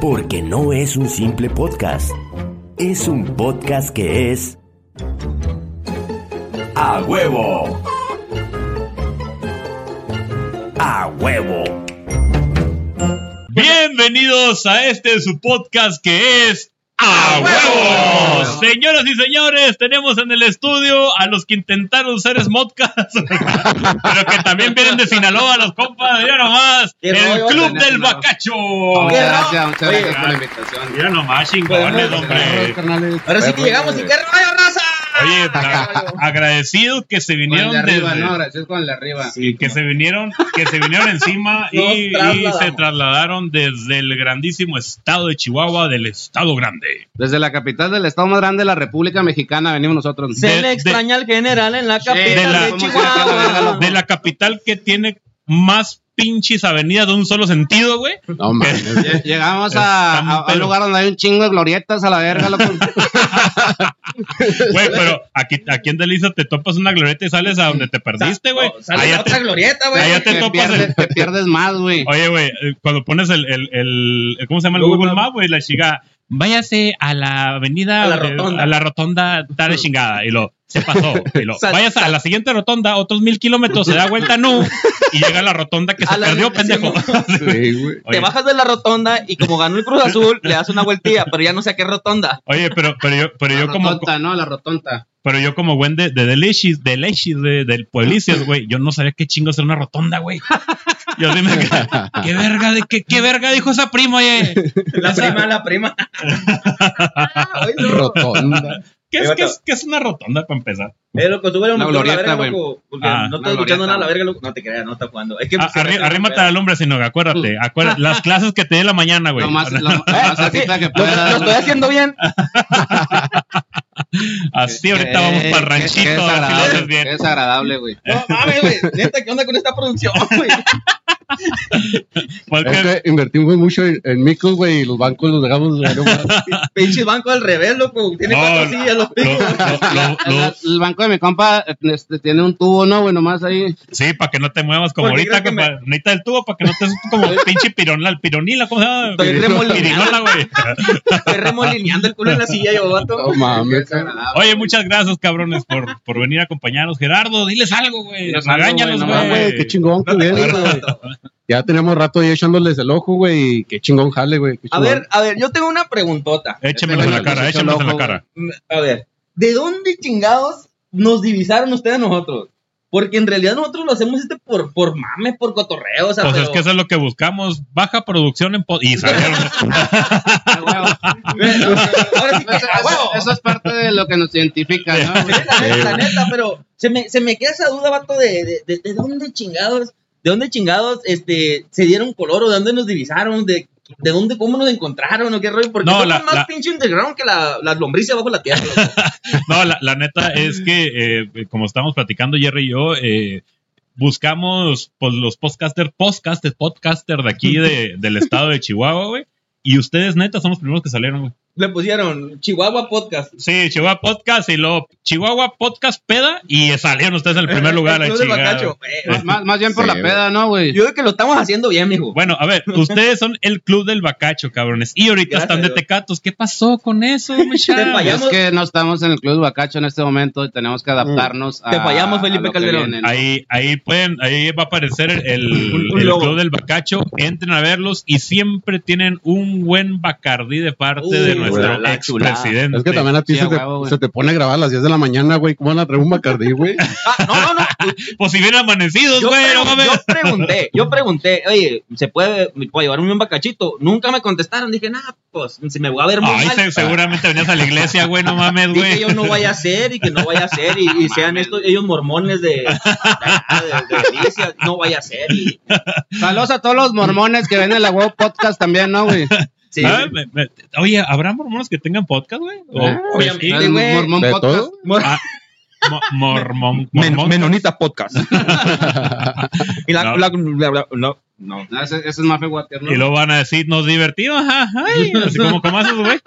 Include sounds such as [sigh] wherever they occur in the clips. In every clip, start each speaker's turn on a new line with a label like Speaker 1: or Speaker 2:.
Speaker 1: Porque no es un simple podcast. Es un podcast que es... ¡A huevo! ¡A huevo!
Speaker 2: Bienvenidos a este su podcast que es A huevo. Señoras y señores, tenemos en el estudio a los que intentaron usar Smodcast, [laughs] pero que también vienen de Sinaloa, los compas, mira nomás,
Speaker 3: Qué
Speaker 2: el
Speaker 3: rollo
Speaker 2: Club
Speaker 3: tenerlos.
Speaker 2: del Bacacho.
Speaker 3: Qué
Speaker 4: Muchas
Speaker 3: ro-
Speaker 4: gracias, muchas
Speaker 3: Oye,
Speaker 4: gracias por la
Speaker 2: Mira
Speaker 4: invitación.
Speaker 2: nomás, chingones, hombre.
Speaker 4: carnales.
Speaker 3: Ahora sí que llegamos y qué rollo, raza.
Speaker 2: Oye, a- agradecidos que se
Speaker 4: Con el
Speaker 2: vinieron
Speaker 4: de arriba,
Speaker 2: desde-
Speaker 4: no, gracias con el de arriba.
Speaker 2: Y que se vinieron, que se vinieron encima y,
Speaker 3: Nos
Speaker 2: y se
Speaker 3: trasladamos.
Speaker 2: trasladaron desde el grandísimo estado de Chihuahua, del estado grande.
Speaker 4: Desde la capital del estado más grande de la República Mexicana venimos nosotros.
Speaker 3: Se
Speaker 2: de-
Speaker 3: le
Speaker 2: de-
Speaker 3: extraña al general en la capital
Speaker 2: de
Speaker 3: de,
Speaker 2: la-
Speaker 3: Chihuahua.
Speaker 2: De la capital que tiene más pinches avenidas de un solo sentido, güey.
Speaker 4: No mames. Lle- Llegamos a,
Speaker 2: Están
Speaker 4: a- a un
Speaker 2: pero-
Speaker 4: lugar donde hay un chingo de glorietas a la verga, loco.
Speaker 2: Güey, pero aquí, aquí en Delisa te topas una glorieta y sales a donde te perdiste, güey.
Speaker 3: Oh, sale
Speaker 2: Allá
Speaker 3: otra
Speaker 2: te-
Speaker 3: glorieta,
Speaker 2: allá
Speaker 3: güey.
Speaker 2: te
Speaker 4: Te
Speaker 2: topas el-
Speaker 4: pierdes, te pierdes más, güey.
Speaker 2: [laughs] Oye, güey, eh, cuando pones el, el, el, el- ¿cómo se llama el
Speaker 3: Google
Speaker 2: Google
Speaker 3: Map.
Speaker 2: Maps, güey? La chica, váyase a la avenida,
Speaker 3: A la
Speaker 2: de-
Speaker 3: rotonda.
Speaker 2: a la rotonda tal de chingada, y lo, se pasó, y lo,
Speaker 3: [laughs] Sal-
Speaker 2: váyase a la siguiente rotonda, otros mil kilómetros, se da vuelta, no, y llega a la rotonda que
Speaker 3: A
Speaker 2: se
Speaker 3: la-
Speaker 2: perdió,
Speaker 3: sí,
Speaker 2: pendejo.
Speaker 4: Sí, güey.
Speaker 3: [laughs] Te
Speaker 2: Oye,
Speaker 3: bajas de la rotonda y como ganó el Cruz Azul, le das una vueltilla, pero ya no sé a qué rotonda.
Speaker 2: Oye, pero, pero yo, pero yo
Speaker 4: la
Speaker 2: como,
Speaker 4: rotonta, ¿no? La rotonta.
Speaker 2: pero yo como buen de, de Delicious, de Delicious, de, del
Speaker 3: Ah.
Speaker 2: Pueblicias, güey, yo no sabía qué chingo era una rotonda, güey. Yo dime,
Speaker 3: [laughs]
Speaker 2: qué verga, de, qué, qué verga dijo esa prima, oye.
Speaker 3: La prima, la prima. Ay, no.
Speaker 4: Rotonda.
Speaker 2: ¿Qué es,
Speaker 3: Oye,
Speaker 2: qué
Speaker 3: vato.
Speaker 2: es, qué es una rotonda para empezar?
Speaker 3: Eh, loco, tú eres
Speaker 4: La
Speaker 3: un montón a
Speaker 4: glorieta,
Speaker 3: la verga,
Speaker 4: güey.
Speaker 3: loco. Porque
Speaker 2: Ah,
Speaker 3: no
Speaker 4: la
Speaker 3: estás escuchando
Speaker 4: glorieta,
Speaker 3: nada a la
Speaker 4: güey.
Speaker 3: verga, loco. No te creas, no está jugando. Es que pues,
Speaker 2: Ah, arri- Arrímate al hombre, sino
Speaker 3: Uh.
Speaker 2: acuérdate, acuérdate. Las clases que te dé la mañana, güey.
Speaker 4: Lo más, lo, lo
Speaker 3: Eh,
Speaker 4: más
Speaker 3: sí,
Speaker 4: cerquita que
Speaker 3: Lo, lo estoy
Speaker 4: pueda.
Speaker 3: haciendo bien.
Speaker 2: Así ahorita
Speaker 4: Eh,
Speaker 2: vamos para el
Speaker 4: qué- qué
Speaker 2: ranchito, a ver si lo
Speaker 4: desagradable,
Speaker 2: haces bien.
Speaker 4: qué desagradable, güey.
Speaker 3: No mames, güey. Neta, ¿qué onda con esta producción, güey?
Speaker 2: Porque
Speaker 5: [laughs]
Speaker 3: Este-
Speaker 5: Es que invertimos mucho en, en micros, güey, y los bancos los dejamos. güey, no más.
Speaker 3: Pinche banco al revés, loco. Tiene
Speaker 2: No,
Speaker 3: cuatro sillas, los
Speaker 2: lo-
Speaker 3: picos.
Speaker 2: lo- lo-
Speaker 4: El,
Speaker 2: lo-
Speaker 4: el banco de mi compa eh, este, tiene un tubo, ¿no, güey? Nomás ahí.
Speaker 2: sí, para que no te muevas como
Speaker 3: Porque
Speaker 2: ahorita,
Speaker 3: creo que
Speaker 2: compa- necesitas el tubo para que no te hagas
Speaker 3: [laughs]
Speaker 2: como pinche pironla, pironila, ¿cómo se llama?
Speaker 3: Estoy
Speaker 2: Pirinola,
Speaker 3: remolineando,
Speaker 2: güey.
Speaker 3: estoy remolineando el culo en la silla, yo, vato.
Speaker 5: No mames.
Speaker 2: Oye, muchas gracias, cabrones, por, por venir a acompañarnos. Gerardo, diles algo, güey.
Speaker 4: Diles algo,
Speaker 2: Regáñanos,
Speaker 4: güey,
Speaker 5: Ah,
Speaker 4: no
Speaker 2: güey.
Speaker 5: güey, qué chingón que vienes, güey. Ya tenemos rato ahí echándoles el ojo, güey, y qué chingón jale, güey. qué
Speaker 3: A
Speaker 5: chingón.
Speaker 3: ver, a ver, yo tengo una preguntota.
Speaker 2: Échamelos en la cara,
Speaker 4: Échame el
Speaker 2: échamelos en la
Speaker 4: ojo,
Speaker 2: cara.
Speaker 3: Mm, A ver, ¿de dónde chingados nos divisaron ustedes a nosotros? Porque en realidad nosotros lo hacemos este por, por mames, por cotorreo, o sea,
Speaker 2: Pues es
Speaker 3: pero-
Speaker 2: que eso es lo que buscamos. Baja producción en... po- Y salieron...
Speaker 4: Ah, huevo.
Speaker 3: Ahora sí
Speaker 4: [laughs]
Speaker 3: que
Speaker 4: Eso,
Speaker 3: a huevo.
Speaker 4: eso es parte de lo que nos identifica, ¿no?
Speaker 3: Sí, la neta, la neta, pero se me, se me queda esa duda, vato, de, de, de, de dónde chingados, de dónde chingados este, se dieron color o de dónde nos divisaron, de, de dónde, cómo nos encontraron o qué rollo, porque
Speaker 2: No,
Speaker 3: somos
Speaker 2: la-
Speaker 3: más
Speaker 2: la-
Speaker 3: pinche underground que la- las lombrices bajo
Speaker 2: [laughs]
Speaker 3: la tierra. loco.
Speaker 2: No, la, la neta es que, eh, como estábamos platicando Jerry y yo, eh, buscamos pues, los podcasters, podcasters, podcaster de aquí, de- del estado de Chihuahua, güey. Y ustedes, neta, son los primeros que salieron, güey.
Speaker 3: Le pusieron Chihuahua Podcast.
Speaker 2: Sí, Chihuahua Podcast y luego Chihuahua Podcast Peda y salieron ustedes en el primer
Speaker 3: [laughs]
Speaker 2: lugar, la
Speaker 3: El Club del
Speaker 2: chingada.
Speaker 3: Bacacho, eh,
Speaker 4: Más- Más, más bien por
Speaker 5: Sí,
Speaker 4: la
Speaker 5: güey.
Speaker 4: peda, ¿no, güey?
Speaker 3: Yo creo que lo estamos haciendo bien, mijo.
Speaker 2: Bueno, a ver, ustedes son el club del bacacho, cabrones. Y ahorita
Speaker 3: Gracias
Speaker 2: están
Speaker 3: a
Speaker 2: de
Speaker 3: Dios. Este
Speaker 2: tecatos. ¿Qué pasó con
Speaker 3: [laughs]
Speaker 2: eso, Michelle?
Speaker 3: Te fallamos.
Speaker 4: Es que no estamos en el Club Bacacho en este momento y tenemos que adaptarnos a.
Speaker 3: Mm. Te fallamos, Felipe
Speaker 4: a lo que
Speaker 3: Calderón.
Speaker 4: viene, ¿no?
Speaker 2: Ahí, ahí pueden, ahí va a aparecer el, el
Speaker 3: un logo.
Speaker 2: club del bacacho. Entren a verlos y siempre tienen un buen bacardí de parte
Speaker 3: Uy,
Speaker 2: de
Speaker 3: la-
Speaker 2: nuestro
Speaker 3: Uh, la chulada.
Speaker 2: expresidente.
Speaker 5: Es que también a ti
Speaker 4: Sí,
Speaker 5: se,
Speaker 4: a
Speaker 5: te,
Speaker 4: huevo, güey.
Speaker 5: se te pone a grabar a las 10 de la mañana, güey. ¿Cómo van a traer un bacardí, güey?
Speaker 3: Ah, no, no, no.
Speaker 2: [laughs] Pues si vienen amanecidos,
Speaker 3: Yo,
Speaker 2: güey,
Speaker 3: pregun-
Speaker 2: no mames.
Speaker 3: yo pregunté, yo pregunté, oye, ¿se puede, me puedo llevar un bacachito? Nunca me contestaron. Dije, nada, pues se me va a ver muy
Speaker 2: Ay,
Speaker 3: mal.
Speaker 2: se- seguramente venías a la iglesia, güey, no mames,
Speaker 3: Dije
Speaker 2: güey.
Speaker 3: yo no vaya a ser y que no vaya a ser y, y sean estos ellos mormones de, de, de Galicia, no vaya a ser. Y,
Speaker 4: Saludos a todos los mormones que ven el Agua Podcast también, ¿no, güey?
Speaker 3: sí,
Speaker 2: Ah, me- me- Oye, ¿habrá mormones que tengan podcast, güey? O-
Speaker 4: Ah,
Speaker 3: obviamente. Sí,
Speaker 4: El
Speaker 3: güey.
Speaker 4: Mormón
Speaker 5: ¿De
Speaker 4: Podcast.
Speaker 5: todo?
Speaker 2: ah, mo- mormón, mormón.
Speaker 6: Menonita
Speaker 2: [laughs]
Speaker 6: Podcast.
Speaker 3: y la,
Speaker 2: No.
Speaker 3: la- la- la- no, no.
Speaker 4: No, Ah, ese, ese es Mafe Water, ¿no?
Speaker 2: Y lo van a decir, nos divertimos, ajá,
Speaker 3: [laughs]
Speaker 2: ay, así como como haces, güey.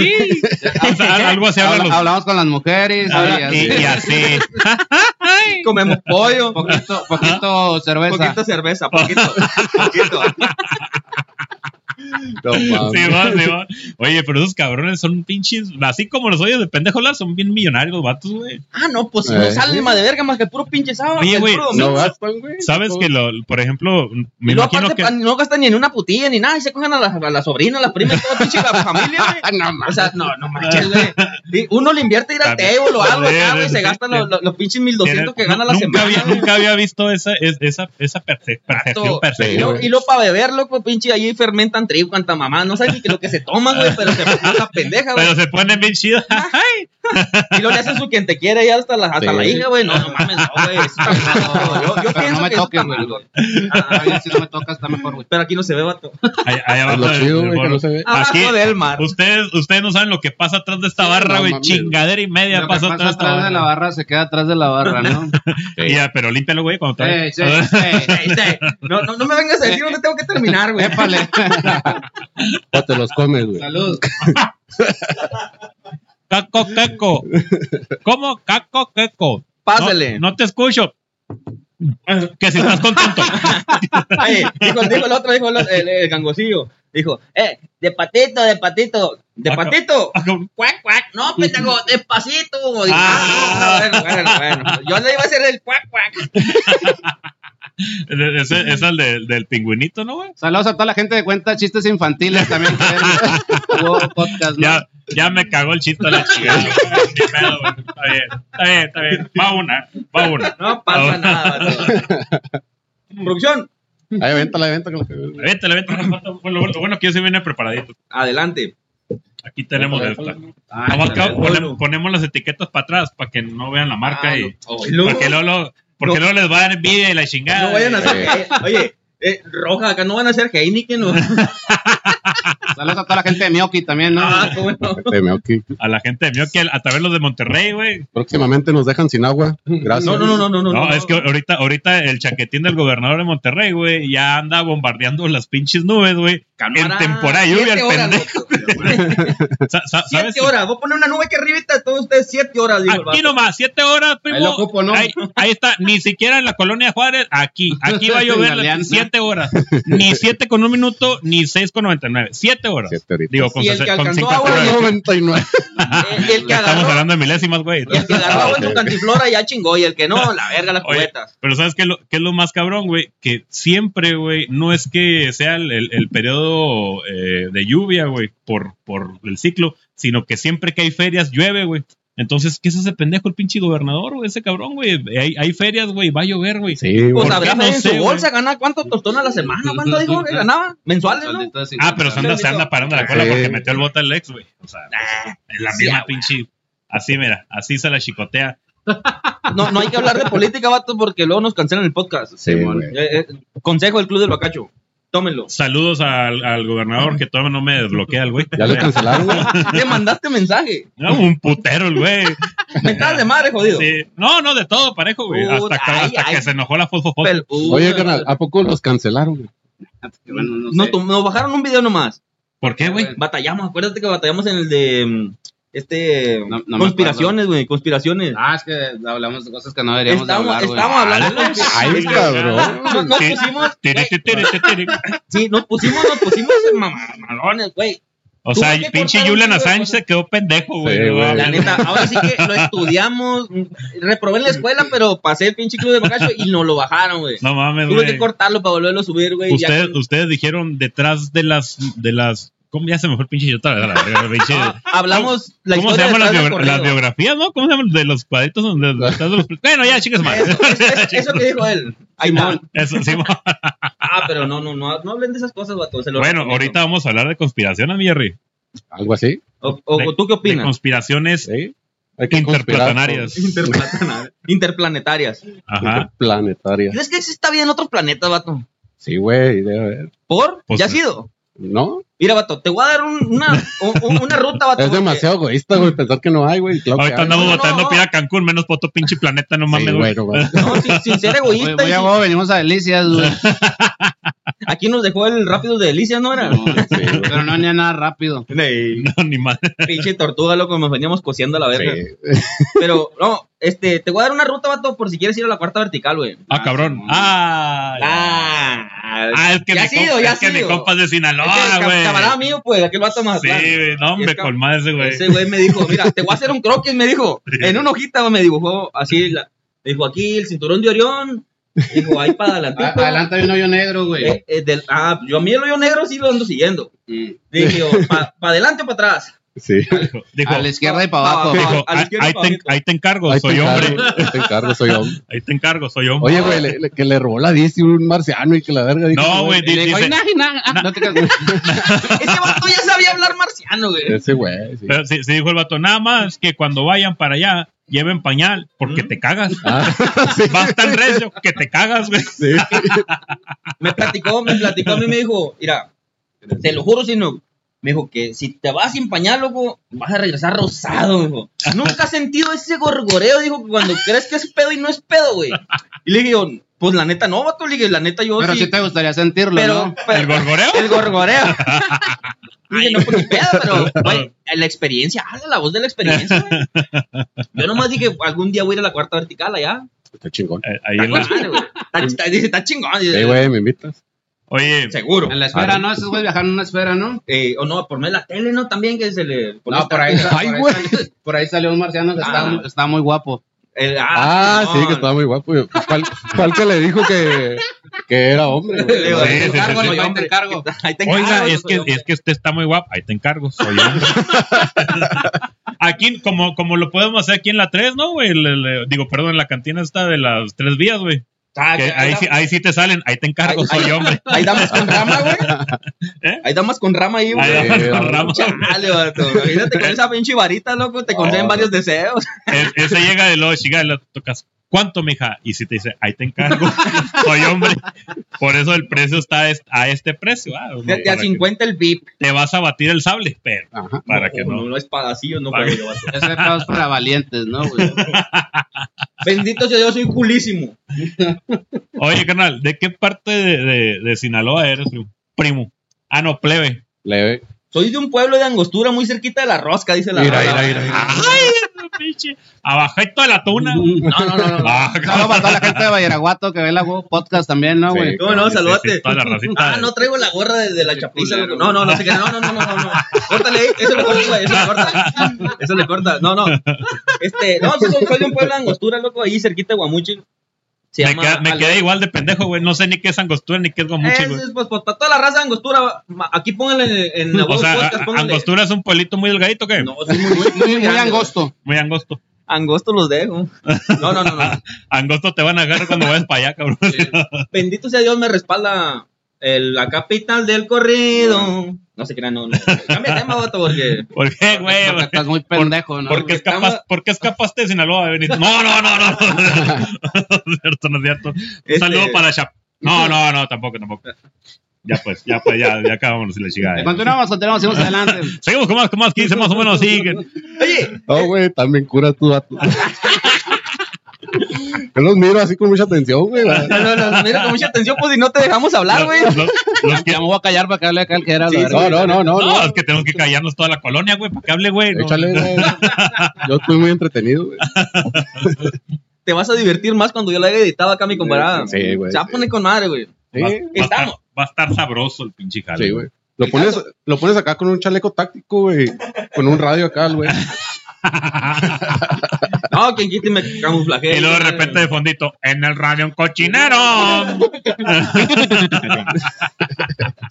Speaker 2: O sea, algo así hablan
Speaker 4: Habla-
Speaker 2: los-
Speaker 4: hablamos con las mujeres.
Speaker 2: hablan-
Speaker 4: y
Speaker 2: y,
Speaker 4: así.
Speaker 2: y
Speaker 3: [laughs]
Speaker 2: así.
Speaker 3: Comemos pollo,
Speaker 4: Poquito, poquito cerveza.
Speaker 3: [laughs] poquito cerveza, poquito, poquito.
Speaker 5: No mames.
Speaker 2: Simón, Simón. Oye, pero esos cabrones son pinches. Así como los oyes de pendejo hablar, son bien millonarios los vatos, güey.
Speaker 3: Ah, no, pues si
Speaker 5: Eh.
Speaker 3: no sale alma de verga más que puro pinche sábado.
Speaker 2: Oye,
Speaker 3: que el
Speaker 2: güey,
Speaker 3: puro
Speaker 5: No
Speaker 3: domingo.
Speaker 5: gastan, güey.
Speaker 2: Sabes que, lo, por ejemplo, me
Speaker 3: y luego
Speaker 2: imagino
Speaker 3: aparte
Speaker 2: que.
Speaker 3: pa- no gastan ni en una putilla ni nada, y se cogen a la, a la sobrina, a la prima, y toda pinche la familia, güey.
Speaker 5: Ah, [laughs] no, mames.
Speaker 3: O sea, no, no manches, güey. Y Uno le invierte ir al
Speaker 2: También.
Speaker 3: table o algo
Speaker 2: Sí,
Speaker 3: acá, güey,
Speaker 2: sí,
Speaker 3: se
Speaker 2: sí,
Speaker 3: gastan
Speaker 2: sí.
Speaker 3: los, los, los pinches
Speaker 2: tienen-
Speaker 3: 1200 que gana la
Speaker 2: nunca
Speaker 3: semana.
Speaker 2: Había,
Speaker 3: güey.
Speaker 2: nunca había visto esa, es- esa, esa perce- percepción.
Speaker 3: Todo. Y
Speaker 2: percepción.
Speaker 3: luego-
Speaker 5: güey.
Speaker 3: y luego para beber, loco, pinche, ahí fermentan trigo, cuanta mamá. No sabes ni que lo que se toma, güey, pero se pasa la pendeja, güey.
Speaker 2: Pero se ponen bien [laughs] chidas.
Speaker 3: Y luego le hacen su quien te quiere ya hasta la, hasta
Speaker 5: Sí.
Speaker 3: la hija, güey. No, no mames, no, güey. Eso
Speaker 5: [laughs]
Speaker 3: está mal, güey. Yo, yo
Speaker 4: Pero
Speaker 3: pienso
Speaker 4: no me
Speaker 3: que eso está
Speaker 4: toques, güey.
Speaker 3: mal, güey.
Speaker 4: Ah, ya si no me toca, está mejor, güey.
Speaker 3: Pero aquí no se ve, vato.
Speaker 2: Ahí, ahí
Speaker 5: Es
Speaker 2: abajo
Speaker 5: lo
Speaker 2: del-
Speaker 5: chido,
Speaker 2: del
Speaker 5: güey, que
Speaker 2: bolo.
Speaker 5: no se ve.
Speaker 3: Abajo
Speaker 2: Aquí,
Speaker 3: del mar.
Speaker 2: Ustedes, ustedes no saben lo que pasa atrás de esta
Speaker 5: Sí,
Speaker 2: barra,
Speaker 5: no
Speaker 2: güey.
Speaker 5: mames.
Speaker 2: Chingadera y media
Speaker 4: Lo que
Speaker 2: pasa
Speaker 4: pasa
Speaker 2: atrás de esta
Speaker 4: atrás de la
Speaker 2: barra.
Speaker 4: barra se queda atrás de la
Speaker 2: [laughs]
Speaker 4: barra, ¿no?
Speaker 2: Y Ya, pero límpialo, güey, cuando
Speaker 4: Sí,
Speaker 2: traes.
Speaker 4: sí, eh, sí.
Speaker 3: Ey, ey, No, no, no me vengas a decir dónde tengo que terminar, güey.
Speaker 4: Épale.
Speaker 5: O te los comes, güey.
Speaker 4: Salud.
Speaker 2: [laughs] Caco, caco. ¿Cómo? Caco, caco.
Speaker 3: Pásale.
Speaker 2: No, no te escucho. Que si estás
Speaker 4: [laughs]
Speaker 2: contento.
Speaker 3: Ey, dijo, dijo el otro, dijo el, otro, el, el gangosillo. Dijo, eh, de patito, de patito, de
Speaker 2: Ah,
Speaker 3: patito. Cuac, cuac. No, pendejo, despacito. Dijo,
Speaker 2: Ah.
Speaker 3: ah, bueno, bueno, bueno. Yo le iba a hacer el cuac, cuac.
Speaker 2: E, Ese es el del, del pingüinito, ¿no, güey?
Speaker 4: Saludos a toda la gente de cuenta chistes infantiles también. que ven Hubo podcast, Pues ¿no?
Speaker 2: Ya, ya me cagó el chiste a la chingada. güey. Ni pedo, güey. Está bien, está bien, está bien. Va una, va una.
Speaker 3: No
Speaker 2: Ah.
Speaker 3: pasa nada. vato. Producción,
Speaker 5: Ahí venta la venta con los que-
Speaker 2: Vete, vete. Bueno, bueno, bueno que yo sí viene preparadito.
Speaker 3: adelante.
Speaker 2: Aquí tenemos esta.
Speaker 4: Ah,
Speaker 2: Nada más que
Speaker 3: bueno.
Speaker 2: ponem- ponemos las etiquetas para atrás para que no vean la marca
Speaker 3: Ah,
Speaker 2: y.
Speaker 3: no. Luego-
Speaker 2: porque luego, luego- porque luego les va a dar envidia y la chingada.
Speaker 3: No vayan a
Speaker 2: y-
Speaker 3: hacer. eh, oye, eh, roja, acá no van a hacer Heineken. ¿no?
Speaker 4: Saludos a toda la gente de Miyoki también, ¿no?
Speaker 3: Ah, cómo no.
Speaker 5: Te veo aquí.
Speaker 2: a la gente de Mioque, a través los de Monterrey, güey.
Speaker 5: Próximamente nos dejan sin agua. Gracias.
Speaker 3: No, no, no, no, no,
Speaker 2: No,
Speaker 3: no, no.
Speaker 2: es que ahorita, ahorita el chaquetín del gobernador de Monterrey, güey, ya anda bombardeando las pinches nubes, güey. En
Speaker 3: Cámara,
Speaker 2: temporada de lluvia,
Speaker 3: siete
Speaker 2: el
Speaker 3: horas,
Speaker 2: pendejo. Sa- sa- ¿Sabes?
Speaker 3: Siete horas, voy a poner una nube aquí arriba y está todos ustedes siete horas. Digo, el
Speaker 2: Aquí
Speaker 3: vato.
Speaker 2: nomás, siete horas, primo.
Speaker 4: Ahí lo ocupo, ¿no?
Speaker 2: Ahí, ahí está, ni siquiera en la colonia Juárez, aquí, aquí
Speaker 4: [laughs]
Speaker 2: va a llover
Speaker 4: En
Speaker 2: las
Speaker 4: Alianza.
Speaker 2: siete
Speaker 4: [laughs]
Speaker 2: horas. Ni siete con un minuto, ni seis con noventa y nueve. Siete horas.
Speaker 5: Siete horitas.
Speaker 2: Digo, con,
Speaker 3: Y el
Speaker 2: sesen-
Speaker 3: que
Speaker 2: con
Speaker 3: alcanzó
Speaker 2: cinco
Speaker 3: agua,
Speaker 2: horas.
Speaker 3: no.
Speaker 5: 99.
Speaker 3: Eh, y el que
Speaker 2: Estamos
Speaker 3: agarró,
Speaker 2: hablando de milésimas, güey.
Speaker 3: y el que agarró
Speaker 5: Ah,
Speaker 3: agua
Speaker 5: ok,
Speaker 3: en su
Speaker 5: ok.
Speaker 3: cantiflora ya chingó. Y el que no, la verga, las
Speaker 2: Oye,
Speaker 3: cubetas.
Speaker 2: Pero ¿sabes qué es, lo, qué es lo más cabrón, güey? Que siempre, güey, no es que sea el, el- el periodo eh, de lluvia, güey, por, por el ciclo, sino que siempre que hay ferias llueve, güey. Entonces, ¿qué es ese pendejo el pinche gobernador, güey? Ese cabrón, güey. Hay, hay ferias, güey, va a llover, güey.
Speaker 5: Sí,
Speaker 3: Pues
Speaker 5: güey.
Speaker 2: ¿por qué
Speaker 3: habrá
Speaker 2: no
Speaker 3: en
Speaker 2: sé,
Speaker 3: su
Speaker 2: güey?
Speaker 3: bolsa, gana cuántos tostones a la semana. ¿Cuánto dijo que ganaba? Mensuales, ¿no?
Speaker 4: Saluditos y-
Speaker 2: Ah, pero se anda, se anda parando la cola
Speaker 5: Sí.
Speaker 2: porque metió el bote al ex, güey. O sea,
Speaker 3: Ah,
Speaker 2: es la
Speaker 3: sí,
Speaker 2: misma
Speaker 3: ah,
Speaker 2: pinche. Así, mira, así se la chicotea.
Speaker 3: No, no hay que hablar de política, vato, porque luego nos cancelan el podcast.
Speaker 5: Sí,
Speaker 3: Simón.
Speaker 5: güey.
Speaker 3: Eh, eh, consejo del Club del Bacacho. Tómenlo.
Speaker 2: Saludos al, al gobernador que todavía no me desbloquea el güey.
Speaker 5: Ya lo cancelaron, güey.
Speaker 3: Te mandaste mensaje.
Speaker 2: No, un putero el güey.
Speaker 3: Me estás de madre, jodido.
Speaker 2: Sí. No, no, de todo parejo, güey.
Speaker 3: Puta,
Speaker 2: Hasta, que-
Speaker 3: ay,
Speaker 2: hasta
Speaker 3: ay.
Speaker 2: que se enojó la fosfo
Speaker 3: Pel- uh,
Speaker 5: Oye, carnal, ¿a poco los cancelaron? güey?
Speaker 4: Ah, Bueno, no sé.
Speaker 3: Nos, tom- nos bajaron un video nomás.
Speaker 2: ¿Por qué, güey?
Speaker 3: Batallamos, acuérdate que batallamos en el de. mm, Este.
Speaker 4: No- no me
Speaker 3: conspiraciones, güey, conspiraciones.
Speaker 4: Ah, es que hablamos de cosas que no deberíamos
Speaker 3: Estamos,
Speaker 4: hablar, güey.
Speaker 2: Ah,
Speaker 3: estamos hablando
Speaker 2: [laughs]
Speaker 3: de
Speaker 5: Ay,
Speaker 3: conspiraciones.
Speaker 5: cabrón.
Speaker 3: No, nos
Speaker 2: Sí.
Speaker 3: pusimos,
Speaker 2: Tiri,
Speaker 3: güey,
Speaker 2: tiri, tiri, tiri.
Speaker 3: sí, nos pusimos, nos pusimos mam- mamalones, güey.
Speaker 2: O
Speaker 3: Tuve
Speaker 2: sea,
Speaker 3: que
Speaker 2: pinche
Speaker 3: cortar un
Speaker 2: Julian
Speaker 3: chingo de
Speaker 2: Assange
Speaker 3: cosas.
Speaker 2: se quedó pendejo, güey.
Speaker 5: Sí, güey.
Speaker 3: La neta, ahora sí que lo estudiamos, reprobé en la escuela, pero pasé el pinche club de bacacho y nos lo bajaron, güey.
Speaker 2: No mames,
Speaker 3: Tuve que
Speaker 2: güey.
Speaker 3: cortarlo para volverlo a subir, güey. ya
Speaker 2: Ustedes,
Speaker 3: con-
Speaker 2: ustedes dijeron detrás de las, de las. ¿Cómo ya se me fue el pinche yo otra vez a la verga, pinche-
Speaker 3: Hablamos Ah, la
Speaker 2: ¿Cómo se
Speaker 3: historia
Speaker 2: llaman las,
Speaker 3: detrás del
Speaker 2: biogra-
Speaker 3: corrido.
Speaker 2: las biografías, no? ¿Cómo se llaman? De los cuadritos
Speaker 3: [laughs]
Speaker 2: donde detrás de los... Bueno, ya, chicas, más.
Speaker 3: Eso, eso- eso- eso que dijo
Speaker 2: [laughs]
Speaker 3: él. Ahí está.
Speaker 2: Eso, sí, mo-
Speaker 3: Ah, pero no, no, no, no hablen de esas cosas, vato. se lo
Speaker 2: bueno,
Speaker 3: recomiendo.
Speaker 2: ahorita vamos a hablar de conspiraciones, mi Jerry.
Speaker 5: Algo así.
Speaker 3: O, o-
Speaker 2: de-
Speaker 3: ¿Tú qué
Speaker 2: De
Speaker 3: opinas?
Speaker 2: conspiraciones
Speaker 5: Sí. Hay que conspirar por-
Speaker 2: interplanetarias.
Speaker 3: [laughs] Interplanetarias. Interplanetarias.
Speaker 2: Ajá.
Speaker 5: Interplanetarias.
Speaker 3: ¿Crees que exista vida en otros planetas, vato?
Speaker 5: Sí, güey, debe haber.
Speaker 3: ¿Por?
Speaker 2: Pues,
Speaker 3: ¿Ya ha sido?
Speaker 5: No,
Speaker 3: Mira, vato, te voy a dar un- una, un- un- una ruta, vato.
Speaker 5: es
Speaker 3: porque-
Speaker 5: demasiado egoísta, güey, pensar que no hay, güey. Claro que
Speaker 2: Ahorita
Speaker 5: hay.
Speaker 2: andamos
Speaker 3: No, no,
Speaker 2: batallando
Speaker 3: no.
Speaker 2: para ir a Cancún, menos para otro pinche planeta, no
Speaker 5: Sí,
Speaker 2: mames, güey.
Speaker 5: bueno, güey.
Speaker 3: No, sin,
Speaker 2: [laughs]
Speaker 3: sin ser
Speaker 4: Oye,
Speaker 3: egoísta. y
Speaker 4: voy a
Speaker 3: sin-
Speaker 4: huevo, venimos a Delicias, güey.
Speaker 3: aquí nos dejó el rápido de delicias, ¿no era?
Speaker 4: No,
Speaker 5: Sí, güey.
Speaker 4: pero no venía nada rápido.
Speaker 3: Ey,
Speaker 2: [laughs] No, ni madre.
Speaker 3: Pinche tortuga, loco, nos veníamos cosiendo a la verga.
Speaker 5: Sí.
Speaker 3: Pero, no, este, te voy a dar una ruta, vato, por si quieres ir a la cuarta vertical, güey.
Speaker 2: Ah, cabrón.
Speaker 4: Simón.
Speaker 2: Ah,
Speaker 3: Ah,
Speaker 2: ah, es que,
Speaker 3: ya
Speaker 2: mi,
Speaker 3: ha sido,
Speaker 2: compa,
Speaker 3: ya
Speaker 2: Ah, es que mi
Speaker 3: sido.
Speaker 2: compa es de
Speaker 3: Es el
Speaker 2: Sinaloa,
Speaker 3: campeón camarada mío, pues, aquel vato más.
Speaker 2: Sí, güey, no, hombre,
Speaker 3: Es cab-
Speaker 2: con más, güey.
Speaker 3: Ese güey me dijo, mira, te voy a hacer un croquis, me dijo.
Speaker 2: Sí.
Speaker 3: En una hojita me dibujó así. la- me dijo, aquí el cinturón de Orión. Dijo, ahí para adelantito.
Speaker 4: A- Adelante hay un hoyo negro, güey.
Speaker 3: Eh, eh, del- ah, yo a mí el hoyo negro sí lo ando siguiendo.
Speaker 4: Mm.
Speaker 3: Dije, para adelante o
Speaker 2: [laughs]
Speaker 3: para atrás.
Speaker 5: Sí.
Speaker 2: Dijo,
Speaker 4: A la izquierda y para
Speaker 3: Ah,
Speaker 4: abajo.
Speaker 3: ah,
Speaker 2: dijo,
Speaker 3: a la
Speaker 2: ahí,
Speaker 3: izquierda
Speaker 2: ahí
Speaker 3: para
Speaker 2: te,
Speaker 3: abajo.
Speaker 2: ahí te encargo,
Speaker 5: Ahí te
Speaker 2: Pues soy hombre.
Speaker 5: encargo, ahí Te encargo, soy hombre.
Speaker 2: Ahí te encargo, soy hombre.
Speaker 5: Oye, güey, le- le- que le robó la 10 y un marciano y que la verga. dijo,
Speaker 2: no, güey,
Speaker 4: Y le
Speaker 2: di-
Speaker 4: dijo,
Speaker 2: dice,
Speaker 4: "Ay, nah, nah, ah, no te creas, güey.
Speaker 3: Ese vato ya sabía hablar marciano, güey.
Speaker 5: Ese güey, sí.
Speaker 2: pero sí, sí dijo el vato, nada más que cuando vayan para allá, lleven pañal, porque
Speaker 3: ¿Mm?
Speaker 2: te cagas.
Speaker 5: Ah,
Speaker 2: Vas tan recio que te cagas, güey.
Speaker 5: sí.
Speaker 3: Me platicó, me platicó a mí, me dijo, mira, te lo juro, si no. Me dijo que si te vas sin pañal, loco, vas a regresar rosado, me dijo. Nunca has sentido ese gorgoreo, dijo, que cuando crees que es pedo y no es pedo, güey. Y le dije, yo, pues la neta no, vato, le dije, la neta yo
Speaker 4: Pero
Speaker 3: sí.
Speaker 4: sí te gustaría sentirlo,
Speaker 3: pero,
Speaker 4: ¿no?
Speaker 3: pero-
Speaker 2: El gorgoreo.
Speaker 3: El gorgoreo.
Speaker 4: [laughs]
Speaker 3: Dije, no, pues ni pedo, pero, güey, la experiencia, habla la voz de la experiencia, güey. Yo nomás dije, algún día voy a ir a la cuarta vertical allá.
Speaker 5: Está chingón.
Speaker 2: Eh, Ahí
Speaker 3: Está
Speaker 2: en la-
Speaker 3: con madre, güey. Está- está- Dice, está chingón. dice,
Speaker 5: Sí, güey, me invitas.
Speaker 2: Oye,
Speaker 3: Seguro.
Speaker 4: En la esfera, ¿no? Esos güeyes viajaron en una esfera, ¿no?
Speaker 3: Eh, o no, por medio de la tele, ¿no? También que se le...
Speaker 4: No, por ahí,
Speaker 5: Ay,
Speaker 4: por,
Speaker 5: güey.
Speaker 4: ahí salió, por ahí salió un marciano que
Speaker 3: Ah.
Speaker 4: estaba, mu- estaba muy guapo.
Speaker 3: El-
Speaker 5: Ah, sí,
Speaker 3: no,
Speaker 5: que estaba muy guapo. ¿Cuál, cuál que le dijo que, que era hombre, güey?
Speaker 3: Digo,
Speaker 2: Sí,
Speaker 3: ahí
Speaker 2: sí,
Speaker 3: te encargo,
Speaker 2: sí,
Speaker 3: no,
Speaker 2: sí.
Speaker 3: yo
Speaker 4: Ahí te encargo.
Speaker 3: Ahí te encargo,
Speaker 2: Oiga,
Speaker 3: yo
Speaker 2: es
Speaker 3: soy
Speaker 2: que,
Speaker 3: hombre.
Speaker 2: es que usted está muy guapo. Ahí te encargo, soy [laughs] hombre. Aquí, como, como lo podemos hacer aquí en la 3, ¿no, güey? Le- le- Digo, perdón, en la cantina está de las tres vías, güey.
Speaker 3: Ah,
Speaker 2: Que
Speaker 3: que-
Speaker 2: Ahí, sí- ahí sí te salen, ahí te encargo,
Speaker 3: Ahí-
Speaker 2: soy [laughs] hombre.
Speaker 3: Ahí damas con rama, güey.
Speaker 2: ¿Eh? Ah,
Speaker 3: Ahí damas con rama ahí,
Speaker 2: Ahí
Speaker 3: güey.
Speaker 2: vamos
Speaker 5: eh,
Speaker 2: con Ramos.
Speaker 3: Chale, vato. Imagínate con esa pinche varita, loco, te conceden
Speaker 5: Oh.
Speaker 3: varios deseos.
Speaker 2: E- Ese llega de los chica, le tocas. ¿Cuánto, mija? Y si te dice, ahí te encargo, [laughs] soy hombre. Por eso el precio está a est- a este precio. ah,
Speaker 3: De, de
Speaker 2: para
Speaker 3: a
Speaker 2: que
Speaker 3: 50 el VIP.
Speaker 2: Te vas a batir el sable, pero
Speaker 5: Ajá.
Speaker 2: para que no.
Speaker 3: No es padacillo, no
Speaker 2: Para
Speaker 3: puedo
Speaker 2: que-
Speaker 3: yo, vato.
Speaker 4: Ese pedo es para valientes, ¿no, güey?
Speaker 3: Bendito sea Dios, soy culísimo.
Speaker 2: Oye, carnal, ¿de qué parte de, de- de Sinaloa eres, primo? Primo. Ah, no, plebe.
Speaker 5: Leve.
Speaker 3: Soy de un pueblo de Angostura muy cerquita de la rosca, dice la
Speaker 5: Mira,
Speaker 3: rola.
Speaker 5: mira, mira.
Speaker 2: [laughs]
Speaker 5: mira.
Speaker 2: ¡Ay, pinche! Abajito de la tuna.
Speaker 3: No, no, no, no, no.
Speaker 2: Ah,
Speaker 4: Saludos para toda la gente de Valladolid que ve la güey, podcast también, ¿no, güey?
Speaker 3: [laughs]
Speaker 5: Sí.
Speaker 3: No, no,
Speaker 2: Sí, sí,
Speaker 3: saludate.
Speaker 2: toda la racita.
Speaker 3: Ah, no traigo la gorra de, de la
Speaker 4: Qué
Speaker 3: chapiza,
Speaker 4: culero.
Speaker 3: loco. No, no, no sé qué. No, no, no, no, no. no. Córtale, ahí. eso le corta, güey, eso le corta. Eso le corta. No, no. Este, no, pues, soy, soy de un pueblo de Angostura, loco, ahí cerquita de Guamuchil. Se
Speaker 2: me
Speaker 3: llama
Speaker 2: queda- me
Speaker 3: Al-
Speaker 2: quedé igual de pendejo, güey. No sé ni qué es angostura ni qué es gomuchi,
Speaker 3: Es-
Speaker 2: güey.
Speaker 3: es, pues, pues, para toda la raza de Angostura, ma- aquí pónganle en, en la
Speaker 2: O
Speaker 3: voz
Speaker 2: sea,
Speaker 3: podcast,
Speaker 2: a-
Speaker 3: pónganle.
Speaker 2: angostura es un pueblito muy delgadito, ¿qué?
Speaker 3: No, sí, muy, muy, muy,
Speaker 4: Muy, muy
Speaker 3: grande.
Speaker 4: angosto.
Speaker 2: Muy angosto.
Speaker 3: Angosto los dejo. No, no, no, no.
Speaker 2: Angosto te van a agarrar cuando vayas para allá, cabrón. [laughs]
Speaker 3: Bendito sea Dios, me respalda el, la capital del corrido. No se crean, no, no. Cambia de tema, vato, porque.
Speaker 2: ¿Por qué, güey?
Speaker 4: Porque estás muy pendejo, ¿no?
Speaker 2: ¿Por qué
Speaker 3: porque
Speaker 2: escapas-
Speaker 3: estamos-
Speaker 2: por qué escapaste de Sinaloa, Benito? No, no, no, no. [laughs] No es cierto, no es cierto. Un
Speaker 3: Este-
Speaker 2: saludo para Chap. No, no, no, tampoco, tampoco. Ya pues, ya pues, ya, ya acabamos y la chingada. ya.
Speaker 4: Continuamos, continuamos, seguimos adelante.
Speaker 2: Seguimos con más, con más, 15 más o menos, sí. que-
Speaker 3: Oye,
Speaker 5: No, güey, también cura tu vato. Yo los miro así con mucha atención, güey. la-
Speaker 3: no, no, no, mira con mucha atención, pues si no te dejamos hablar, güey.
Speaker 2: los- los- los
Speaker 4: [laughs]
Speaker 2: que-
Speaker 4: Ya me voy a callar para que hable acá el que era.
Speaker 3: Sí,
Speaker 4: la
Speaker 5: No,
Speaker 4: verga.
Speaker 5: no, no, no.
Speaker 2: No,
Speaker 5: no.
Speaker 2: es que tenemos que callarnos toda la colonia, güey, para que hable, güey. No.
Speaker 5: Échale, güey. Yo estoy muy entretenido, güey.
Speaker 3: Te vas a divertir más cuando yo la haya editado acá, mi comparada.
Speaker 5: Sí, güey,
Speaker 3: Se va a
Speaker 5: sí.
Speaker 3: poner con madre, güey.
Speaker 5: Sí,
Speaker 2: Va, va a estar,
Speaker 3: Estamos.
Speaker 2: va a estar sabroso el pinche jale.
Speaker 5: sí, güey. Lo pones, lo pones acá con un chaleco táctico, güey. Con un radio acá, güey.
Speaker 3: No, quien quite me camuflaje.
Speaker 2: Y luego de repente de fondito, en el radio un cochinero.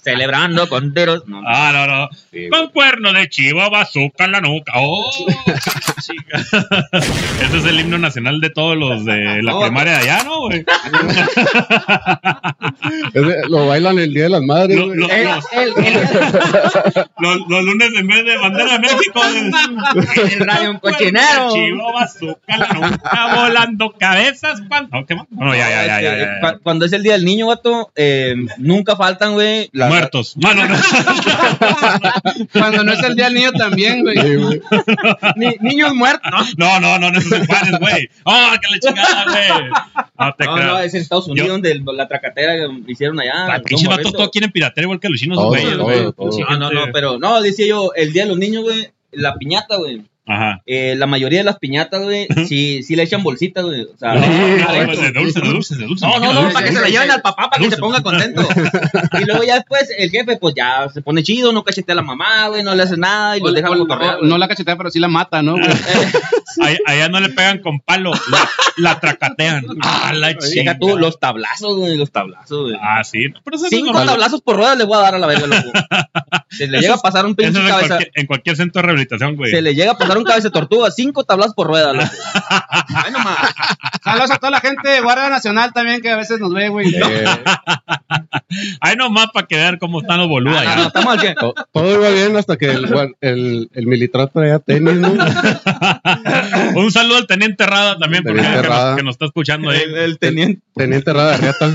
Speaker 3: Celebrando con teros. No,
Speaker 2: Ah, no, no.
Speaker 5: Sí, güey.
Speaker 2: Con cuerno de chivo, bazooka en la nuca.
Speaker 3: [laughs]
Speaker 2: Oh, chica. Ese es el himno nacional de todos los de la
Speaker 3: No,
Speaker 2: primaria de allá, ¿no, güey?
Speaker 5: Ese- Lo bailan el Día de las Madres,
Speaker 2: Lo-
Speaker 5: güey.
Speaker 2: lo- Los, los- los lunes en vez de bandera de México.
Speaker 3: [laughs] En el radio un
Speaker 2: Con cuerno de
Speaker 3: cochinero.
Speaker 2: Chivo, bazooka en la nuca, volando cabezas. cuan- No, ¿qué más? No, ya, ya, ya, ya, ya, ya.
Speaker 3: Cu- este, Cuando es eh, el día del niño, vato, eh, nunca faltan, güey. las-
Speaker 2: Muertos. No, no, no.
Speaker 4: Cuando no es el día del niño también, güey.
Speaker 5: Sí, güey.
Speaker 3: Ni- niños muertos. No,
Speaker 2: [laughs] No, no, no, no esos son panes, güey. ¡Ah, que la chingada, güey! No te
Speaker 3: no,
Speaker 2: creas.
Speaker 3: no, es en Estados Unidos
Speaker 2: Yo-
Speaker 3: donde el- la tracatera que hicieron allá.
Speaker 2: La
Speaker 3: los
Speaker 2: Ah, pinche vatos
Speaker 3: morritos.
Speaker 2: todos quieren piratear igual que los chinos,
Speaker 5: Todo,
Speaker 2: güey. Este,
Speaker 5: todo,
Speaker 2: güey.
Speaker 5: todo.
Speaker 2: Pinche
Speaker 3: No, no, no,
Speaker 2: gente.
Speaker 3: pero no, decía yo, el día de los niños, güey, la piñata, güey.
Speaker 2: Ajá.
Speaker 3: eh, la mayoría de las piñatas, güey, sí, sí le echan bolsitas, güey. O sea,
Speaker 2: No, no,
Speaker 3: Ah, no,
Speaker 2: no, de dulce, de dulce, de dulce.
Speaker 3: no, no, no,
Speaker 2: Sí,
Speaker 3: para que
Speaker 2: sí,
Speaker 3: se la
Speaker 2: sí.
Speaker 3: lleven al papá para que se ponga contento. Y luego ya después el jefe, pues ya se pone chido, no cachetea a la mamá, güey, no le hace nada y los deja cotorrear.
Speaker 4: No la cachetea, pero sí la mata, ¿no? güey?
Speaker 2: Ahí- Allá no le pegan con palo, la, la
Speaker 3: [laughs]
Speaker 2: tracatean. Ah, la
Speaker 3: Deja
Speaker 2: chica.
Speaker 3: tú los tablazos, güey, los tablazos, güey.
Speaker 2: Ah, sí. no, Pero eso
Speaker 3: Cinco
Speaker 2: es normal.
Speaker 3: tablazos por rueda le voy a dar a la verga,
Speaker 2: [laughs]
Speaker 3: loco. Se le
Speaker 2: Eso
Speaker 3: llega
Speaker 2: es-
Speaker 3: a pasar un pinche
Speaker 2: Eso es en
Speaker 3: cabeza.
Speaker 2: cualquier, en cualquier centro de rehabilitación, güey.
Speaker 3: Se le llega a pasar un cabeza de tortuga, cinco tablas por rueda, loco. Ay, no más.
Speaker 4: Saludos a toda la gente de Guardia Nacional también que a veces nos ve, güey.
Speaker 5: Eh,
Speaker 2: Ahí nomás para que vean cómo están los boludos.
Speaker 3: Ah,
Speaker 2: allá.
Speaker 3: no, estamos al cien.
Speaker 5: To- Todo iba bien hasta que el, guar- el, el militar traía tenis, ¿no?
Speaker 2: Un saludo al teniente Rada también, porque
Speaker 5: Teniente
Speaker 2: es que,
Speaker 5: Rada.
Speaker 2: Nos, que nos está escuchando ahí.
Speaker 3: El, el teniente.
Speaker 5: Tenía enterrada de riata.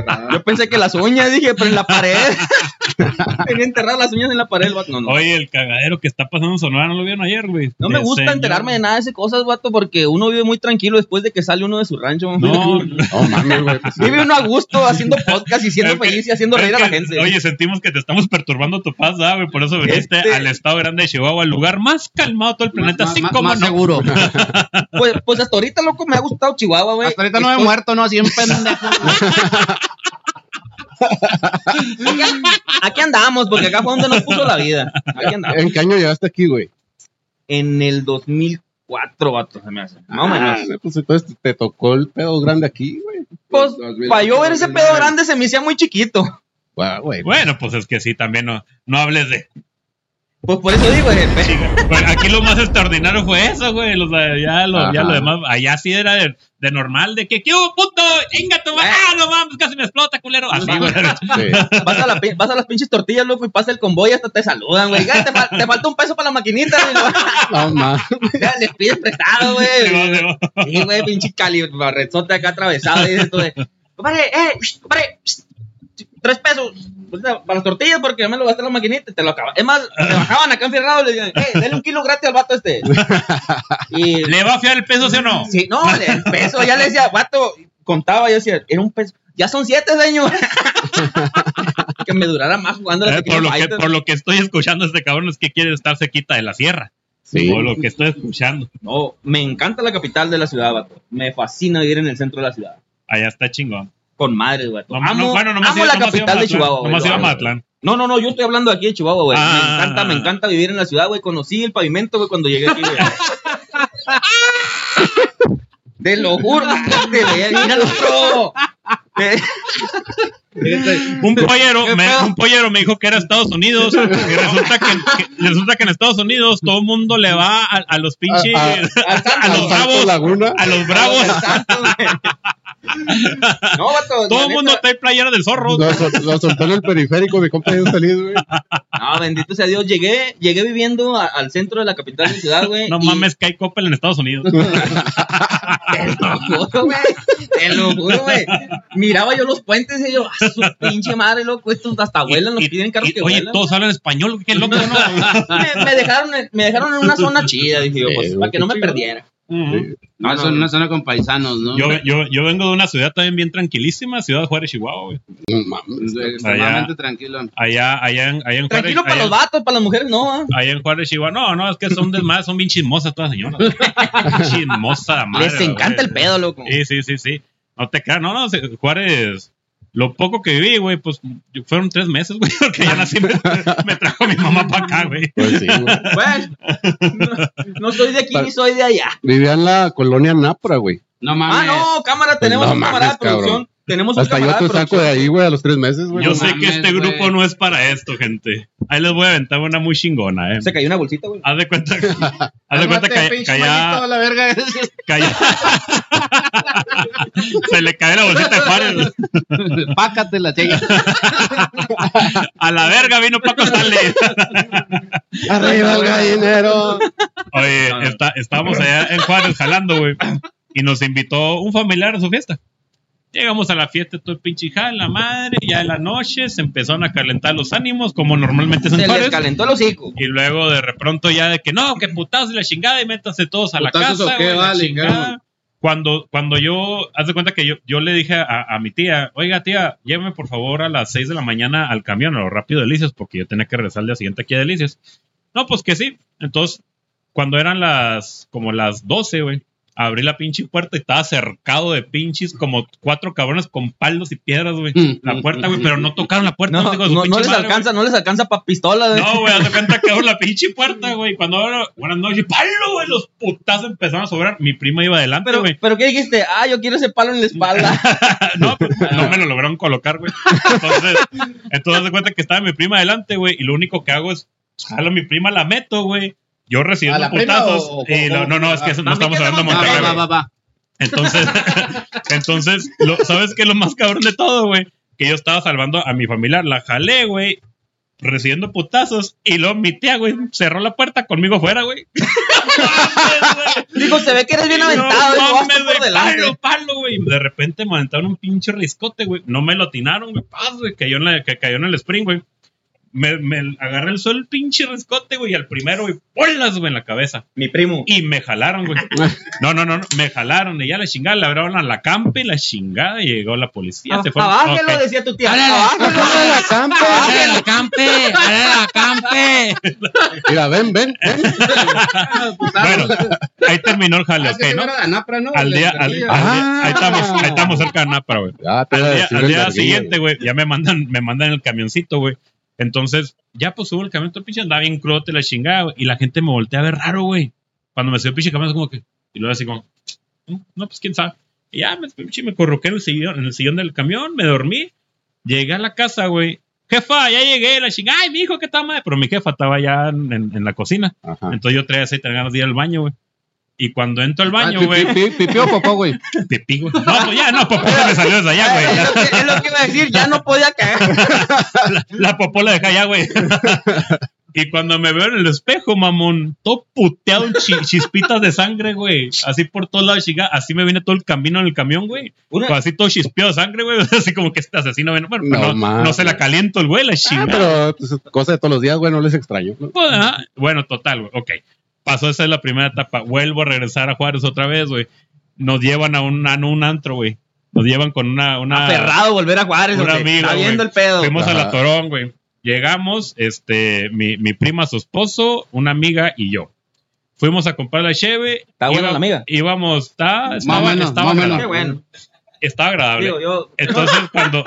Speaker 3: [laughs] Yo pensé que las uñas, dije, pero en
Speaker 2: [laughs]
Speaker 3: la pared. Tenía enterrar las uñas en la pared, el vato. No, no.
Speaker 2: Oye, el cagadero que está pasando en Sonora, ¿no lo vieron ayer, güey?
Speaker 3: No me
Speaker 2: De
Speaker 3: gusta
Speaker 2: señor.
Speaker 3: enterarme de nada de esas cosas, vato, porque uno vive muy tranquilo después de que sale uno de su rancho.
Speaker 2: No,
Speaker 5: No mames, güey.
Speaker 3: [laughs]
Speaker 5: pues,
Speaker 3: Vive uno a gusto haciendo podcast y siendo
Speaker 2: Es que-
Speaker 3: feliz y haciendo
Speaker 2: es
Speaker 3: reír a la
Speaker 2: que,
Speaker 3: gente.
Speaker 2: Oye, sentimos que te estamos perturbando tu paz, ¿sabes? Por eso viniste
Speaker 3: Este-
Speaker 2: al estado grande de Chihuahua, el lugar más calmado de todo el planeta,
Speaker 4: Más-
Speaker 2: así
Speaker 4: más-
Speaker 2: como
Speaker 4: más
Speaker 2: no.
Speaker 4: seguro.
Speaker 3: Pues, pues hasta ahorita, loco, me ha gustado Chihuahua, güey.
Speaker 4: Hasta ahorita no me he
Speaker 3: Estoy-
Speaker 4: muerto, ¿no? Así en pendejo.
Speaker 3: Aquí, aquí andamos, porque acá fue donde nos puso la vida. Aquí andamos.
Speaker 5: ¿En qué año llegaste aquí, güey?
Speaker 3: En el 2004, vato, se me hace. Más o menos.
Speaker 5: Ah, pues entonces te tocó el pedo grande aquí, güey.
Speaker 3: Pues, para yo ver ese pedo grande se me hacía muy chiquito.
Speaker 5: Guau, güey.
Speaker 2: Bueno, pues es que sí, también no, no hables de.
Speaker 3: Pues por eso digo, jefe.
Speaker 2: Bueno, aquí lo más extraordinario fue eso, güey. Los, de- ya, lo, ya
Speaker 5: Ajá.
Speaker 2: lo demás, allá sí era de, de normal, de que, ¿qué hubo, puto? ¡Venga, tu madre! ¡Ah, no mames! Casi me explota, culero. Así, güey.
Speaker 5: Sí.
Speaker 3: Vas a, la, pi- vas a las pinches tortillas, loco, y pasa el convoy y hasta te saludan, güey. Ya, Te, fal- te falta un peso para la maquinita. güey.
Speaker 5: No mames.
Speaker 3: Ya, les pides
Speaker 2: [laughs]
Speaker 3: prestado,
Speaker 2: Sí,
Speaker 3: güey.
Speaker 2: güey, sí, güey.
Speaker 3: Sí, güey, pinche cali, barrezote acá atravesado. Y esto de, compadre, eh, shh, compadre, shh, tres pesos ahorita para las tortillas porque ya me lo gasté en la maquinita y te lo acaban. Es más, te bajaban acá enfierrado y le decían, eh, dale un kilo gratis al vato este. Y
Speaker 2: ¿Le va a fiar el peso, sí o no?
Speaker 3: Sí, no, el peso, ya le decía, vato, contaba, yo decía, era un peso. Ya son siete, señor. [laughs] que me durara más jugando la
Speaker 2: Eh, por,
Speaker 3: Tekken
Speaker 2: lo que,
Speaker 3: Fighter.
Speaker 2: por lo que estoy escuchando, este cabrón es que quiere estar cerquita de la sierra.
Speaker 5: Sí.
Speaker 2: Por lo que estoy escuchando.
Speaker 3: No, me encanta la capital de la ciudad, vato. Me fascina vivir en el centro de la ciudad.
Speaker 2: Allá está chingón.
Speaker 3: Con madre, vato.
Speaker 2: No,
Speaker 3: Amo,
Speaker 2: no, bueno, nomás
Speaker 3: amo
Speaker 2: iba-
Speaker 3: la
Speaker 2: nomás iba a
Speaker 3: capital de
Speaker 2: Mazatlán,
Speaker 3: Chihuahua, güey.
Speaker 2: Nomás
Speaker 3: lo
Speaker 2: iba a
Speaker 3: amo.
Speaker 2: Mazatlán.
Speaker 3: No, no, no, yo estoy hablando aquí de Chihuahua, güey.
Speaker 2: Ah.
Speaker 3: Me encanta, me encanta vivir en la ciudad, güey. Conocí el pavimento, güey, cuando llegué aquí, güey. Te lo juro, te veía, míralo, bro. Te-
Speaker 2: Un pollero,
Speaker 3: ¿Qué
Speaker 2: me,
Speaker 3: pedo?
Speaker 2: un pollero me dijo que era Estados Unidos y
Speaker 3: [laughs]
Speaker 2: resulta que, que- resulta que en Estados Unidos todo el mundo le va a, a los pinches
Speaker 5: A-
Speaker 2: a,
Speaker 5: a-
Speaker 3: a-
Speaker 2: los
Speaker 5: Al Santos
Speaker 2: bravos,
Speaker 5: Laguna.
Speaker 2: a los bravos.
Speaker 3: Exacto, güey. no, vato.
Speaker 2: Todo
Speaker 3: ah, la
Speaker 2: el mundo
Speaker 3: neta-
Speaker 2: trae playera del zorro.
Speaker 5: Lo, sol- lo soltó en el periférico, mi compa ya salido, güey.
Speaker 3: No, bendito sea Dios. Llegué, llegué viviendo a- al centro de la capital de la ciudad, güey.
Speaker 2: [laughs] No
Speaker 3: y-
Speaker 2: mames, que hay Coppel en Estados Unidos.
Speaker 3: Te lo juro, güey. Te lo juro, güey. Miraba yo los puentes y yo, a su pinche madre, loco. Estos hasta vuelan, nos
Speaker 2: Y-
Speaker 3: piden carros
Speaker 2: y-
Speaker 3: que
Speaker 2: oye,
Speaker 3: vuelan.
Speaker 2: todos hablan español, qué loco, ¿no?
Speaker 3: me, me dejaron, en- me dejaron en una zona chida, dije yo, pues,
Speaker 5: Eh,
Speaker 3: para que no me
Speaker 5: chido.
Speaker 3: perdiera.
Speaker 2: Ujú.
Speaker 4: No, eso no suena con paisanos, ¿no?
Speaker 2: Yo, yo, yo vengo de una ciudad también bien tranquilísima, Ciudad Juárez, Chihuahua, güey.
Speaker 5: No mames.
Speaker 4: Este, Extremadamente tranquilo.
Speaker 2: Allá, allá en, allá en Juárez.
Speaker 3: Tranquilo para
Speaker 2: allá-
Speaker 3: los vatos, para las mujeres, no. ah.
Speaker 2: Allá en Juárez, Chihuahua. No, no, es que son desmadres, son bien chismosas todas las señoras.
Speaker 4: [laughs]
Speaker 2: Chismosa la madre.
Speaker 3: Les encanta
Speaker 2: güey.
Speaker 3: el pedo, loco.
Speaker 2: Sí, sí, sí, sí. No te creas, no, no, se- Juárez. Lo poco que viví, güey, pues yo- fueron tres meses, güey, [laughs] porque ya nací, me, me trajo mi mamá para acá, güey.
Speaker 5: Pues sí, güey.
Speaker 3: Bueno, no, no soy de aquí ni soy de allá.
Speaker 5: Vivía en la colonia Napra, güey.
Speaker 4: No mames.
Speaker 3: Ah, no, cámara, tenemos
Speaker 5: Pues no
Speaker 3: un
Speaker 5: mames,
Speaker 3: camarada de
Speaker 5: cabrón.
Speaker 3: producción. Tenemos un
Speaker 5: Hasta yo
Speaker 3: camarada
Speaker 5: te
Speaker 3: de
Speaker 5: saco
Speaker 3: producción.
Speaker 5: de ahí, güey, a los tres meses, güey.
Speaker 2: Yo
Speaker 5: No
Speaker 2: sé
Speaker 5: mames.
Speaker 2: que
Speaker 4: mames,
Speaker 2: este grupo
Speaker 4: güey.
Speaker 2: no es para esto, gente. Ahí les voy a aventar una muy chingona, eh.
Speaker 3: Se cayó una bolsita, güey.
Speaker 2: Haz de cuenta, haz de cuenta
Speaker 4: Cálmate,
Speaker 2: que,
Speaker 4: pinche
Speaker 2: que allá-
Speaker 4: maldito, la verga. [laughs]
Speaker 2: Calla. [laughs] Se le cae la bolsita de Juárez.
Speaker 4: Pácate
Speaker 2: [laughs]
Speaker 4: la chica.
Speaker 2: A la verga vino Paco Stanley.
Speaker 5: [laughs]
Speaker 2: [laughs]
Speaker 5: Arriba el gallinero.
Speaker 2: Oye, está- estábamos allá en Juárez jalando, güey. Y nos invitó un familiar a su fiesta. Llegamos a la fiesta, todo el pinche jal, la madre. Ya en la noche se empezaron a calentar los ánimos, como normalmente es Pues en
Speaker 3: Se les
Speaker 2: Juárez.
Speaker 3: calentó el hocico.
Speaker 2: Y luego de repronto ya de que no, que putazos y la chingada y métanse todos a la
Speaker 4: ¿Putazos
Speaker 2: casa.
Speaker 4: o qué,
Speaker 2: güey, la
Speaker 4: vale,
Speaker 2: chingada.
Speaker 4: cabrón?
Speaker 2: Cuando, cuando yo, haz de cuenta que yo, yo le dije a, a mi tía, oiga tía, lléveme por favor a las 6 de la mañana al camión, a lo rápido Delicias, porque yo tenía que regresar al día siguiente aquí a Delicias. No, pues que sí. Entonces cuando eran las, como las 12, güey, abrí la pinche puerta y estaba cercado de pinches como cuatro cabrones con palos y piedras, güey.
Speaker 4: Mm,
Speaker 2: La puerta, güey, pero no tocaron la puerta.
Speaker 3: No,
Speaker 2: hijos de su
Speaker 3: no, no
Speaker 2: pinche
Speaker 3: les
Speaker 2: madre, güey.
Speaker 3: alcanza, no les alcanza para
Speaker 4: [laughs]
Speaker 3: pistola. güey.
Speaker 2: No, güey, hace cuenta que abro la pinche puerta, güey. Cuando abro, buenas noches, palo, güey, los putazos empezaron a sobrar. Mi prima iba adelante,
Speaker 3: pero,
Speaker 2: güey.
Speaker 3: pero ¿qué dijiste? Ah, yo quiero ese palo en
Speaker 2: [laughs]
Speaker 3: la espalda.
Speaker 2: no, pues, no me lo lograron colocar, güey. Entonces, entonces de cuenta que estaba mi prima adelante, güey, y lo único que hago es pues, jalo a mi prima, la meto, güey. Yo
Speaker 4: ¿A
Speaker 2: recibiendo
Speaker 4: la prima
Speaker 2: putazos.
Speaker 4: o- o-
Speaker 2: y lo-
Speaker 4: o-
Speaker 2: no, no, es que eso
Speaker 4: Ah,
Speaker 2: no
Speaker 3: mami,
Speaker 2: estamos
Speaker 3: ¿qué
Speaker 2: hablando de
Speaker 3: te
Speaker 4: Va,
Speaker 2: Monterrey.
Speaker 4: va, va,
Speaker 2: güey.
Speaker 4: va, va.
Speaker 2: Entonces, [laughs] entonces lo, ¿sabes qué? es Lo más cabrón de todo, güey. Que yo estaba salvando a mi familia, la jalé, güey. Recibiendo putazos. Y luego mi tía, güey, cerró la puerta conmigo fuera, güey. No mames, güey.
Speaker 3: Dijo, se ve que eres bien
Speaker 2: No
Speaker 3: aventado. digo, vas tú
Speaker 2: mames,
Speaker 3: por
Speaker 2: güey,
Speaker 3: delante.
Speaker 2: palo, palo, güey. De repente me aventaron un pinche riscote, güey. No me lo atinaron, güey. Paz, güey. Cayó en, la- que cayó en el spring, güey. Me, me agarré el sol, el pinche riscote, güey. Y al primero, güey, ¡polas, güey, en la cabeza.
Speaker 3: Mi primo.
Speaker 2: Y me jalaron, güey. No, no, no, no, me jalaron. Y ya la chingada, le abrieron a la campe, la chingada. Y llegó la policía. se fueron.
Speaker 3: Abájelo,
Speaker 2: Ok.
Speaker 3: decía tu tía.
Speaker 5: ¡Ábrele
Speaker 3: Abájelo.
Speaker 5: la
Speaker 3: [laughs]
Speaker 5: campe!
Speaker 6: la campe! la campe!
Speaker 5: Mira, ven, ven, ven.
Speaker 2: Bueno, ahí terminó el jale,
Speaker 4: Ah,
Speaker 2: ok,
Speaker 4: sí,
Speaker 2: ¿no?
Speaker 4: era de Anapra, ¿no?
Speaker 2: Al
Speaker 4: De
Speaker 2: día,
Speaker 4: la
Speaker 2: al, al
Speaker 4: cartilla.
Speaker 2: día- ahí
Speaker 5: Ah.
Speaker 2: estamos, ahí estamos cerca de Napra, güey.
Speaker 5: Ya, te
Speaker 2: al
Speaker 5: iba a
Speaker 2: día,
Speaker 5: decir
Speaker 2: al
Speaker 5: el
Speaker 2: día
Speaker 5: larguillo,
Speaker 2: siguiente, güey, ya me mandan, me mandan el camioncito, güey. Entonces, ya pues subo el camión, todo pinche andaba bien crudote la chingada, güey, y la gente me voltea a ver raro, güey. Cuando me subió el pinche camión, como que, y luego así como, "Mm, no, pues quién sabe. Y ya me, pinche, me corroqué en el, sillón, en el sillón del camión, me dormí, llegué a la casa, güey. Jefa, ya llegué, la chingada, ay, mi hijo, qué tal, madre. Pero mi jefa estaba ya en, en- en la cocina.
Speaker 5: Ajá.
Speaker 2: Entonces yo traía aceite, tenía ganas de ir al baño, güey. Y cuando entro al
Speaker 5: Ah,
Speaker 2: baño,
Speaker 5: pi-
Speaker 2: güey,
Speaker 5: pi- pi- Pipi o popó, güey.
Speaker 2: pipí, güey. No, pues ya, no, papá, ya me salió desde allá, güey.
Speaker 3: Es lo que- es lo que iba a decir, ya no
Speaker 2: [laughs]
Speaker 3: podía caer.
Speaker 2: La popó la dejé allá, güey. Y cuando me veo en el espejo, mamón, todo puteado en chi- chispitas de sangre, güey. Así por todos lados, chica. Así me viene todo el camino en el camión, güey.
Speaker 3: Una-
Speaker 2: Pues Así todo chispeado de sangre, güey. [laughs] Así como que este asesino, bueno, bueno,
Speaker 5: No
Speaker 2: no,
Speaker 5: mames.
Speaker 2: no se la caliento el güey, la
Speaker 5: Ah,
Speaker 2: chingada.
Speaker 5: pero pues, cosa de todos los días, güey, no les extraño. ¿no?
Speaker 2: Pues, ah, Bueno, total, güey. Ok. Pasó esa es la primera etapa. Vuelvo a regresar a Juárez otra vez, güey. Nos llevan a un, a un antro, güey. Nos llevan con una... una
Speaker 3: Aferrado volver a Juárez.
Speaker 2: Un
Speaker 3: hombre.
Speaker 2: amigo,
Speaker 3: Está viendo
Speaker 2: güey.
Speaker 3: el pedo.
Speaker 2: Fuimos a la
Speaker 5: Ajá.
Speaker 2: Torón, güey. Llegamos, este, mi, mi prima, su esposo, una amiga y yo. Fuimos a comprar la cheve.
Speaker 3: ¿Está buena la amiga?
Speaker 2: Íbamos, está,
Speaker 4: Más o
Speaker 2: estaba,
Speaker 4: menos,
Speaker 2: estaba
Speaker 4: más o menos.
Speaker 3: Qué
Speaker 2: agradable.
Speaker 3: bueno.
Speaker 2: Estaba agradable.
Speaker 3: Digo, yo. [laughs]
Speaker 2: Entonces, cuando,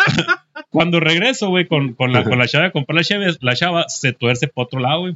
Speaker 2: cuando regreso, güey, con, con la, con la chava a comprar la cheve, la chava se tuerce para otro lado, güey.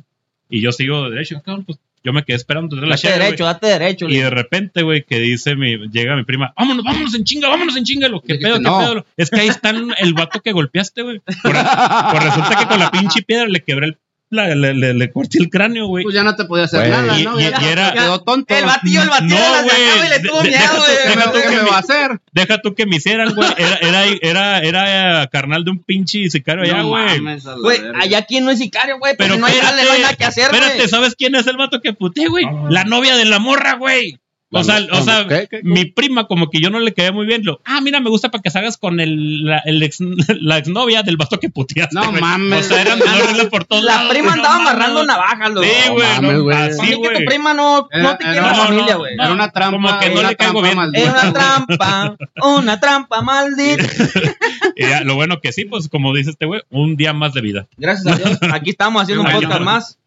Speaker 2: Y yo sigo derecho. Cabrón, pues, yo me quedé esperando la
Speaker 3: Date
Speaker 2: cheve, güey.
Speaker 3: derecho, date derecho.
Speaker 2: Y de repente, güey, que dice mi, llega mi prima, vámonos, vámonos en chinga, vámonos en chinga, lo que
Speaker 4: Dijiste,
Speaker 2: pedo, qué
Speaker 4: "No".
Speaker 2: pedo. Es que ahí está el vato que golpeaste, güey. Por- Pues resulta que con la pinche piedra le quebré el, la- le, le- le corté el cráneo, güey.
Speaker 4: Pues ya no te podía hacer
Speaker 5: Güey.
Speaker 4: nada,
Speaker 2: Y-
Speaker 4: ¿no?
Speaker 2: y-
Speaker 4: Ya
Speaker 2: y era-
Speaker 4: quedó tonto. [laughs]
Speaker 3: El batillo, el batillo
Speaker 2: No,
Speaker 3: la sacaba y
Speaker 2: güey,
Speaker 3: le tuvo
Speaker 2: de-
Speaker 3: miedo,
Speaker 4: ¿Qué
Speaker 2: deja
Speaker 4: me,
Speaker 2: tú
Speaker 4: qué
Speaker 2: que
Speaker 3: güey.
Speaker 4: me
Speaker 2: mi-
Speaker 4: va a hacer?
Speaker 2: Deja tú que me hicieran, güey. Era, era, era, era, eh, carnal de un pinche sicario allá,
Speaker 4: No
Speaker 2: güey.
Speaker 4: mames, a la
Speaker 3: Güey,
Speaker 4: verga.
Speaker 3: allá quien no es sicario, güey. Pero
Speaker 2: Pero
Speaker 3: no hay jale, no hay nada que hacer,
Speaker 2: espérate,
Speaker 3: güey.
Speaker 2: ¿sabes quién es el vato que puté, güey? La novia de la morra, güey. O
Speaker 5: La
Speaker 2: sea,
Speaker 5: no-
Speaker 2: o sea,
Speaker 5: ¿qué, qué, qué?
Speaker 2: mi prima como que yo no le quedé muy bien. Lo, ah, mira, me gusta para que salgas con el, la, el ex, [laughs] la exnovia del vato que puteaste.
Speaker 4: No
Speaker 2: güey.
Speaker 4: mames.
Speaker 2: O sea, eran menores por todos
Speaker 3: La
Speaker 2: lados,
Speaker 3: prima
Speaker 2: güey,
Speaker 3: andaba
Speaker 2: no mames.
Speaker 3: amarrando navajas, los
Speaker 2: Sí,
Speaker 5: No
Speaker 2: güey.
Speaker 5: mames,
Speaker 2: no,
Speaker 5: güey.
Speaker 2: así,
Speaker 5: A
Speaker 3: Así que tu
Speaker 2: güey.
Speaker 3: prima no, no
Speaker 4: Era-
Speaker 3: te
Speaker 4: era-
Speaker 3: quiere
Speaker 4: Eh,
Speaker 3: la
Speaker 4: no, no,
Speaker 3: familia, güey.
Speaker 4: Era una trampa.
Speaker 2: Como que no
Speaker 4: una
Speaker 2: le caigo
Speaker 4: trampa
Speaker 2: bien.
Speaker 4: maldita.
Speaker 3: Es una trampa, una trampa maldita.
Speaker 2: [laughs] Y ya, lo bueno que sí, pues como dice este güey, un día más de vida.
Speaker 3: Gracias a Dios, aquí estamos haciendo un
Speaker 2: Ay, no.
Speaker 3: podcast más.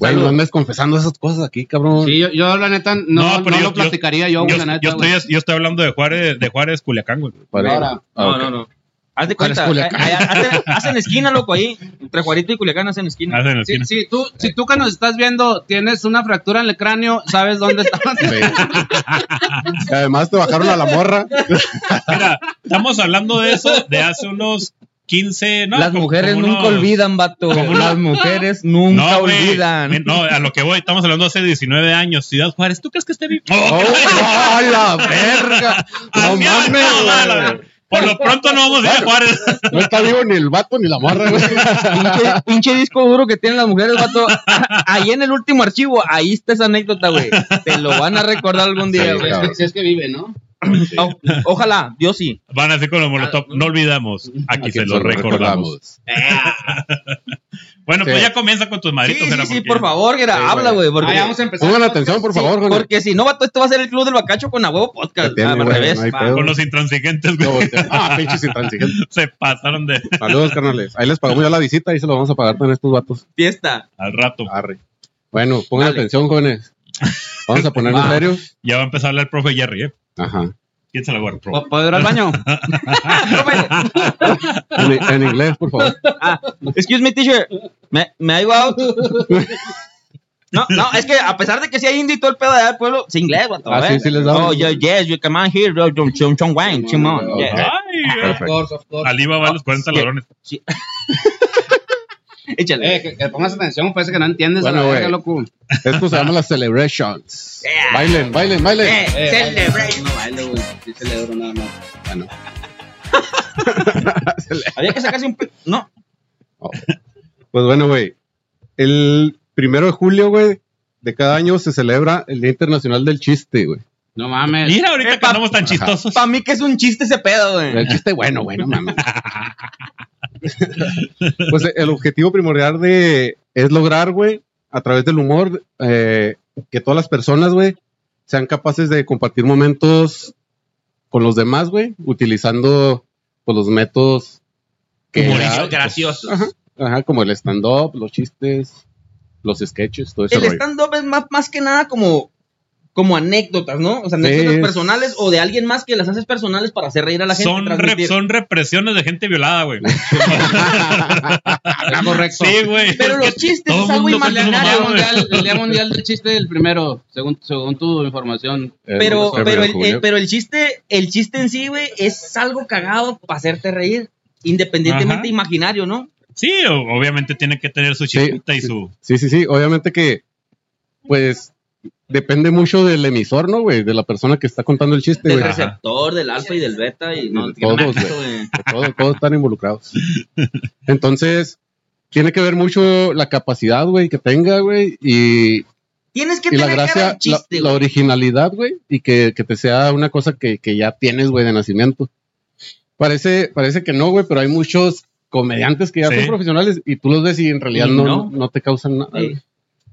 Speaker 5: Güey,
Speaker 3: Salud.
Speaker 5: no andes confesando esas cosas aquí, cabrón.
Speaker 4: Sí, yo, yo la neta no,
Speaker 2: No, pero
Speaker 4: no
Speaker 2: yo-
Speaker 4: lo platicaría yo,
Speaker 2: Yo,
Speaker 4: la neta.
Speaker 2: yo
Speaker 4: güey.
Speaker 2: estoy, yo estoy hablando de Juárez, de Juárez Culiacán, güey.
Speaker 5: Para-
Speaker 4: Ahora.
Speaker 5: Ah,
Speaker 3: No,
Speaker 5: ok.
Speaker 3: no, no. Haz de
Speaker 5: ¿Cuál es
Speaker 3: cuenta,
Speaker 5: Culiacán?
Speaker 3: eh, eh, hacen, hacen esquina, loco, ahí. Entre Juarito y Culiacán hacen esquina.
Speaker 2: Hacen la
Speaker 4: Sí,
Speaker 2: esquina.
Speaker 4: sí, tú, si tú que nos estás viendo tienes una fractura en el cráneo, sabes dónde está.
Speaker 2: [laughs]
Speaker 5: Sí. Y además te bajaron a la morra.
Speaker 2: Mira, estamos hablando de eso de hace unos 15, no,
Speaker 3: Las
Speaker 2: como-
Speaker 3: mujeres
Speaker 2: como
Speaker 3: nunca
Speaker 2: unos-
Speaker 3: olvidan, vato. Las mujeres nunca
Speaker 2: No, güey.
Speaker 3: olvidan.
Speaker 2: No, a lo que voy, estamos hablando hace 19 años. Ciudad Juárez, ¿tú crees que esté vivo?
Speaker 5: ¡Oh,
Speaker 2: ¡Oh,
Speaker 5: ¡A la verga!
Speaker 2: así
Speaker 5: ¡No
Speaker 2: va,
Speaker 5: mames!
Speaker 2: no,
Speaker 5: güey.
Speaker 2: la- Por lo pronto no vamos a ir a Juárez.
Speaker 5: No está vivo ni el vato ni la morra, güey.
Speaker 3: [laughs] pinche, pinche disco duro que tienen las mujeres, vato. [laughs] Ahí en el último archivo, ahí está esa anécdota, güey. Te lo van a recordar algún día,
Speaker 5: Sí,
Speaker 3: güey.
Speaker 5: cabrón.
Speaker 4: Si es que vive, ¿no?
Speaker 3: O- ojalá, Dios sí.
Speaker 2: Van así con los molotov. No olvidamos. Aquí,
Speaker 5: Aquí
Speaker 2: se lo recordamos. Bueno, pues
Speaker 5: Sí.
Speaker 2: ya comienza con tus
Speaker 3: Sí,
Speaker 2: madritos.
Speaker 3: sí,
Speaker 2: era
Speaker 3: sí,
Speaker 2: porque-
Speaker 3: por favor, Gera,
Speaker 5: Sí,
Speaker 3: habla, güey. Porque,
Speaker 4: Ahí vamos a empezar.
Speaker 5: Pongan atención, por
Speaker 3: Sí,
Speaker 5: favor, güey.
Speaker 3: porque si no, vato, esto va a ser el Club del Bacacho con a huevo podcast.
Speaker 5: Depende,
Speaker 3: Ah, al
Speaker 5: güey,
Speaker 3: revés.
Speaker 5: no hay
Speaker 3: va.
Speaker 5: pedo.
Speaker 2: Con los intransigentes,
Speaker 5: No,
Speaker 2: güey.
Speaker 5: voltea. Ah, pinches intransigentes.
Speaker 2: [laughs] Se pasaron de
Speaker 5: Saludos, carnales. Ahí les pagamos ya la visita, ahí se lo vamos a pagar con estos vatos.
Speaker 3: Fiesta.
Speaker 2: al rato.
Speaker 5: Arre. Bueno, pongan
Speaker 3: Dale.
Speaker 5: atención, jóvenes. Vamos a ponernos
Speaker 4: Va.
Speaker 5: serio.
Speaker 2: Ya va a empezar a hablar el profe Jerry, ¿eh?
Speaker 5: Ajá.
Speaker 2: ¿Quién se la guarda, profe?
Speaker 4: ¿Puedo ir al
Speaker 3: [laughs]
Speaker 5: [laughs]
Speaker 4: baño?
Speaker 5: En, en inglés, por favor.
Speaker 3: Ah, Excuse me, teacher. Me, me I go out. No, no, es que a pesar de que sea indie y todo el pedo de allá del pueblo, es inglés, guato.
Speaker 5: Ah, sí,
Speaker 3: ¿eh?
Speaker 5: sí les daban.
Speaker 3: Oh, yeah, yes, you come on here, bro. Chum, chum, chum, wang, chum, on.
Speaker 5: Ah, Ok.
Speaker 3: Yeah.
Speaker 2: Ay,
Speaker 5: Perfecto.
Speaker 2: eh. Alibaba va a los 40
Speaker 3: Sí.
Speaker 2: ladrones.
Speaker 3: Échale.
Speaker 4: Eh, que, que pongas atención, parece que no entiendes
Speaker 5: Bueno,
Speaker 4: a la
Speaker 5: güey.
Speaker 4: verga, loco.
Speaker 5: Esto se llama las celebrations. Bailen, bailen, bailen.
Speaker 3: Eh,
Speaker 4: Eh,
Speaker 3: celebration.
Speaker 4: No baile, güey. Sí celebro nada más.
Speaker 5: Bueno.
Speaker 3: Había que sacarse un. pe- No.
Speaker 5: Pues bueno, güey. El primero de julio, güey, de cada año se celebra el Día Internacional del Chiste, güey.
Speaker 4: No mames.
Speaker 2: Mira, ahorita que
Speaker 3: Epa.
Speaker 2: andamos tan chistosos.
Speaker 3: Para mí que es un chiste ese pedo, güey.
Speaker 5: El chiste bueno, güey, no mames. pues eh, el objetivo primordial de es lograr, güey, a través del humor, eh, que todas las personas, güey, sean capaces de compartir momentos con los demás, güey, utilizando pues, los métodos que
Speaker 3: Humorísticos graciosos.
Speaker 5: Ajá, ajá, como el stand-up, los chistes, los sketches, todo ese
Speaker 3: El
Speaker 5: rollo.
Speaker 3: stand-up es más, más que nada como, como anécdotas, ¿no? O sea,
Speaker 5: Sí,
Speaker 3: anécdotas
Speaker 5: es-
Speaker 3: personales o de alguien más que las haces personales para hacer reír a la gente.
Speaker 2: Son,
Speaker 3: transmitir.
Speaker 2: rep- son represiones de gente violada, güey.
Speaker 4: Está correcto.
Speaker 2: Sí, güey.
Speaker 3: Pero
Speaker 2: Es que
Speaker 3: los chistes
Speaker 2: todo
Speaker 3: es algo
Speaker 2: mundo cuenta su
Speaker 4: El
Speaker 2: mamá,
Speaker 4: día,
Speaker 3: imaginario.
Speaker 2: güey.
Speaker 4: mundial, el día mundial del chiste del primero, según, según tu información.
Speaker 5: El
Speaker 3: Pero,
Speaker 5: primero
Speaker 3: pero,
Speaker 5: de
Speaker 3: el,
Speaker 5: julio.
Speaker 3: eh, pero el chiste, el chiste en sí, güey, es algo cagado para hacerte reír, independientemente
Speaker 2: Ajá.
Speaker 3: imaginario, ¿no?
Speaker 2: Sí, o- obviamente tiene que tener su
Speaker 5: Sí,
Speaker 2: chispita y
Speaker 5: sí.
Speaker 2: su.
Speaker 5: Sí, sí, sí. Obviamente que, pues, depende mucho del emisor, ¿no, güey? De la persona que está contando el
Speaker 3: [laughs]
Speaker 5: chiste,
Speaker 3: Del
Speaker 5: güey.
Speaker 2: Ajá.
Speaker 3: receptor, del alfa y del beta y no,
Speaker 5: De
Speaker 3: que no me
Speaker 5: todos,
Speaker 3: acuerdo, güey.
Speaker 5: Todo- todos están involucrados. Entonces, tiene que ver mucho la capacidad, güey, que tenga, güey, y,
Speaker 3: Tienes que
Speaker 5: y la
Speaker 3: tener cara
Speaker 5: gracia,
Speaker 3: de
Speaker 5: la,
Speaker 3: chiste,
Speaker 5: la
Speaker 3: güey.
Speaker 5: originalidad, güey, y que, que te sea una cosa que, que ya tienes, güey, de nacimiento. Parece, parece que no, güey, pero hay muchos comediantes que ya
Speaker 2: Sí.
Speaker 5: son profesionales y tú los ves y en realidad
Speaker 3: Y
Speaker 5: no,
Speaker 3: no.
Speaker 5: no. te causan nada.
Speaker 3: Sí.
Speaker 5: güey.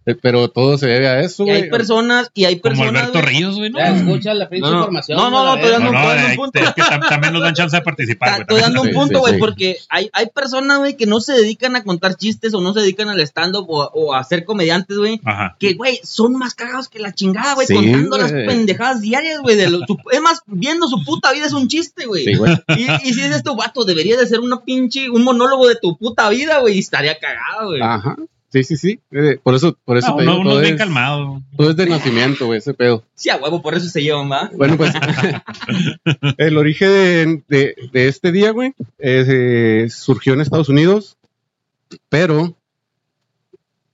Speaker 5: Eh, Pero todo se debe a eso,
Speaker 3: Y
Speaker 5: güey.
Speaker 3: hay personas, y hay
Speaker 2: Como
Speaker 3: personas.
Speaker 2: Alberto
Speaker 3: güey.
Speaker 2: Ríos, güey, ¿no?
Speaker 4: Ya, escucha la pinche
Speaker 3: No, no.
Speaker 4: información.
Speaker 3: No, no,
Speaker 4: a la
Speaker 3: no,
Speaker 4: verga.
Speaker 3: todavía
Speaker 2: No,
Speaker 3: no,
Speaker 2: no,
Speaker 3: estoy dando un
Speaker 2: eh,
Speaker 3: punto.
Speaker 2: es que tam- también nos dan chance de participar,
Speaker 3: Ta-
Speaker 2: güey.
Speaker 3: Estoy dando un
Speaker 5: Sí,
Speaker 3: punto,
Speaker 5: sí,
Speaker 3: güey,
Speaker 5: sí.
Speaker 3: porque hay, hay personas, güey, que no se dedican a contar chistes o no se dedican al stand-up o, o a ser comediantes, güey.
Speaker 2: Ajá.
Speaker 3: Que, güey, son más cagados que la chingada, güey,
Speaker 5: Sí,
Speaker 3: contando las
Speaker 5: güey.
Speaker 3: pendejadas diarias, güey. de lo- su- Es más, viendo su puta vida es un chiste,
Speaker 2: [laughs]
Speaker 3: güey.
Speaker 5: Sí, güey.
Speaker 3: Y, y si es esto, vato, debería de ser una pinche, un monólogo de tu puta vida, güey, y estaría cagado, güey.
Speaker 5: Ajá. Sí, sí, sí. Eh, por eso, por eso
Speaker 2: No,
Speaker 5: te
Speaker 2: uno,
Speaker 5: digo,
Speaker 2: uno
Speaker 5: todo,
Speaker 2: bien
Speaker 5: es,
Speaker 2: calmado.
Speaker 5: todo es de nacimiento, güey, ese pedo.
Speaker 3: Sí, a huevo, por eso se llevan, ¿va?
Speaker 5: Bueno, pues [laughs] el origen de, de- de este día, güey, es, eh, surgió en Estados Unidos, pero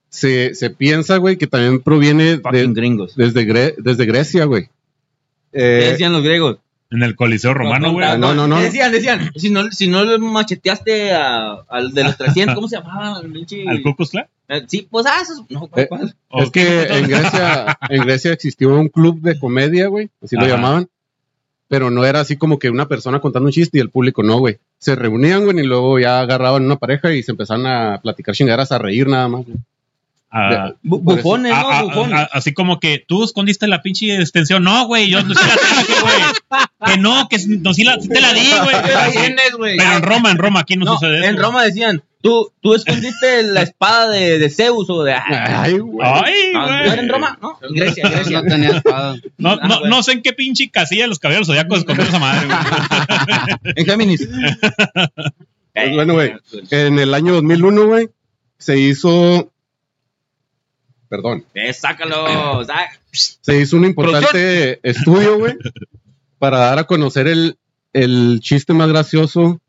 Speaker 5: se, se piensa, güey, que también proviene de-
Speaker 3: Fucking gringos.
Speaker 5: desde, Gre- desde Grecia, güey.
Speaker 3: ¿Qué
Speaker 5: Eh,
Speaker 3: decían los griegos?
Speaker 2: En el Coliseo Romano, güey.
Speaker 5: Ah, no, no, no.
Speaker 3: Decían, decían. Si no, si no le macheteaste a- al de los 300, ¿cómo se llamaba? el pinche?
Speaker 2: Al Ku Klux Klan.
Speaker 3: Eh, Sí, pues ah, eso. es- No, ¿cuál,
Speaker 5: Eh,
Speaker 3: cuál?
Speaker 2: ¿O
Speaker 5: es
Speaker 2: qué?
Speaker 5: que en Grecia, en Grecia existió un club de comedia, güey, así lo
Speaker 2: Ajá.
Speaker 5: llamaban, pero no era así como que una persona contando un chiste y el público no, güey. Se reunían, güey, y luego ya agarraban una pareja y se empezaban a platicar chingaderas, a reír nada más. güey.
Speaker 2: Ah,
Speaker 3: Bu-
Speaker 5: por eso.
Speaker 3: bufones,
Speaker 2: Ah, ah,
Speaker 3: ¿no? Bufones.
Speaker 2: ah, así como que tú escondiste la pinche extensión. No, güey, yo no sí la [laughs] traje, güey. Que no, que no, sí, la, sí te la di, güey.
Speaker 4: Ahí tienes, güey.
Speaker 2: Pero en Roma, en Roma, aquí no,
Speaker 3: No,
Speaker 2: sucede eso.
Speaker 3: en Roma decían, tú, tú escondiste la espada de, de Zeus o de... Ah,
Speaker 5: Ay, güey.
Speaker 2: Ay,
Speaker 3: no,
Speaker 2: güey.
Speaker 3: ¿no era en Roma? No, en Grecia, en Grecia.
Speaker 4: No tenía espada.
Speaker 2: No,
Speaker 3: Ah,
Speaker 2: no,
Speaker 3: güey.
Speaker 2: no sé en qué pinche casilla los caballeros zodiacos
Speaker 3: [laughs]
Speaker 2: escondieron esa madre, güey.
Speaker 3: En Géminis.
Speaker 5: Pues bueno, güey, en el año 2001, güey, se hizo, perdón,
Speaker 3: Eh, sácalo. sa-
Speaker 5: se hizo un importante estudio, güey, para dar a conocer el, el chiste más gracioso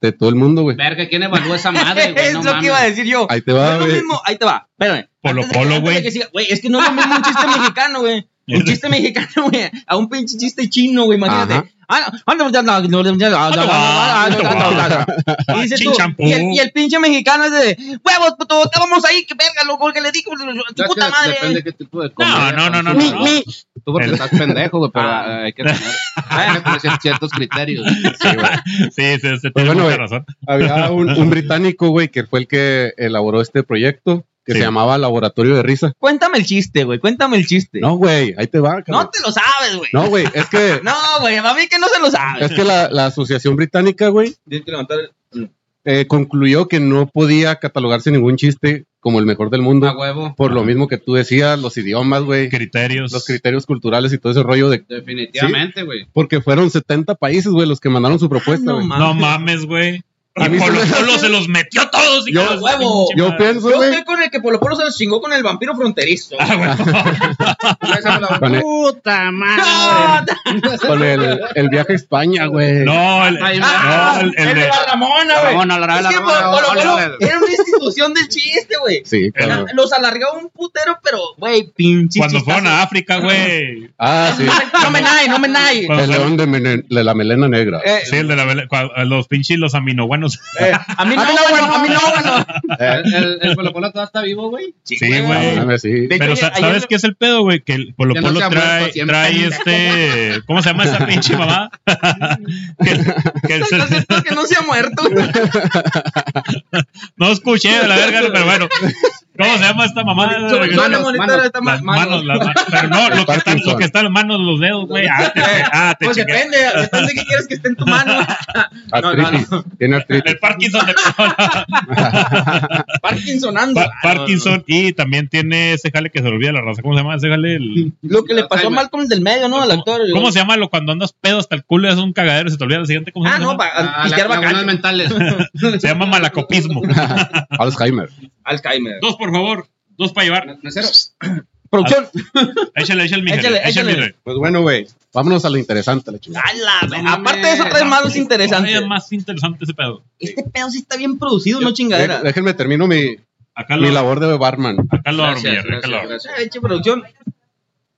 Speaker 5: de todo el mundo, güey.
Speaker 4: Verga, ¿quién evaluó esa madre, güey?
Speaker 3: es
Speaker 4: No
Speaker 3: lo que iba a
Speaker 4: mames.
Speaker 3: decir yo.
Speaker 5: Ahí te
Speaker 3: No
Speaker 5: va,
Speaker 3: es lo
Speaker 5: güey.
Speaker 3: mismo, ahí te va. Espérame.
Speaker 2: Polo
Speaker 3: Antes de-
Speaker 2: Polo,
Speaker 3: antes de
Speaker 2: güey.
Speaker 3: que siga- Güey, es que no es lo mismo un chiste mexicano, güey. Un chiste mexicano, güey, a un pinche chiste chino, güey, imagínate. Ah, no, ah, no, ya no, ah, no, ya no, ah, no, ah, no, ah, no, ah, no. Y dices tú,
Speaker 2: Chinchampú.
Speaker 3: y el- Y el pinche mexicano es de huevos, puto, estábamos ahí, que verga, loco, que le digo, tu
Speaker 4: Ya es que
Speaker 3: puta
Speaker 4: Depende de
Speaker 3: madre.
Speaker 4: qué tipo de
Speaker 2: No,
Speaker 4: comedia
Speaker 2: no, no, no,
Speaker 4: consumas.
Speaker 2: no.
Speaker 4: Tú porque
Speaker 2: El-
Speaker 4: estás pendejo, güey, pero
Speaker 3: Ah.
Speaker 4: eh, hay que tener, hay que tener ciertos
Speaker 3: [laughs]
Speaker 4: criterios.
Speaker 5: Sí, güey.
Speaker 2: Sí, sí, sí, tiene
Speaker 5: Pues bueno,
Speaker 2: mucha
Speaker 5: güey.
Speaker 2: razón.
Speaker 5: Había un, un británico, güey, que fue el que elaboró este proyecto, que
Speaker 2: Sí.
Speaker 5: se llamaba Laboratorio de Risa.
Speaker 3: Cuéntame el chiste, güey, cuéntame el chiste.
Speaker 5: No, güey, ahí te va.
Speaker 3: No
Speaker 5: cabrón.
Speaker 3: te lo sabes, güey.
Speaker 5: No, güey, es que,
Speaker 3: [laughs] No, güey, a mí que no se lo
Speaker 5: es
Speaker 3: sabes.
Speaker 5: que la, la Asociación Británica, güey,
Speaker 3: Tienes que levantar el-
Speaker 5: eh, concluyó que no podía catalogarse ningún chiste como el mejor del mundo.
Speaker 3: A huevo.
Speaker 5: Por lo mismo que tú decías, los idiomas, güey,
Speaker 2: Criterios.
Speaker 5: los criterios culturales y todo ese rollo de...
Speaker 4: Definitivamente, güey.
Speaker 5: Porque fueron 70 países, güey, los que mandaron su propuesta,
Speaker 3: Ah, no
Speaker 5: güey.
Speaker 2: No mames, güey.
Speaker 5: A
Speaker 2: A
Speaker 5: mí se
Speaker 2: Colo
Speaker 5: me-
Speaker 2: Colo se los metió a todos. Y
Speaker 5: Yo-
Speaker 2: cada
Speaker 3: huevo.
Speaker 2: pinche
Speaker 5: Yo
Speaker 2: madre.
Speaker 5: pienso,
Speaker 3: Yo
Speaker 5: güey,
Speaker 3: estoy con el que Polo Polo se los chingó con el vampiro fronterizo.
Speaker 2: Ah,
Speaker 3: [laughs]
Speaker 2: huevo.
Speaker 5: con el,
Speaker 4: Puta
Speaker 3: ¡Ah!
Speaker 5: con el- el viaje a España, güey.
Speaker 2: No, el,
Speaker 4: Ay,
Speaker 2: no, el, el
Speaker 3: el de
Speaker 2: de-
Speaker 3: la Ramona, güey.
Speaker 4: Ramona, la
Speaker 3: Es
Speaker 4: la
Speaker 3: que
Speaker 4: Ramona,
Speaker 3: Polo
Speaker 4: hola,
Speaker 3: Polo
Speaker 4: hola.
Speaker 3: era una institución del chiste, güey.
Speaker 5: Sí, claro.
Speaker 3: Los alargaba un putero, pero, güey, pinche.
Speaker 2: cuando
Speaker 3: chistazo.
Speaker 2: fueron a África, güey.
Speaker 5: Ah, sí.
Speaker 3: No me nae, no me nae.
Speaker 2: Cuando
Speaker 5: El
Speaker 2: fueron-
Speaker 5: león de, mene- de la melena negra.
Speaker 3: Eh,
Speaker 2: Sí, el de la vela- cua- a los pinches los
Speaker 3: [laughs]
Speaker 2: aminobuenos.
Speaker 3: A
Speaker 5: Ah,
Speaker 3: mí no, bueno, a mí no, bueno.
Speaker 5: Eh,
Speaker 4: El, el, el Polo Polo todavía está vivo, güey.
Speaker 2: Sí,
Speaker 5: no
Speaker 2: güey.
Speaker 5: mames, sí.
Speaker 3: De-
Speaker 2: Pero
Speaker 3: hecho,
Speaker 2: sa-
Speaker 3: ayer-
Speaker 2: ¿sabes qué es el pedo, güey? Que el Polo
Speaker 4: Que no
Speaker 2: Polo
Speaker 4: se ha
Speaker 2: trae,
Speaker 4: muerto siempre.
Speaker 2: trae este. ¿Cómo se llama esa pinche
Speaker 3: [laughs]
Speaker 2: mamá? que, que el-
Speaker 3: Entonces, esto que no se ha muerto.
Speaker 2: no escuché de la verga, pero bueno. ¿Cómo se llama esta mamá?
Speaker 3: Sobre todo la monitora está
Speaker 2: Las
Speaker 3: mal.
Speaker 2: manos, las manos. Pero no, lo que, están, lo que están las manos, los dedos, güey. Ah, te, ah, te
Speaker 3: Pues
Speaker 2: chingué.
Speaker 3: depende, depende de qué quieres que esté en
Speaker 2: [laughs]
Speaker 3: tu mano. No, no,
Speaker 5: Artritis.
Speaker 3: no.
Speaker 5: Tiene artritis.
Speaker 2: El Parkinson de
Speaker 3: [laughs] Ah, Parkinsonando.
Speaker 2: Pa- Parkinson y también tiene ese jale que se le olvida la raza. ¿Cómo se llama ese jale? El-
Speaker 3: Lo que le pasó a Malcolm del medio, ¿no? Al actor.
Speaker 2: ¿Cómo se llama lo cuando andas pedo hasta el culo y haces un cagadero y se te olvida el siguiente? ¿Cómo se
Speaker 3: Ah,
Speaker 2: llama?
Speaker 3: no, para
Speaker 4: Ah, la-
Speaker 3: pistear
Speaker 4: lagunas
Speaker 3: bacán. [laughs]
Speaker 4: mentales.
Speaker 2: Se llama malacopismo.
Speaker 5: Alzheimer.
Speaker 3: Alzheimer.
Speaker 2: Dos, por favor. Dos para llevar.
Speaker 4: Mesero.
Speaker 3: Producción.
Speaker 2: Échale, échale, mi jale.
Speaker 3: Échale,
Speaker 2: Échale,
Speaker 3: échale.
Speaker 2: mi jale.
Speaker 5: Ah, Pues bueno, güey. Vámonos a lo interesante, la chingada.
Speaker 3: Ala,
Speaker 4: No
Speaker 3: Aparte de eso,
Speaker 4: mames.
Speaker 3: trae malos
Speaker 2: Todavía
Speaker 3: interesantes.
Speaker 2: más interesante ese pedo.
Speaker 3: Este pedo sí está bien producido, no
Speaker 5: Eh,
Speaker 3: chingadera.
Speaker 5: Déjenme termino mi,
Speaker 2: Acá
Speaker 5: mi
Speaker 2: lo,
Speaker 5: labor de barman.
Speaker 2: acá lo
Speaker 4: Gracias,
Speaker 2: hormigué, acá
Speaker 4: gracias,
Speaker 2: lo
Speaker 4: gracias.
Speaker 3: Ah, Eche producción.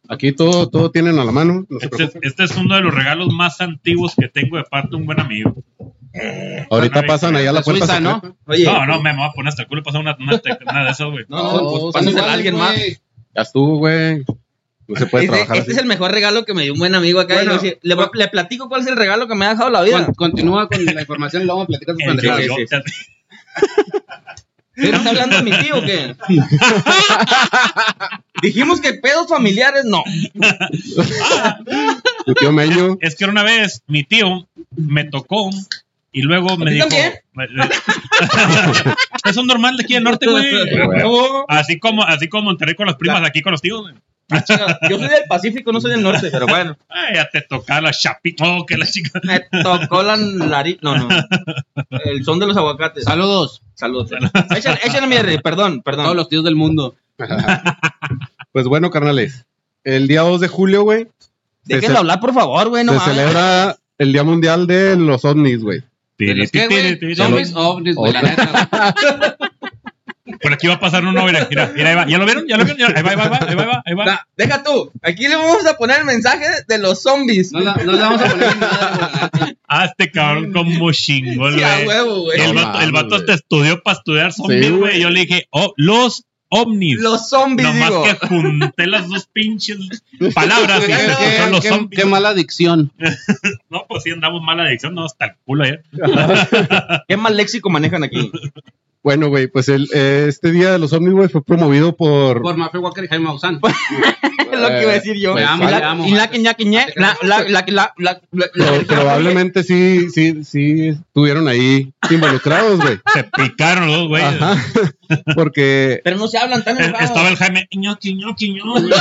Speaker 5: Aquí todo, todo tienen a la mano. no se
Speaker 2: Este, es-
Speaker 5: preocupen.
Speaker 2: este es uno de los regalos más antiguos que tengo de parte de un buen amigo.
Speaker 5: Ahorita
Speaker 2: Ana
Speaker 5: pasan allá a la
Speaker 4: La
Speaker 5: puerta.
Speaker 4: Suiza, ¿no?
Speaker 5: secreta.
Speaker 3: Oye.
Speaker 2: No, no, me voy a poner hasta el culo y pasar una, una, una de esas, güey.
Speaker 3: No, no,
Speaker 5: Oh,
Speaker 3: pues
Speaker 5: son
Speaker 3: pásensela a
Speaker 5: iguales,
Speaker 3: alguien más.
Speaker 5: güey. Ya estuvo, güey. No se puede
Speaker 3: Este,
Speaker 5: trabajar
Speaker 3: este es
Speaker 5: así.
Speaker 3: el mejor regalo que me dio un buen amigo acá.
Speaker 4: Bueno,
Speaker 3: Y le, le-
Speaker 4: bueno.
Speaker 3: le platico cuál es el regalo que me ha dejado la vida.
Speaker 4: Con- continúa con la información, luego platicas tus
Speaker 2: El
Speaker 4: pendejadas.
Speaker 2: yo- yo-
Speaker 3: ¿Estás hablando de mi tío
Speaker 2: [laughs]
Speaker 3: o qué? [laughs] Dijimos que pedos familiares, no.
Speaker 5: Tu tío Mello.
Speaker 2: Es que una vez mi tío me tocó y luego me [laughs]
Speaker 3: ti
Speaker 2: dijo.
Speaker 3: también?
Speaker 2: es un normal de aquí del norte, güey.
Speaker 5: güey.
Speaker 3: No,
Speaker 2: Así como, así como Monterrey con las primas, aquí con los tíos, güey.
Speaker 3: chinga, Yo soy del Pacífico, no soy del norte, pero bueno.
Speaker 2: Ay, ya te tocaba la chapita. Oh, que la chica.
Speaker 3: Me tocó la nariz. No, no. El son de los aguacates.
Speaker 4: Saludos,
Speaker 3: Saludos. Échale, échale mi R, perdón,
Speaker 4: a todos
Speaker 3: perdón.
Speaker 4: los tíos del mundo.
Speaker 5: Pues bueno, carnales. El día 2 de julio, güey,
Speaker 3: Déjenlo
Speaker 5: se-
Speaker 3: hablar, por favor, güey. No
Speaker 5: se
Speaker 3: mames.
Speaker 5: celebra el Día Mundial de los OVNIs, güey.
Speaker 4: ¿De los qué, güey? Zombies, ovnis, güey, la neta. güey.
Speaker 2: Por aquí va a pasar uno, mira, mira, mira, ahí va. ¿Ya lo vieron? ¿Ya lo vieron? Ahí va, ahí va, ahí va, ahí va, ahí va.
Speaker 3: Da- deja tú. Aquí le vamos a poner el mensaje de los zombies.
Speaker 4: No, la- no le vamos a poner nada, güey. la neta.
Speaker 2: Ah, este cabrón como chingón,
Speaker 3: Sí, a
Speaker 2: güey.
Speaker 3: huevo, güey.
Speaker 2: El
Speaker 5: No
Speaker 2: vato, el
Speaker 5: mames,
Speaker 2: vato
Speaker 5: güey.
Speaker 2: hasta estudió para estudiar zombies,
Speaker 5: Sí,
Speaker 2: güey.
Speaker 5: güey.
Speaker 2: Yo le dije, oh, los ovnis.
Speaker 3: Los zombies,
Speaker 2: Nomás
Speaker 3: digo.
Speaker 2: que junté las dos pinches
Speaker 3: [laughs]
Speaker 2: palabras y
Speaker 4: Qué-
Speaker 2: que
Speaker 4: qué-
Speaker 2: son los
Speaker 4: qué-
Speaker 2: zombies.
Speaker 4: Qué mala adicción.
Speaker 2: No, pues sí andamos mala adicción, no, hasta el culo ayer.
Speaker 3: ¿Qué mal léxico manejan aquí?
Speaker 5: Bueno, güey, pues el, eh, este Día de los OVNIs, güey, fue promovido por...
Speaker 4: Por Mafia Walker y Jaime Maussan.
Speaker 3: es lo que iba a decir yo.
Speaker 5: Pues,
Speaker 3: Y
Speaker 5: vale,
Speaker 3: la-
Speaker 4: vamos.
Speaker 3: y la que ña que ñe, la- la- la- la- la- la-
Speaker 5: Pro- probablemente sí, sí, sí estuvieron ahí involucrados, güey.
Speaker 2: Se picaron los dos, güey.
Speaker 5: Ajá. [laughs] Porque
Speaker 3: Pero no se hablan tan
Speaker 2: Eh,
Speaker 3: enojados.
Speaker 2: Estaba el Jaime, ñoqui, ñoqui, ñoqui.
Speaker 3: [laughs]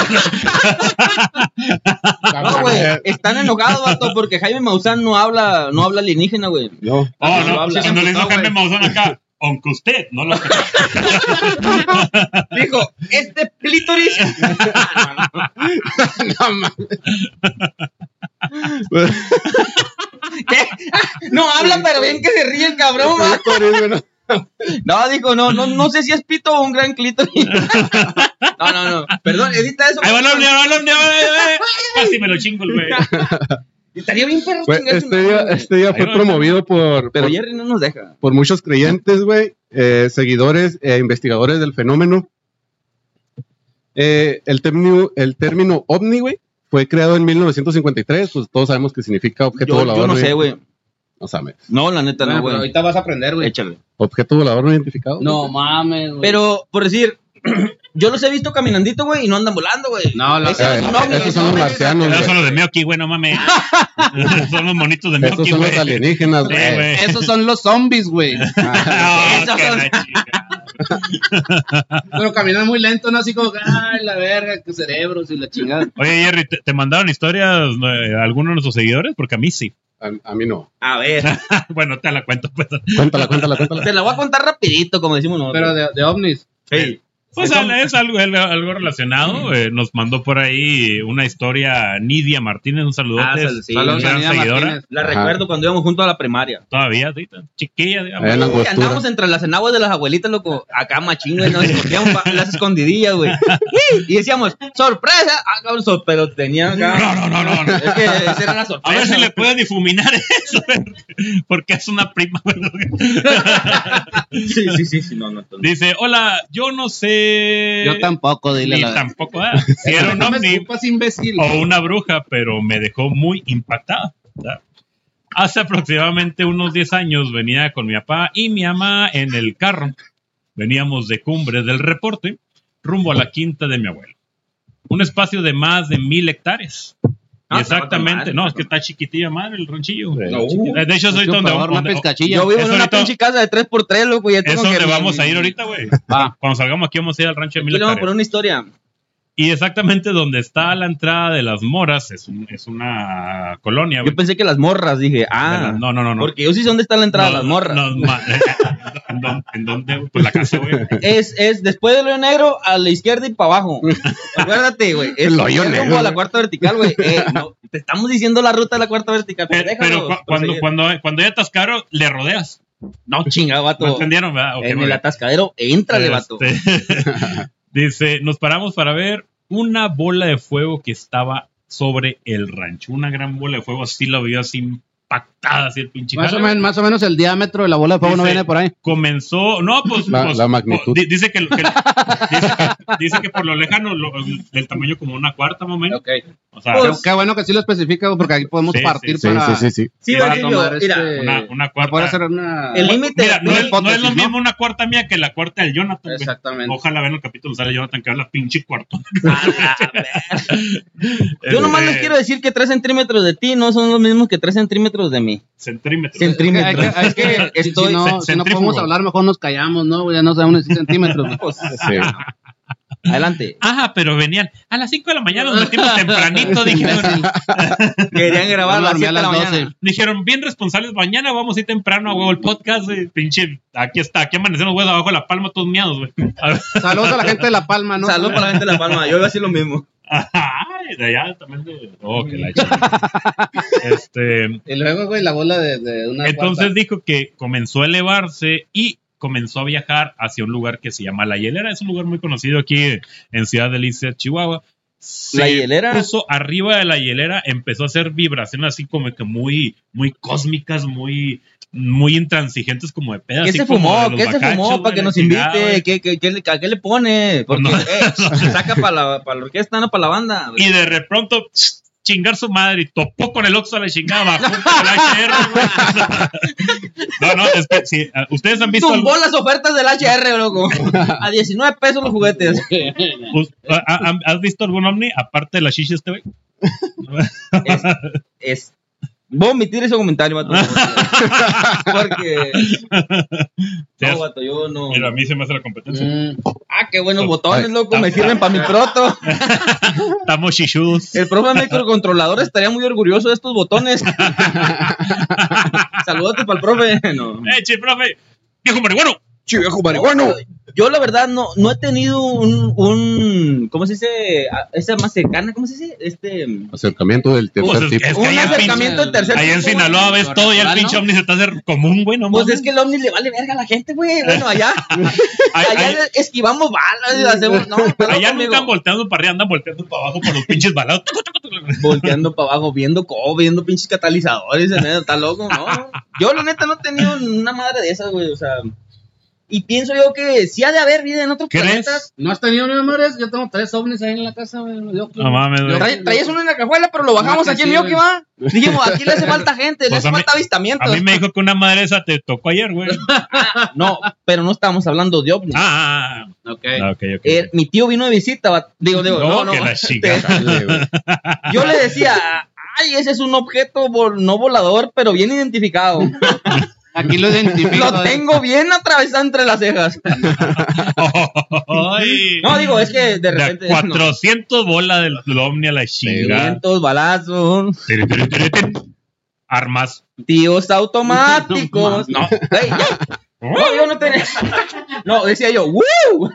Speaker 3: No, güey, están enojados, vato, porque Jaime Maussan no habla, no habla alienígena, güey.
Speaker 5: no,
Speaker 2: Oh,
Speaker 3: No
Speaker 2: no,
Speaker 3: habla.
Speaker 2: cuando le hizo
Speaker 4: No, güey.
Speaker 2: Jaime Maussan acá, aunque usted no lo
Speaker 3: [laughs] Dijo, este plítoris. [laughs]
Speaker 5: [laughs]
Speaker 3: ¿Qué? No habla, pero bien que se ríe el cabrón, va. No, dijo, no, no, no sé si es pito o un gran clítoris. [laughs] No, no, no. Perdón, edita eso.
Speaker 2: Ahí va el ovni, ahí va el ovni, ahí va, ahí va, ahí va.
Speaker 5: [laughs]
Speaker 2: Casi me lo chingo, el güey.
Speaker 3: Estaría bien perro
Speaker 5: Güey,
Speaker 3: chingarse
Speaker 5: este
Speaker 3: un
Speaker 5: día,
Speaker 3: hombre.
Speaker 5: este día
Speaker 2: Ahí
Speaker 5: fue
Speaker 2: va.
Speaker 5: promovido por,
Speaker 3: Pero
Speaker 5: por,
Speaker 3: Jerry no nos deja.
Speaker 5: por muchos creyentes, güey, eh, seguidores e investigadores del fenómeno. Eh, el, término, el término ovni, güey, fue creado en 1953, pues todos sabemos que significa objeto
Speaker 3: Yo,
Speaker 5: volador.
Speaker 3: yo no sé, güey.
Speaker 5: No sabe.
Speaker 3: No, la neta, no,
Speaker 4: Bueno, pero
Speaker 3: güey.
Speaker 4: ahorita vas a aprender, güey.
Speaker 3: Échale.
Speaker 5: Objeto volador no identificado.
Speaker 4: No mames, güey.
Speaker 3: Pero, por decir, [clears throat] yo los he visto caminandito, güey, y no andan volando, güey.
Speaker 4: No, la
Speaker 3: Ese no
Speaker 5: Eh,
Speaker 3: es un ovni,
Speaker 5: esos son los
Speaker 3: no,
Speaker 5: marcianos,
Speaker 2: Esos son
Speaker 5: güey.
Speaker 2: los de Meoki, güey, no mames.
Speaker 5: [laughs]
Speaker 2: Son los monitos de
Speaker 5: Esos
Speaker 2: Meoki, [laughs]
Speaker 5: son
Speaker 2: güey.
Speaker 5: los alienígenas,
Speaker 2: Sí,
Speaker 5: güey.
Speaker 2: güey.
Speaker 4: [laughs] Esos son los zombies, güey.
Speaker 2: No,
Speaker 3: Esos
Speaker 2: que
Speaker 3: son-
Speaker 2: Ah, la chingada.
Speaker 4: Pero caminan muy lento, ¿no? Así como, ay, la verga, que cerebros y la chingada.
Speaker 2: Oye, Jerry, ¿te, te mandaron historias eh, algunos de nuestros seguidores? Porque a mí sí. [laughs]
Speaker 5: A, a mí no.
Speaker 3: A ver,
Speaker 2: bueno, te la cuento. Pues,
Speaker 5: Cuéntala, cuéntala, cuéntala.
Speaker 3: te la voy a contar rapidito, como decimos nosotros.
Speaker 4: Pero de, de ovnis.
Speaker 3: Ey,
Speaker 2: Pues, al- es algo, el- algo relacionado. eh, nos mandó por ahí una historia Nidia Martínez, un saludote.
Speaker 3: Ah, sal- sí.
Speaker 4: Saludos
Speaker 2: gran
Speaker 4: a Nina
Speaker 2: seguidora.
Speaker 4: Martínez.
Speaker 3: la
Speaker 5: Ajá.
Speaker 3: recuerdo cuando íbamos juntos a la primaria.
Speaker 2: Todavía, sí, tan chiquilla. digamos.
Speaker 5: Eh, la
Speaker 3: Uy,
Speaker 5: angostura.
Speaker 3: andamos entre las enaguas de las abuelitas, loco. Acá machín, güey. Nos escondíamos pa- las escondidillas, güey. Y decíamos, sorpresa. Ah, cabrón, sor- pero tenía acá.
Speaker 2: No, no, no, no. no.
Speaker 3: Es que esa era la sorpresa.
Speaker 2: A ver si le puedes difuminar [laughs] eso, porque es una prima. [laughs]
Speaker 3: Sí, sí, sí, sí, no, no. no.
Speaker 2: Dice, hola, yo no sé...
Speaker 4: Yo tampoco, dile
Speaker 2: Ni
Speaker 4: la verga.
Speaker 2: tampoco, ah, si era
Speaker 4: [laughs]
Speaker 2: un
Speaker 4: No me
Speaker 2: ovni
Speaker 4: escupas, imbécil.
Speaker 2: o una bruja, pero me dejó muy impactada. ¿verdad? Hace aproximadamente unos 10 años venía con mi papá y mi mamá en el carro. Veníamos de Cumbres del Reporte rumbo a la quinta de mi abuelo. Un espacio de más de mil hectáreas. Y
Speaker 3: Ah, está
Speaker 2: exactamente,
Speaker 3: bastante
Speaker 2: no,
Speaker 3: mal.
Speaker 2: es que está chiquitilla madre el ranchillo.
Speaker 5: No.
Speaker 2: De hecho, soy
Speaker 4: Por
Speaker 2: donde,
Speaker 4: favor,
Speaker 2: donde-
Speaker 4: más pescachilla.
Speaker 3: Yo vivo en
Speaker 2: Eso
Speaker 3: una
Speaker 2: ahorita-
Speaker 3: pinche casa de 3x3, loco. y ya
Speaker 2: es
Speaker 3: tengo
Speaker 2: donde
Speaker 3: que-
Speaker 2: vamos a ir ahorita, güey.
Speaker 4: Va.
Speaker 2: Cuando salgamos aquí vamos a ir al rancho de
Speaker 3: Aquí
Speaker 2: mil
Speaker 3: le vamos a
Speaker 2: hectáreas.
Speaker 3: poner una historia.
Speaker 2: Y exactamente donde está la entrada de las moras, es, un- es una colonia. güey.
Speaker 3: Yo pensé que las morras, dije, ah.
Speaker 2: no, no, no, no.
Speaker 3: Porque yo sí sé dónde está la entrada de
Speaker 2: No,
Speaker 3: las morras.
Speaker 2: no, ma- [laughs] ¿En dónde- ¿En dónde? güey? Pues la casa,
Speaker 3: [laughs]
Speaker 2: güey.
Speaker 3: Es, es después del hoyo negro a la izquierda y para abajo. Acuérdate, güey. Es-
Speaker 5: [laughs] El hoyo
Speaker 3: es
Speaker 5: negro,
Speaker 3: rumbo a la
Speaker 5: güey.
Speaker 3: cuarta vertical, güey. Eh, no, te estamos diciendo la ruta de la cuarta vertical.
Speaker 2: Pero,
Speaker 3: Pero,
Speaker 2: Eh, pero
Speaker 3: déjalo pues,
Speaker 2: cu- cuando,
Speaker 3: proseguir.
Speaker 2: cuando, cuando ya estás caro, le rodeas.
Speaker 3: No, chingado, vato.
Speaker 2: ¿No entendieron? verdad? Ok,
Speaker 3: Pues, en
Speaker 2: bueno.
Speaker 3: el atascadero, éntrale, vato.
Speaker 2: Este, [laughs] dice, nos paramos para ver una bola de fuego que estaba sobre el rancho. Una gran bola de fuego, así la vio así impactada, así el pinche
Speaker 4: Más o,
Speaker 2: jale,
Speaker 4: menos, más o menos el diámetro de la bola de fuego no
Speaker 2: Dice-
Speaker 4: viene por ahí.
Speaker 2: comenzó. No, pues.
Speaker 5: La-
Speaker 2: pues,
Speaker 5: la magnitud.
Speaker 2: di- dice, que, que- dice, dice que por lo lejano, lo- del tamaño como una cuarta, más o menos. O sea,
Speaker 3: Pues,
Speaker 4: Qué bueno que sí lo especifica, güey, porque aquí podemos
Speaker 2: Sí, sí,
Speaker 4: partir
Speaker 5: Sí,
Speaker 4: para,
Speaker 5: sí, sí, sí.
Speaker 3: [laughs] Sí,
Speaker 4: para
Speaker 3: Virgilio,
Speaker 4: tomar
Speaker 3: [laughs] mira,
Speaker 2: [laughs]
Speaker 4: este-
Speaker 2: una, una
Speaker 4: para poder hacer
Speaker 2: cuarta.
Speaker 4: una...
Speaker 3: El límite.
Speaker 2: Mira, no
Speaker 3: una
Speaker 2: es, no es lo
Speaker 4: hipótesis,
Speaker 2: mismo una cuarta mía que la cuarta del Jonathan. güey.
Speaker 4: Exactamente.
Speaker 2: Ojalá vean el capítulo sale Jonathan que habla pinche cuarto. Este,
Speaker 3: Ah, a ver. Yo nomás les quiero decir que 3 centímetros de ti no son los mismos que 3 centímetros de mí.
Speaker 2: Centímetros.
Speaker 4: Eh, Hay que,
Speaker 3: Centímetros.
Speaker 2: [laughs]
Speaker 4: hay que- si-
Speaker 3: Estoy-
Speaker 4: si, no, si no
Speaker 2: centrífugo.
Speaker 4: podemos hablar, mejor nos callamos, ¿no? güey? Ya no sabemos ni centímetros. güey. [laughs]
Speaker 5: Sí.
Speaker 3: Adelante.
Speaker 2: [laughs] Ah, pero venían a las 5 de la mañana, nos metimos tempranito, dijeron,
Speaker 3: Querían grabar a
Speaker 4: Yo dormí a
Speaker 3: las 7 de la
Speaker 4: las
Speaker 3: mañana.
Speaker 4: 12.
Speaker 2: dijeron, bien responsables, mañana vamos a ir temprano a huevo el podcast, güey. pinche, aquí está, aquí amanecemos, güey, abajo de la palma, todos miados, güey.
Speaker 4: Saludos a la gente de La Palma, ¿no?
Speaker 3: Salud para la gente de La Palma. Yo iba a decir lo mismo.
Speaker 2: Ay, de allá también de... Oh, que la chingada.
Speaker 3: [laughs]
Speaker 2: Este,
Speaker 4: Y luego, güey, la bola de, de una
Speaker 2: entonces
Speaker 4: cuarta.
Speaker 2: dijo que comenzó a elevarse y comenzó a viajar hacia un lugar que se llama La Hielera, es un lugar muy conocido aquí en Ciudad Delicia, Chihuahua. Se
Speaker 3: La hielera.
Speaker 2: puso arriba de la hielera, empezó a hacer vibraciones así como que muy, muy cósmicas, muy, muy intransigentes como de pedas.
Speaker 3: ¿Qué se fumó? ¿Qué se fumó para que nos invite? ¿Qué, qué, qué, le- a qué le pone? Porque
Speaker 2: Pues No. [laughs]
Speaker 3: eh, se saca para la, pa' la orquesta, no para la banda.
Speaker 2: Y de repronto ch- chingar su madre y topó con el Oxxo a la chingada, bajó con el HR, güey. No, no, es que sí, ah, ustedes han visto...
Speaker 3: Tumbó
Speaker 2: algún-
Speaker 3: las ofertas del
Speaker 2: [laughs]
Speaker 3: HR, loco. A 19 pesos los juguetes.
Speaker 2: us- ah, ah, ¿Has visto algún ovni aparte de la shisha este güey?
Speaker 3: Es, es- Voy a omitir ese comentario,
Speaker 2: [laughs]
Speaker 3: vato. Porque.
Speaker 2: Te
Speaker 3: No,
Speaker 2: has-
Speaker 3: vato, yo no.
Speaker 2: Mira, a mí se me hace la competencia.
Speaker 4: Mm,
Speaker 3: Ah, qué buenos botones, loco. Me
Speaker 2: Ay. ah,
Speaker 3: sirven para mi proto.
Speaker 2: Estamos shishudos.
Speaker 3: El profe microcontrolador estaría muy orgulloso de
Speaker 2: [laughs]
Speaker 3: estos botones. Saludos para el profe. [laughs] No.
Speaker 2: ¡Eh, che, profe! ¡Viejo marihuano!
Speaker 5: Chivejo
Speaker 3: Yo la verdad no, no he tenido un, un ¿cómo se dice? A- Esa más cercana, ¿cómo se dice? Este un
Speaker 5: Acercamiento del
Speaker 2: Pues
Speaker 5: tercer
Speaker 2: es-
Speaker 5: tipo.
Speaker 2: es que allá en
Speaker 3: acercamiento
Speaker 4: pinche-
Speaker 3: de tercer
Speaker 2: Allá en
Speaker 3: tipo,
Speaker 2: Sinaloa ves todo y el
Speaker 4: Natural,
Speaker 2: pinche
Speaker 4: ¿no?
Speaker 2: ovni se te hace común, güey, no
Speaker 3: güey. Pues
Speaker 2: mames.
Speaker 3: es que el ovni le vale verga a la gente,
Speaker 2: [laughs]
Speaker 3: güey. Bueno, allá,
Speaker 2: Ay-
Speaker 3: allá
Speaker 2: ay-
Speaker 3: le- esquivamos balas, hacemos no, perdón,
Speaker 2: [laughs] allá
Speaker 3: amigo.
Speaker 2: nunca han volteado para arriba, andan volteando para abajo por los pinches balados.
Speaker 3: volteando para abajo, viendo co, viendo pinches catalizadores, en medio, está loco, ¿no? Yo la neta no he tenido una madre de esas, güey, o sea, y pienso yo que sí ha de haber vida en otros
Speaker 2: ¿Crees?
Speaker 3: planetas.
Speaker 4: ¿No has tenido ni amores? Yo tengo tres ovnis ahí en la casa, güey. Yo-
Speaker 2: No mames, güey.
Speaker 4: yo-
Speaker 3: Tra- traías uno en la cajuela, pero lo bajamos
Speaker 4: No, que
Speaker 3: aquí en
Speaker 4: sí,
Speaker 3: Mioki,
Speaker 4: güey.
Speaker 3: va. Dijimos,
Speaker 2: [laughs]
Speaker 3: aquí le hace falta gente, le
Speaker 2: Pues a
Speaker 3: hace
Speaker 2: mí-
Speaker 3: falta avistamientos.
Speaker 2: A mí me dijo que una madre esa te tocó ayer, güey.
Speaker 3: [laughs] No, pero no estábamos hablando de ovnis.
Speaker 2: Ah, ah,
Speaker 4: Ok.
Speaker 2: ah, ok, ok.
Speaker 3: Eh, mi tío vino de visita, va- digo, digo,
Speaker 2: No,
Speaker 3: no, no. este,
Speaker 2: que
Speaker 3: [laughs]
Speaker 2: la chingada. [laughs]
Speaker 5: Dale, güey.
Speaker 3: Yo
Speaker 2: [laughs]
Speaker 3: le decía, ay, ese es un objeto vol- no volador, pero bien identificado.
Speaker 4: Aquí lo identifico.
Speaker 3: [laughs] Lo tengo bien atravesado entre las cejas.
Speaker 2: Ay.
Speaker 3: [laughs] No, digo, es que de
Speaker 2: De a
Speaker 3: repente. no.
Speaker 2: 400 bolas del, del Omni a la chingada.
Speaker 3: 500 balazos,
Speaker 2: Tiri, tiri, tiri, tiri. Armas. [laughs]
Speaker 3: tíos automáticos. No, güey, ya.
Speaker 2: ¿Eh?
Speaker 3: No, yo no tenía. [laughs] No, decía
Speaker 2: [laughs]
Speaker 3: yo, ¡Woo!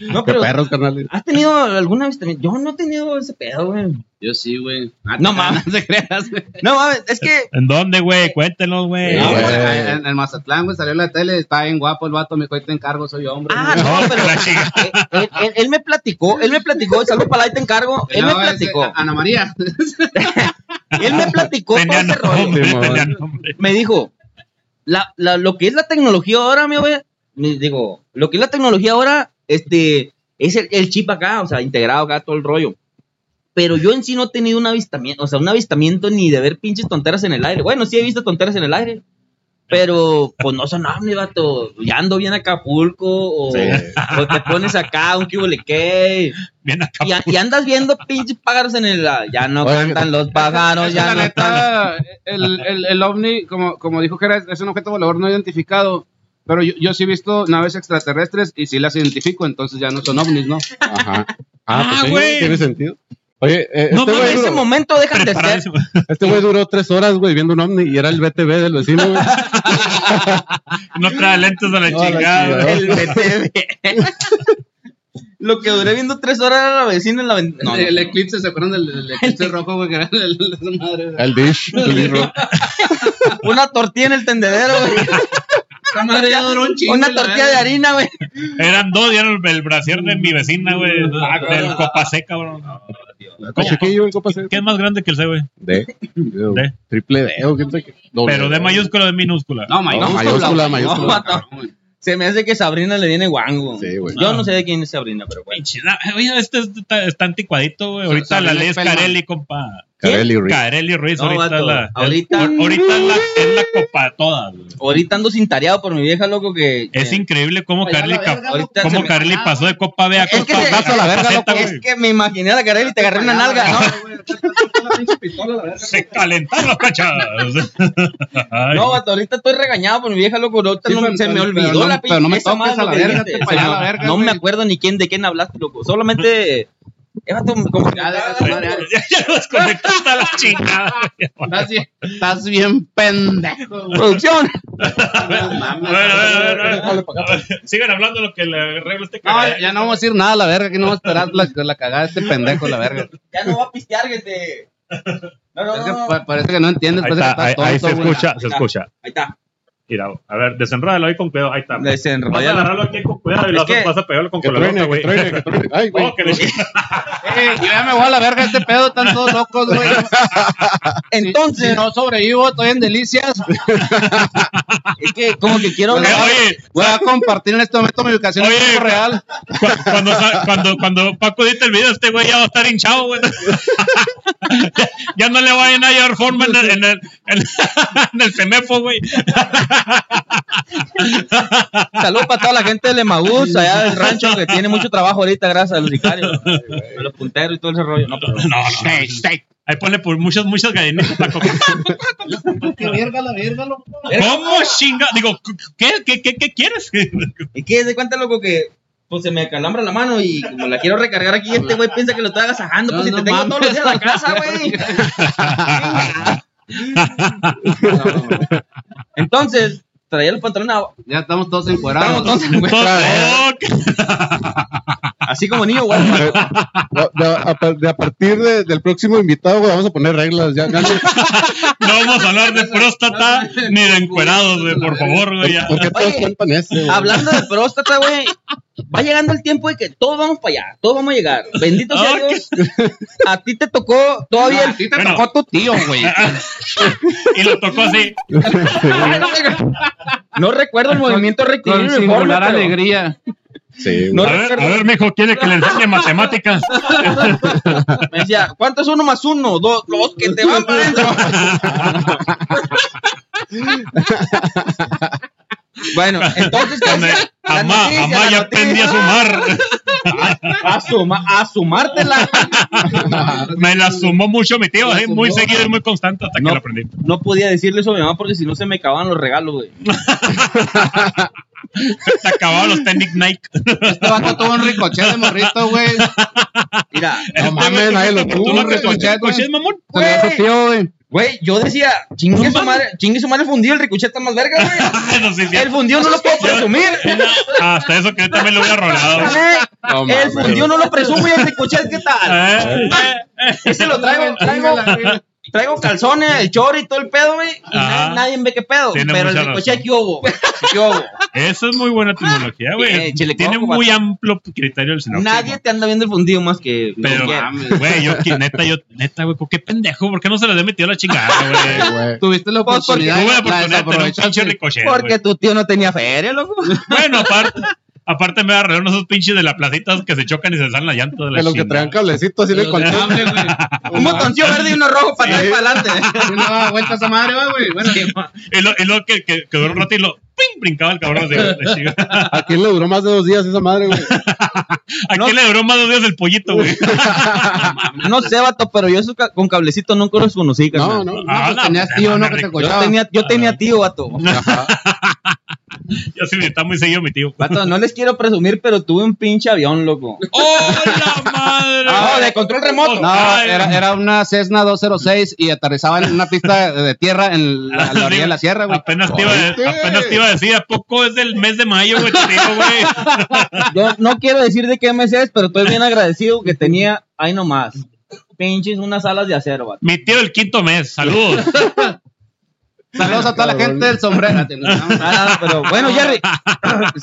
Speaker 3: No,
Speaker 5: Qué
Speaker 3: pero.
Speaker 5: perros, carnal.
Speaker 3: ¿Has tenido alguna vez también? Yo no he tenido ese pedo, güey.
Speaker 4: Yo sí, güey.
Speaker 3: No
Speaker 4: No
Speaker 3: mames.
Speaker 4: mames, no te creas, güey.
Speaker 3: No mames, es que.
Speaker 2: ¿En dónde, güey? Cuéntenos, güey.
Speaker 4: No,
Speaker 3: Ah,
Speaker 5: güey.
Speaker 4: güey, En, en Mazatlán, güey, salió en la tele, está bien guapo el vato, me dijo, "Ahí te encargo, soy hombre.
Speaker 3: Ah,
Speaker 4: güey".
Speaker 3: no,
Speaker 2: No,
Speaker 3: pero.
Speaker 2: la
Speaker 3: [laughs]
Speaker 2: chica.
Speaker 3: Él, él- él me platicó, él me platicó, salud para ahí te encargo. Él me
Speaker 4: No, ese- ah,
Speaker 3: platicó,
Speaker 4: Ana María.
Speaker 3: él me platicó todo
Speaker 2: Tenía
Speaker 3: ese rollo.
Speaker 2: nombre,
Speaker 5: Simón.
Speaker 2: tenía nombre.
Speaker 3: me dijo, la, la- lo que es la tecnología ahora, mi güey, me digo, lo que es la tecnología ahora, este, es el, el chip acá, o sea, integrado acá, todo el rollo. Pero yo en sí no he tenido un avistamiento, o sea, un avistamiento ni de ver pinches tonteras en el aire. Bueno, sí he visto tonteras en el aire, pero pues no son ovnis, vato. Ya ando bien a Acapulco, o,
Speaker 5: Sí.
Speaker 3: o te pones acá, un kibole qué.
Speaker 2: Bien acá.
Speaker 3: Y, a- y andas viendo pinches pájaros en el. Ya no
Speaker 5: Oye,
Speaker 3: cantan los pájaros,
Speaker 4: Es que [laughs] la
Speaker 3: ya Ah, no están.
Speaker 4: neta, el, el, el ovni, como, como dijo que era, es un objeto volador no identificado, pero yo, yo sí he visto naves extraterrestres y sí las identifico, entonces ya no son ovnis, ¿no?
Speaker 5: Ajá.
Speaker 2: Ah,
Speaker 5: Ah, pues sí,
Speaker 2: güey.
Speaker 5: Tiene sentido. Oye, eh,
Speaker 2: No
Speaker 5: este
Speaker 2: mames,
Speaker 5: güey
Speaker 3: En ese
Speaker 5: duró-
Speaker 3: momento dejan de ser.
Speaker 2: Preparadísimo.
Speaker 5: este güey duró tres horas, güey, viendo un ovni y era el BTV del vecino,
Speaker 2: [laughs]
Speaker 5: güey.
Speaker 2: No trae lentes a la
Speaker 5: No, la
Speaker 2: chingada.
Speaker 5: chingada.
Speaker 3: El BTV. Lo que duré viendo tres horas era la vecina en la ventana. No,
Speaker 4: el,
Speaker 3: no, no.
Speaker 4: eclipse, ¿se acuerdan del, del eclipse rojo, güey? Que era el, el- madre, güey?
Speaker 5: El dish. El dish rock.
Speaker 3: Una tortilla en el tendedero, güey.
Speaker 4: Esa madre ya duró un chingo,
Speaker 3: Una
Speaker 4: la
Speaker 3: tortilla de
Speaker 4: verga.
Speaker 3: harina, güey.
Speaker 2: Eran dos, ya era el, el brasier de mi vecina,
Speaker 3: Ah,
Speaker 2: güey. Del Copacé, cabrón.
Speaker 5: Está chiquillo, el copa C.
Speaker 2: ¿Qué es más grande que el C, güey?
Speaker 5: D.
Speaker 2: D.
Speaker 5: Triple D. o qué sé qué. Doble
Speaker 2: Pero de mayúscula o de minúscula.
Speaker 4: No,
Speaker 5: No,
Speaker 4: mayúscula.
Speaker 5: mayúscula,
Speaker 3: No,
Speaker 5: mayúscula.
Speaker 3: vato. Se me hace que Sabrina le viene guango.
Speaker 5: Sí, güey.
Speaker 3: Yo no sé de quién es Sabrina, pero bueno.
Speaker 2: Pinche, na- Oye, este es- está, está anticuadito, güey. Ahorita
Speaker 4: Sabrina
Speaker 2: la ley es
Speaker 4: Spellman.
Speaker 2: Carelli, compa.
Speaker 5: Carelli Rick.
Speaker 2: Carelli Ruiz,
Speaker 3: No,
Speaker 2: ahorita,
Speaker 3: vato,
Speaker 2: es la,
Speaker 3: ahorita-
Speaker 2: ahor- ahorita es la, es la copa toda, güey.
Speaker 3: Ahorita ando sin tareado por mi vieja, loco, que.
Speaker 2: Es
Speaker 3: que-
Speaker 2: increíble cómo
Speaker 4: Oye, a
Speaker 2: Carelli,
Speaker 4: la
Speaker 2: ca-
Speaker 4: verga,
Speaker 3: ahorita se
Speaker 2: cómo
Speaker 3: me-
Speaker 2: Carelli pasó de copa B a
Speaker 3: Es que
Speaker 2: copa
Speaker 3: se-
Speaker 2: Vas a la verga,
Speaker 3: Es
Speaker 2: loco,
Speaker 3: que-
Speaker 2: güey.
Speaker 3: Es que me imaginé a la Carelli y te agarré una nalga, ¿no?
Speaker 2: Se calentaron las cachas.
Speaker 3: [laughs]
Speaker 2: Ay,
Speaker 3: No, vato, ahorita estoy regañado por mi vieja, loco. Ahorita
Speaker 4: Sí,
Speaker 3: no-
Speaker 4: pero-
Speaker 3: se me
Speaker 4: pero-
Speaker 3: olvidó
Speaker 4: pero no-
Speaker 3: la
Speaker 4: pero no me
Speaker 3: esa
Speaker 4: toques
Speaker 3: madre
Speaker 4: a la
Speaker 3: que
Speaker 4: verga,
Speaker 3: dijiste.
Speaker 4: te pa' allá, la verga,
Speaker 3: No me
Speaker 4: güey. Pues,
Speaker 3: acuerdo ni quién de quién hablaste, loco. Solamente. eh, vato, como que-
Speaker 4: Ya, deja esa madre, ya.
Speaker 2: ya, ya lo desconectaste a la chingada.
Speaker 4: Estás bien, estás bien pendejo, güey.
Speaker 3: Producción.
Speaker 2: A ver, a ver, a ver, a ver. Sigan hablando lo que le arreglo este
Speaker 4: No,
Speaker 2: cabrón.
Speaker 4: ya no vamos a decir nada, la verga, que no vamos a esperar la, la cagada de este pendejo,
Speaker 2: [laughs]
Speaker 4: la verga.
Speaker 3: Ya no va a pistear, gente. No, no,
Speaker 4: Es que
Speaker 3: no.
Speaker 4: pa- parece que no entiendes,
Speaker 2: Ahí
Speaker 4: parece
Speaker 2: está,
Speaker 4: que
Speaker 2: ahí,
Speaker 4: estás
Speaker 2: ahí se
Speaker 4: tonto, güey.
Speaker 2: escucha, se escucha.
Speaker 3: Ahí está.
Speaker 2: Mira, a ver, desenródalo ahí con cuidado. Ahí está. Vas a
Speaker 3: Desenrollalo.
Speaker 2: agarrarlo aquí con cuidado y lo
Speaker 3: Es que-
Speaker 2: haces- vas a pegarlo con
Speaker 5: Que
Speaker 2: colorota,
Speaker 5: truene, que
Speaker 2: güey.
Speaker 5: truene, que truene. Ay, güey.
Speaker 2: [laughs] Oh, que le-
Speaker 4: Eh, yo ya me voy a la verga este pedo, están todos locos, [laughs] güey.
Speaker 3: Entonces,
Speaker 4: Si no sobrevivo, estoy en [laughs] delicias.
Speaker 3: es que como
Speaker 4: [laughs]
Speaker 3: que quiero
Speaker 2: Oye,
Speaker 3: hablar.
Speaker 2: oye,
Speaker 4: Voy a compartir en este momento mi ubicación
Speaker 2: Oye,
Speaker 4: en tiempo real.
Speaker 2: Cu- [laughs] cuando, sa- cuando, cuando Paco edita el video, este güey ya va a estar hinchado, güey. [laughs] Ya- ya no le vayan a hallar forma en el, en el, en el, [laughs] en el CEMEFO, güey.
Speaker 3: Saludos para toda la gente de Lemagús, allá del rancho, que tiene mucho trabajo ahorita, gracias a
Speaker 2: [laughs]
Speaker 3: los sicarios, a los punteros y todo ese rollo. No, pero-
Speaker 2: No, no. Ahí ponle por muchas, muchas gallinitas, Paco.
Speaker 4: Que verga, la verga, loco.
Speaker 2: ¿Cómo chinga? Digo, ¿qué, qué, qué, qué quieres? [laughs]
Speaker 3: Es que de cuenta, loco, que pues se me acalambra la mano y como la quiero recargar aquí, este güey piensa que lo estoy agasajando.
Speaker 4: No,
Speaker 3: Pues si
Speaker 4: no
Speaker 3: te tengo
Speaker 4: mames.
Speaker 3: todos los días en la casa,
Speaker 4: [laughs]
Speaker 3: güey. Entonces, traía el pantalón a-
Speaker 4: Ya estamos todos encuerados.
Speaker 3: Estamos todos en-
Speaker 2: Oh, qué-
Speaker 3: así como niño, güey.
Speaker 5: De, de- a, par- de a partir de- del próximo invitado, güey, vamos a poner reglas. Ya, ya no-
Speaker 2: no vamos a hablar de próstata ni de encuerados, güey, por favor, güey. ya.
Speaker 5: porque todos
Speaker 3: Oye,
Speaker 5: cuentan eso. güey?
Speaker 3: Hablando de próstata, güey. Va llegando el tiempo de que todos vamos para allá, todos vamos a llegar. Bendito sea
Speaker 2: Ah,
Speaker 3: Dios. A ti te tocó todavía el
Speaker 4: A ti te
Speaker 2: Bueno.
Speaker 4: tocó tu tío,
Speaker 2: [laughs]
Speaker 4: güey.
Speaker 2: Y lo tocó así.
Speaker 3: [laughs] No recuerdo el movimiento
Speaker 4: Con
Speaker 3: rectilíneo uniforme,
Speaker 4: singular
Speaker 3: pero
Speaker 4: alegría.
Speaker 5: Sí,
Speaker 3: No
Speaker 5: güey.
Speaker 2: A ver, a ver, mijo, quiere que le enseñe matemáticas.
Speaker 3: me decía, ¿cuánto es uno más uno? Dos, los que te van para
Speaker 5: [laughs]
Speaker 3: adentro. bueno, entonces, ¿qué
Speaker 2: Donde
Speaker 3: hacía? La
Speaker 2: Amá,
Speaker 3: noticia,
Speaker 2: Amá ya
Speaker 3: la noticia.
Speaker 2: aprendí a sumar.
Speaker 3: A, suma- a
Speaker 2: [laughs]
Speaker 3: sumártela.
Speaker 2: Me la sumó mucho mi tío,
Speaker 3: La
Speaker 2: eh, muy
Speaker 3: sumó.
Speaker 2: seguido y muy constante hasta
Speaker 3: No.
Speaker 2: que lo aprendí.
Speaker 3: No podía decirle eso a mi mamá porque si no se me acababan los regalos, güey.
Speaker 2: Se acababan los Tenic Nike. [laughs]
Speaker 4: Este vato tuvo un ricochet de morrito, güey.
Speaker 2: [laughs]
Speaker 3: Mira,
Speaker 5: No mames, nadie lo tuvo.
Speaker 2: ¿Tú no te
Speaker 5: güey.
Speaker 4: reconoces?
Speaker 2: escuchas, coches, mamón?
Speaker 5: Se lo hace tío, güey.
Speaker 3: güey, yo decía, chingue su madre, chingue su madre el fundido, el ricochet está más verga, güey.
Speaker 2: Ah, Eso [laughs] sí, sí.
Speaker 3: El fundido no lo
Speaker 2: [laughs]
Speaker 3: puedo presumir.
Speaker 2: Hasta eso que yo también lo hubiera rolado.
Speaker 5: No
Speaker 3: El
Speaker 5: mames.
Speaker 3: fundido no lo presumo y el ricochet, ¿qué tal?
Speaker 2: Eh, eh, eh.
Speaker 3: Ese Este lo traigo, traigo, traigo calzones, el chorro y todo el pedo, güey. Y
Speaker 2: Ah.
Speaker 3: nadie, nadie ve qué pedo.
Speaker 2: Tiene
Speaker 3: Pero el
Speaker 2: mucha
Speaker 3: ricochet,
Speaker 2: razón.
Speaker 3: ¿qué hubo?
Speaker 2: [laughs]
Speaker 3: ¿Qué hubo?
Speaker 2: Esa es muy buena terminología, güey.
Speaker 3: Eh, chile
Speaker 2: Tiene
Speaker 3: coco,
Speaker 2: muy
Speaker 3: vato.
Speaker 2: amplio criterio el sinóptimo.
Speaker 3: Nadie te anda viendo el fundido más que.
Speaker 2: pues, Pero,
Speaker 3: que-
Speaker 2: güey, yo, que- neta, yo, neta, güey, ¿por qué pendejo? ¿Por qué no se le he metido la chingada,
Speaker 5: Sí,
Speaker 2: güey?
Speaker 5: güey.
Speaker 4: Tuviste la
Speaker 3: Pues, porque
Speaker 4: oportunidad.
Speaker 2: Tuve la
Speaker 4: la
Speaker 2: oportunidad de tener un pinche
Speaker 4: desaprovechaste.
Speaker 2: ricochet,
Speaker 3: porque
Speaker 2: güey.
Speaker 3: tu tío no tenía feria, loco.
Speaker 2: Bueno, aparte, aparte me agarraron esos pinches de las placitas que se chocan y se salen la llanta de la
Speaker 5: De los que
Speaker 2: chingada.
Speaker 5: traen cablecito así de colchón.
Speaker 2: [laughs]
Speaker 4: Cable, güey.
Speaker 3: [laughs] Un botoncillo verde y uno rojo para atrás y para adelante.
Speaker 4: Sí, No, da vueltas a madre, va, güey. Bueno,
Speaker 2: Y lo, y lo que, que, que duró un rato y lo ¡ping! brincaba el cabrón así, la chingada.
Speaker 5: ¿A quién le duró más de dos días esa madre, güey?
Speaker 2: ¿A quién le duró más dos días el pollito, güey?
Speaker 3: No sé, vato, pero yo eso ca- con cablecito nunca los conocí,
Speaker 5: No,
Speaker 3: carnal.
Speaker 5: no.
Speaker 2: Ah,
Speaker 4: pues
Speaker 2: no,
Speaker 4: tenías
Speaker 2: pues,
Speaker 4: tío,
Speaker 2: no,
Speaker 4: ¿no?
Speaker 2: me
Speaker 4: Que te
Speaker 2: recuerdo.
Speaker 3: Yo
Speaker 4: cochaba.
Speaker 3: tenía,
Speaker 2: Ah,
Speaker 3: yo tenía tío, vato.
Speaker 2: Ya se me está muy seguido mi tío.
Speaker 3: Vato, no les quiero presumir, pero tuve un pinche avión, loco.
Speaker 2: ¡Oh, la madre!
Speaker 3: Ah, de control remoto.
Speaker 4: No,
Speaker 2: Pues, Ay,
Speaker 4: era, era una Cessna 206 y aterrizaba en una pista de de tierra en la, la orilla de la sierra, güey.
Speaker 2: Apenas te, iba, a-
Speaker 5: Oíste.
Speaker 2: apenas te iba a decir, ¿a poco es del mes de mayo, güey? Te digo, güey.
Speaker 3: Yo no quiero decir de qué mes es, pero estoy bien agradecido que tenía, ahí nomás, pinches unas alas de acero, vato.
Speaker 2: Mi tío el quinto mes,
Speaker 4: [laughs]
Speaker 2: saludos.
Speaker 4: Saludos a toda la gente del sombrero.
Speaker 3: Ah, pero bueno,
Speaker 5: [laughs]
Speaker 3: Jerry.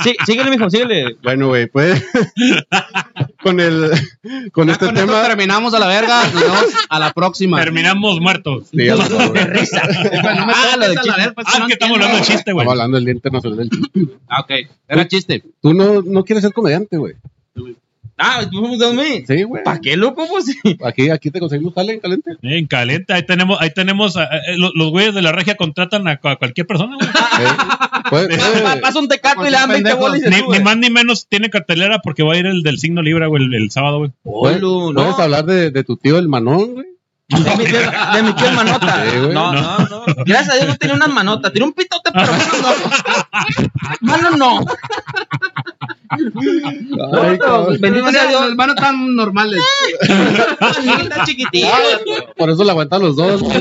Speaker 3: Sí, síguele, mijo, síguele.
Speaker 5: Bueno,
Speaker 2: [laughs]
Speaker 5: güey, pues. con el. Con
Speaker 4: Ya
Speaker 5: este
Speaker 4: con esto
Speaker 5: tema.
Speaker 4: terminamos a la verga. Nos vemos a la próxima.
Speaker 2: Terminamos muertos.
Speaker 5: Sí, ya lo sé, güey.
Speaker 4: Bueno, no me
Speaker 3: Ah, lo
Speaker 4: toques
Speaker 3: del
Speaker 4: a la verga, pues,
Speaker 2: Ah,
Speaker 4: no
Speaker 2: es que estamos
Speaker 4: entiendo.
Speaker 2: hablando de chiste, güey.
Speaker 5: Estamos hablando del Día Internacional del Chiste.
Speaker 4: Ah, ok. Era chiste.
Speaker 5: Tú no, no quieres ser comediante, güey.
Speaker 3: Ah, tú fuiste a mí.
Speaker 5: Sí, Eh, güey.
Speaker 3: ¿Para qué, loco? Pues sí.
Speaker 5: Aquí, aquí te conseguimos jale, caliente.
Speaker 2: En caliente, ahí tenemos, ahí tenemos, a- a- los, los güeyes de la regia contratan a, a cualquier persona, güey.
Speaker 5: Eh,
Speaker 2: [laughs]
Speaker 5: pues, eh,
Speaker 3: Pa- Pasa un tecato y le dan 20 bolas y se
Speaker 2: Ni,
Speaker 3: sube.
Speaker 2: ni más ni menos tiene cartelera porque va a ir el del signo Libra, güey, el, el sábado, güey.
Speaker 5: puedes-
Speaker 3: Olo, no.
Speaker 5: puedes hablar de, de tu tío el Manón, güey.
Speaker 3: De mi, tío- de mi tío el manota.
Speaker 5: Sí, güey.
Speaker 3: no, no, no. Gracias a Dios no tenía una manota. Tenía un pitote, pero manos no.
Speaker 5: [laughs]
Speaker 3: Manos no.
Speaker 5: Ay, cabrón.
Speaker 3: Bendito sea Dios.
Speaker 4: Los hermanos tan normales.
Speaker 3: Manita chiquitita.
Speaker 5: [laughs] Por eso la aguantan los dos. güey.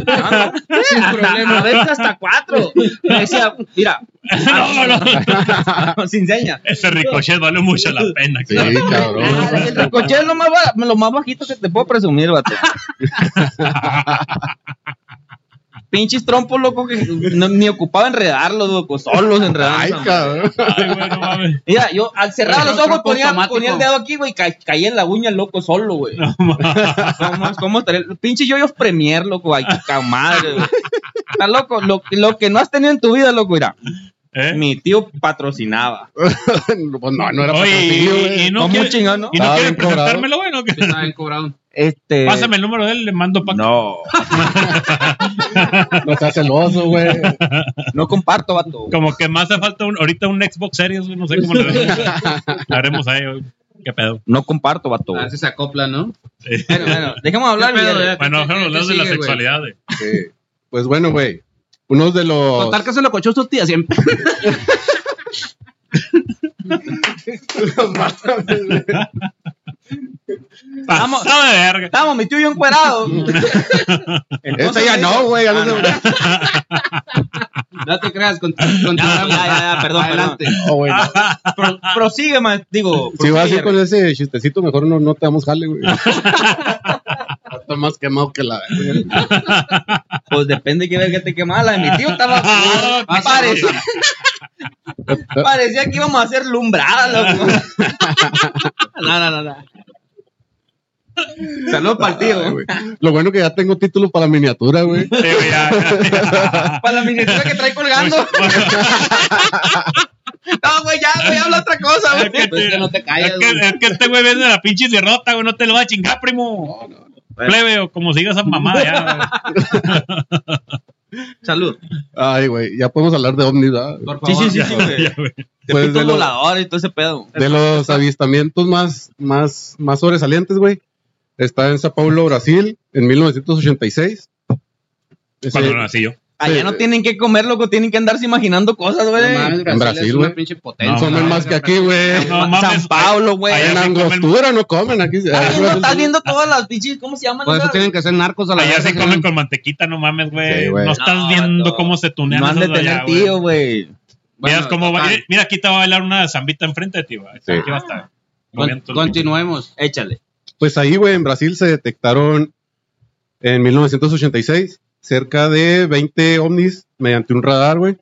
Speaker 3: Sin problema. A veces hasta cuatro. Me decía, mira,
Speaker 2: No, no,
Speaker 3: sin seña.
Speaker 2: Ese ricochet vale mucho la pena,
Speaker 5: Sí,
Speaker 2: claro.
Speaker 3: Ah,
Speaker 5: cabrón.
Speaker 3: El ricochet es lo más, ba- lo más bajito que te puedo presumir, vato. Pinches trompos, loco, que no- ni ocupaba enredarlos, loco, solos
Speaker 5: Ay,
Speaker 3: enredándose.
Speaker 5: cabrón.
Speaker 2: Ay, güey, no
Speaker 3: [laughs]
Speaker 2: mames.
Speaker 3: Mira, yo al cerrar
Speaker 4: Pero
Speaker 3: los ojos
Speaker 4: trompo
Speaker 3: ponía,
Speaker 4: automático.
Speaker 3: ponía el dedo aquí, güey, ca- caía en la uña loco solo, güey. ¿Cómo, cómo estaría? Pinche yoyos premier, loco, ay, ca madre, güey. Está loco, lo, lo que no has tenido en tu vida, loco, mira.
Speaker 2: ¿Eh?
Speaker 3: Mi tío patrocinaba.
Speaker 5: Pues no, no era
Speaker 2: Oye, y,
Speaker 5: patrocinio,
Speaker 2: y- y
Speaker 5: güey.
Speaker 2: no
Speaker 3: Con
Speaker 2: quiere,
Speaker 3: un chingón, ¿no?
Speaker 2: y no
Speaker 5: Ah,
Speaker 2: quiere
Speaker 5: bien cobrado.
Speaker 2: presentármelo, güey, ¿no?
Speaker 4: Está bien cobrado.
Speaker 3: Este.
Speaker 2: Pásame el número de él, le mando pa'
Speaker 3: No,
Speaker 5: No seas celoso, güey.
Speaker 3: no comparto, vato.
Speaker 2: Como que más hace falta un, ahorita un Xbox Series, güey, no sé cómo le haremos ahí, güey. ¿Qué pedo?
Speaker 3: No comparto, vato.
Speaker 4: A ver si se acopla, ¿no?
Speaker 3: Bueno, bueno, dejemos hablar.
Speaker 4: ¿Qué pedo,
Speaker 3: Miguel.
Speaker 4: eh?
Speaker 2: Bueno,
Speaker 4: ¿Qué- qué-
Speaker 2: los
Speaker 4: qué
Speaker 2: de la
Speaker 4: sigue, güey?
Speaker 2: sexualidad, güey.
Speaker 5: Sí. Pues bueno, güey. Uno de los.
Speaker 4: Total que se lo cochó su tía siempre.
Speaker 2: [laughs]
Speaker 3: Vamos.
Speaker 2: Pasado de verga.
Speaker 3: Estamos, mi tío y yo encuerado.
Speaker 5: Ese ya no, güey.
Speaker 2: Ah,
Speaker 5: ya no se-
Speaker 4: No te creas. Con, con-
Speaker 3: [laughs] Ya, ya, ya, perdón,
Speaker 4: Adelante.
Speaker 5: Oh, bueno.
Speaker 2: Ah,
Speaker 3: Pro- prosigue, más, digo.
Speaker 5: Si vas
Speaker 3: prosigue,
Speaker 5: así con ese chistecito, mejor no, no te damos
Speaker 2: [laughs]
Speaker 5: jale, güey. Está más quemado que la. verga.
Speaker 3: Pues depende de qué verga te quemaba. La de mi tío estaba.
Speaker 2: Ah, qué
Speaker 3: parecía,
Speaker 5: [laughs]
Speaker 3: parecía que íbamos a hacer lumbrada, loco. [laughs] No, no, no. no. Saludos para el
Speaker 5: Ay,
Speaker 3: tío.
Speaker 5: güey. Lo bueno que ya tengo título para la miniatura, güey.
Speaker 2: Sí, güey, ya, ya, ya.
Speaker 3: Para la miniatura que trae colgando. No, güey, ya, güey, habla otra cosa,
Speaker 2: Es que
Speaker 3: güey.
Speaker 4: Pues que no te calles,
Speaker 2: es que-
Speaker 4: güey.
Speaker 2: es que este güey viene de la pinche derrota, güey. No te lo va a chingar, primo. Plebe, o como siga esa mamada ya. güey.
Speaker 3: Salud.
Speaker 5: Ay, güey, ya podemos hablar de ovnis, ¿verdad?
Speaker 4: Por
Speaker 3: Sí,
Speaker 4: favor.
Speaker 3: [laughs] sí, sí,
Speaker 2: Ya,
Speaker 3: sí, güey.
Speaker 2: ya, güey.
Speaker 3: De
Speaker 5: Pues,
Speaker 3: pito
Speaker 5: de lo-
Speaker 3: volador y todo ese pedo.
Speaker 5: De los avistamientos más, más, más sobresalientes, güey. Está en Sao Paulo, Brasil, en 1986. Ese-
Speaker 2: Cuando nací yo.
Speaker 3: Allá
Speaker 5: Sí.
Speaker 3: no tienen que comer, loco, tienen que andarse imaginando cosas,
Speaker 4: No
Speaker 3: güey.
Speaker 4: mames,
Speaker 5: En
Speaker 4: Brasil es
Speaker 5: Brasil,
Speaker 4: una
Speaker 5: güey.
Speaker 4: pinche
Speaker 2: No,
Speaker 4: potencia.
Speaker 5: comen
Speaker 4: güey.
Speaker 5: más que aquí, güey.
Speaker 2: No mames,
Speaker 3: San Pablo, güey.
Speaker 2: allá
Speaker 5: En
Speaker 2: sí comen-
Speaker 5: Angostura no comen aquí.
Speaker 3: Estás
Speaker 5: Ay,
Speaker 3: viendo,
Speaker 5: güey,
Speaker 3: estás viendo todas las pinches, ¿cómo se llaman?
Speaker 4: Por eso
Speaker 3: esas?
Speaker 4: tienen que ser narcos a la ¿eh?
Speaker 2: Allá
Speaker 4: verga,
Speaker 2: se
Speaker 4: güey.
Speaker 2: comen con mantequita, no mames, güey.
Speaker 5: Sí, güey.
Speaker 2: no estás
Speaker 3: No,
Speaker 2: viendo
Speaker 3: vato.
Speaker 2: cómo se tunean
Speaker 3: No han de
Speaker 2: esos de allá,
Speaker 3: tener
Speaker 2: güey.
Speaker 3: tío, güey.
Speaker 4: Bueno,
Speaker 2: Miras cómo va-
Speaker 4: total,
Speaker 2: eh, Mira, aquí te va a bailar una zambita enfrente de ti, güey.
Speaker 5: Sí.
Speaker 2: Aquí va a estar.
Speaker 4: con-
Speaker 2: Moviendo-
Speaker 4: Continuemos.
Speaker 3: Échale.
Speaker 5: Pues ahí, güey, en Brasil se detectaron en 1986 cerca de 20 ovnis mediante un radar, güey,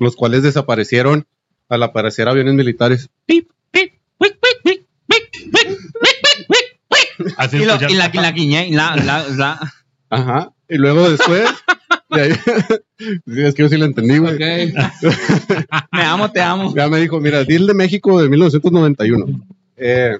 Speaker 5: los cuales desaparecieron al aparecer aviones militares.
Speaker 2: Así
Speaker 4: pues
Speaker 3: Y, lo-
Speaker 2: escuchar-
Speaker 3: y la, y la guiñé, y la, la,
Speaker 4: [laughs]
Speaker 3: la.
Speaker 5: Ajá. Y luego después. [laughs] de ahí- Sí, es que yo sí lo entendí, güey.
Speaker 4: Ok.
Speaker 3: Me amo, te amo.
Speaker 5: Ya me dijo, mira, el deal de México de 1991. Eh,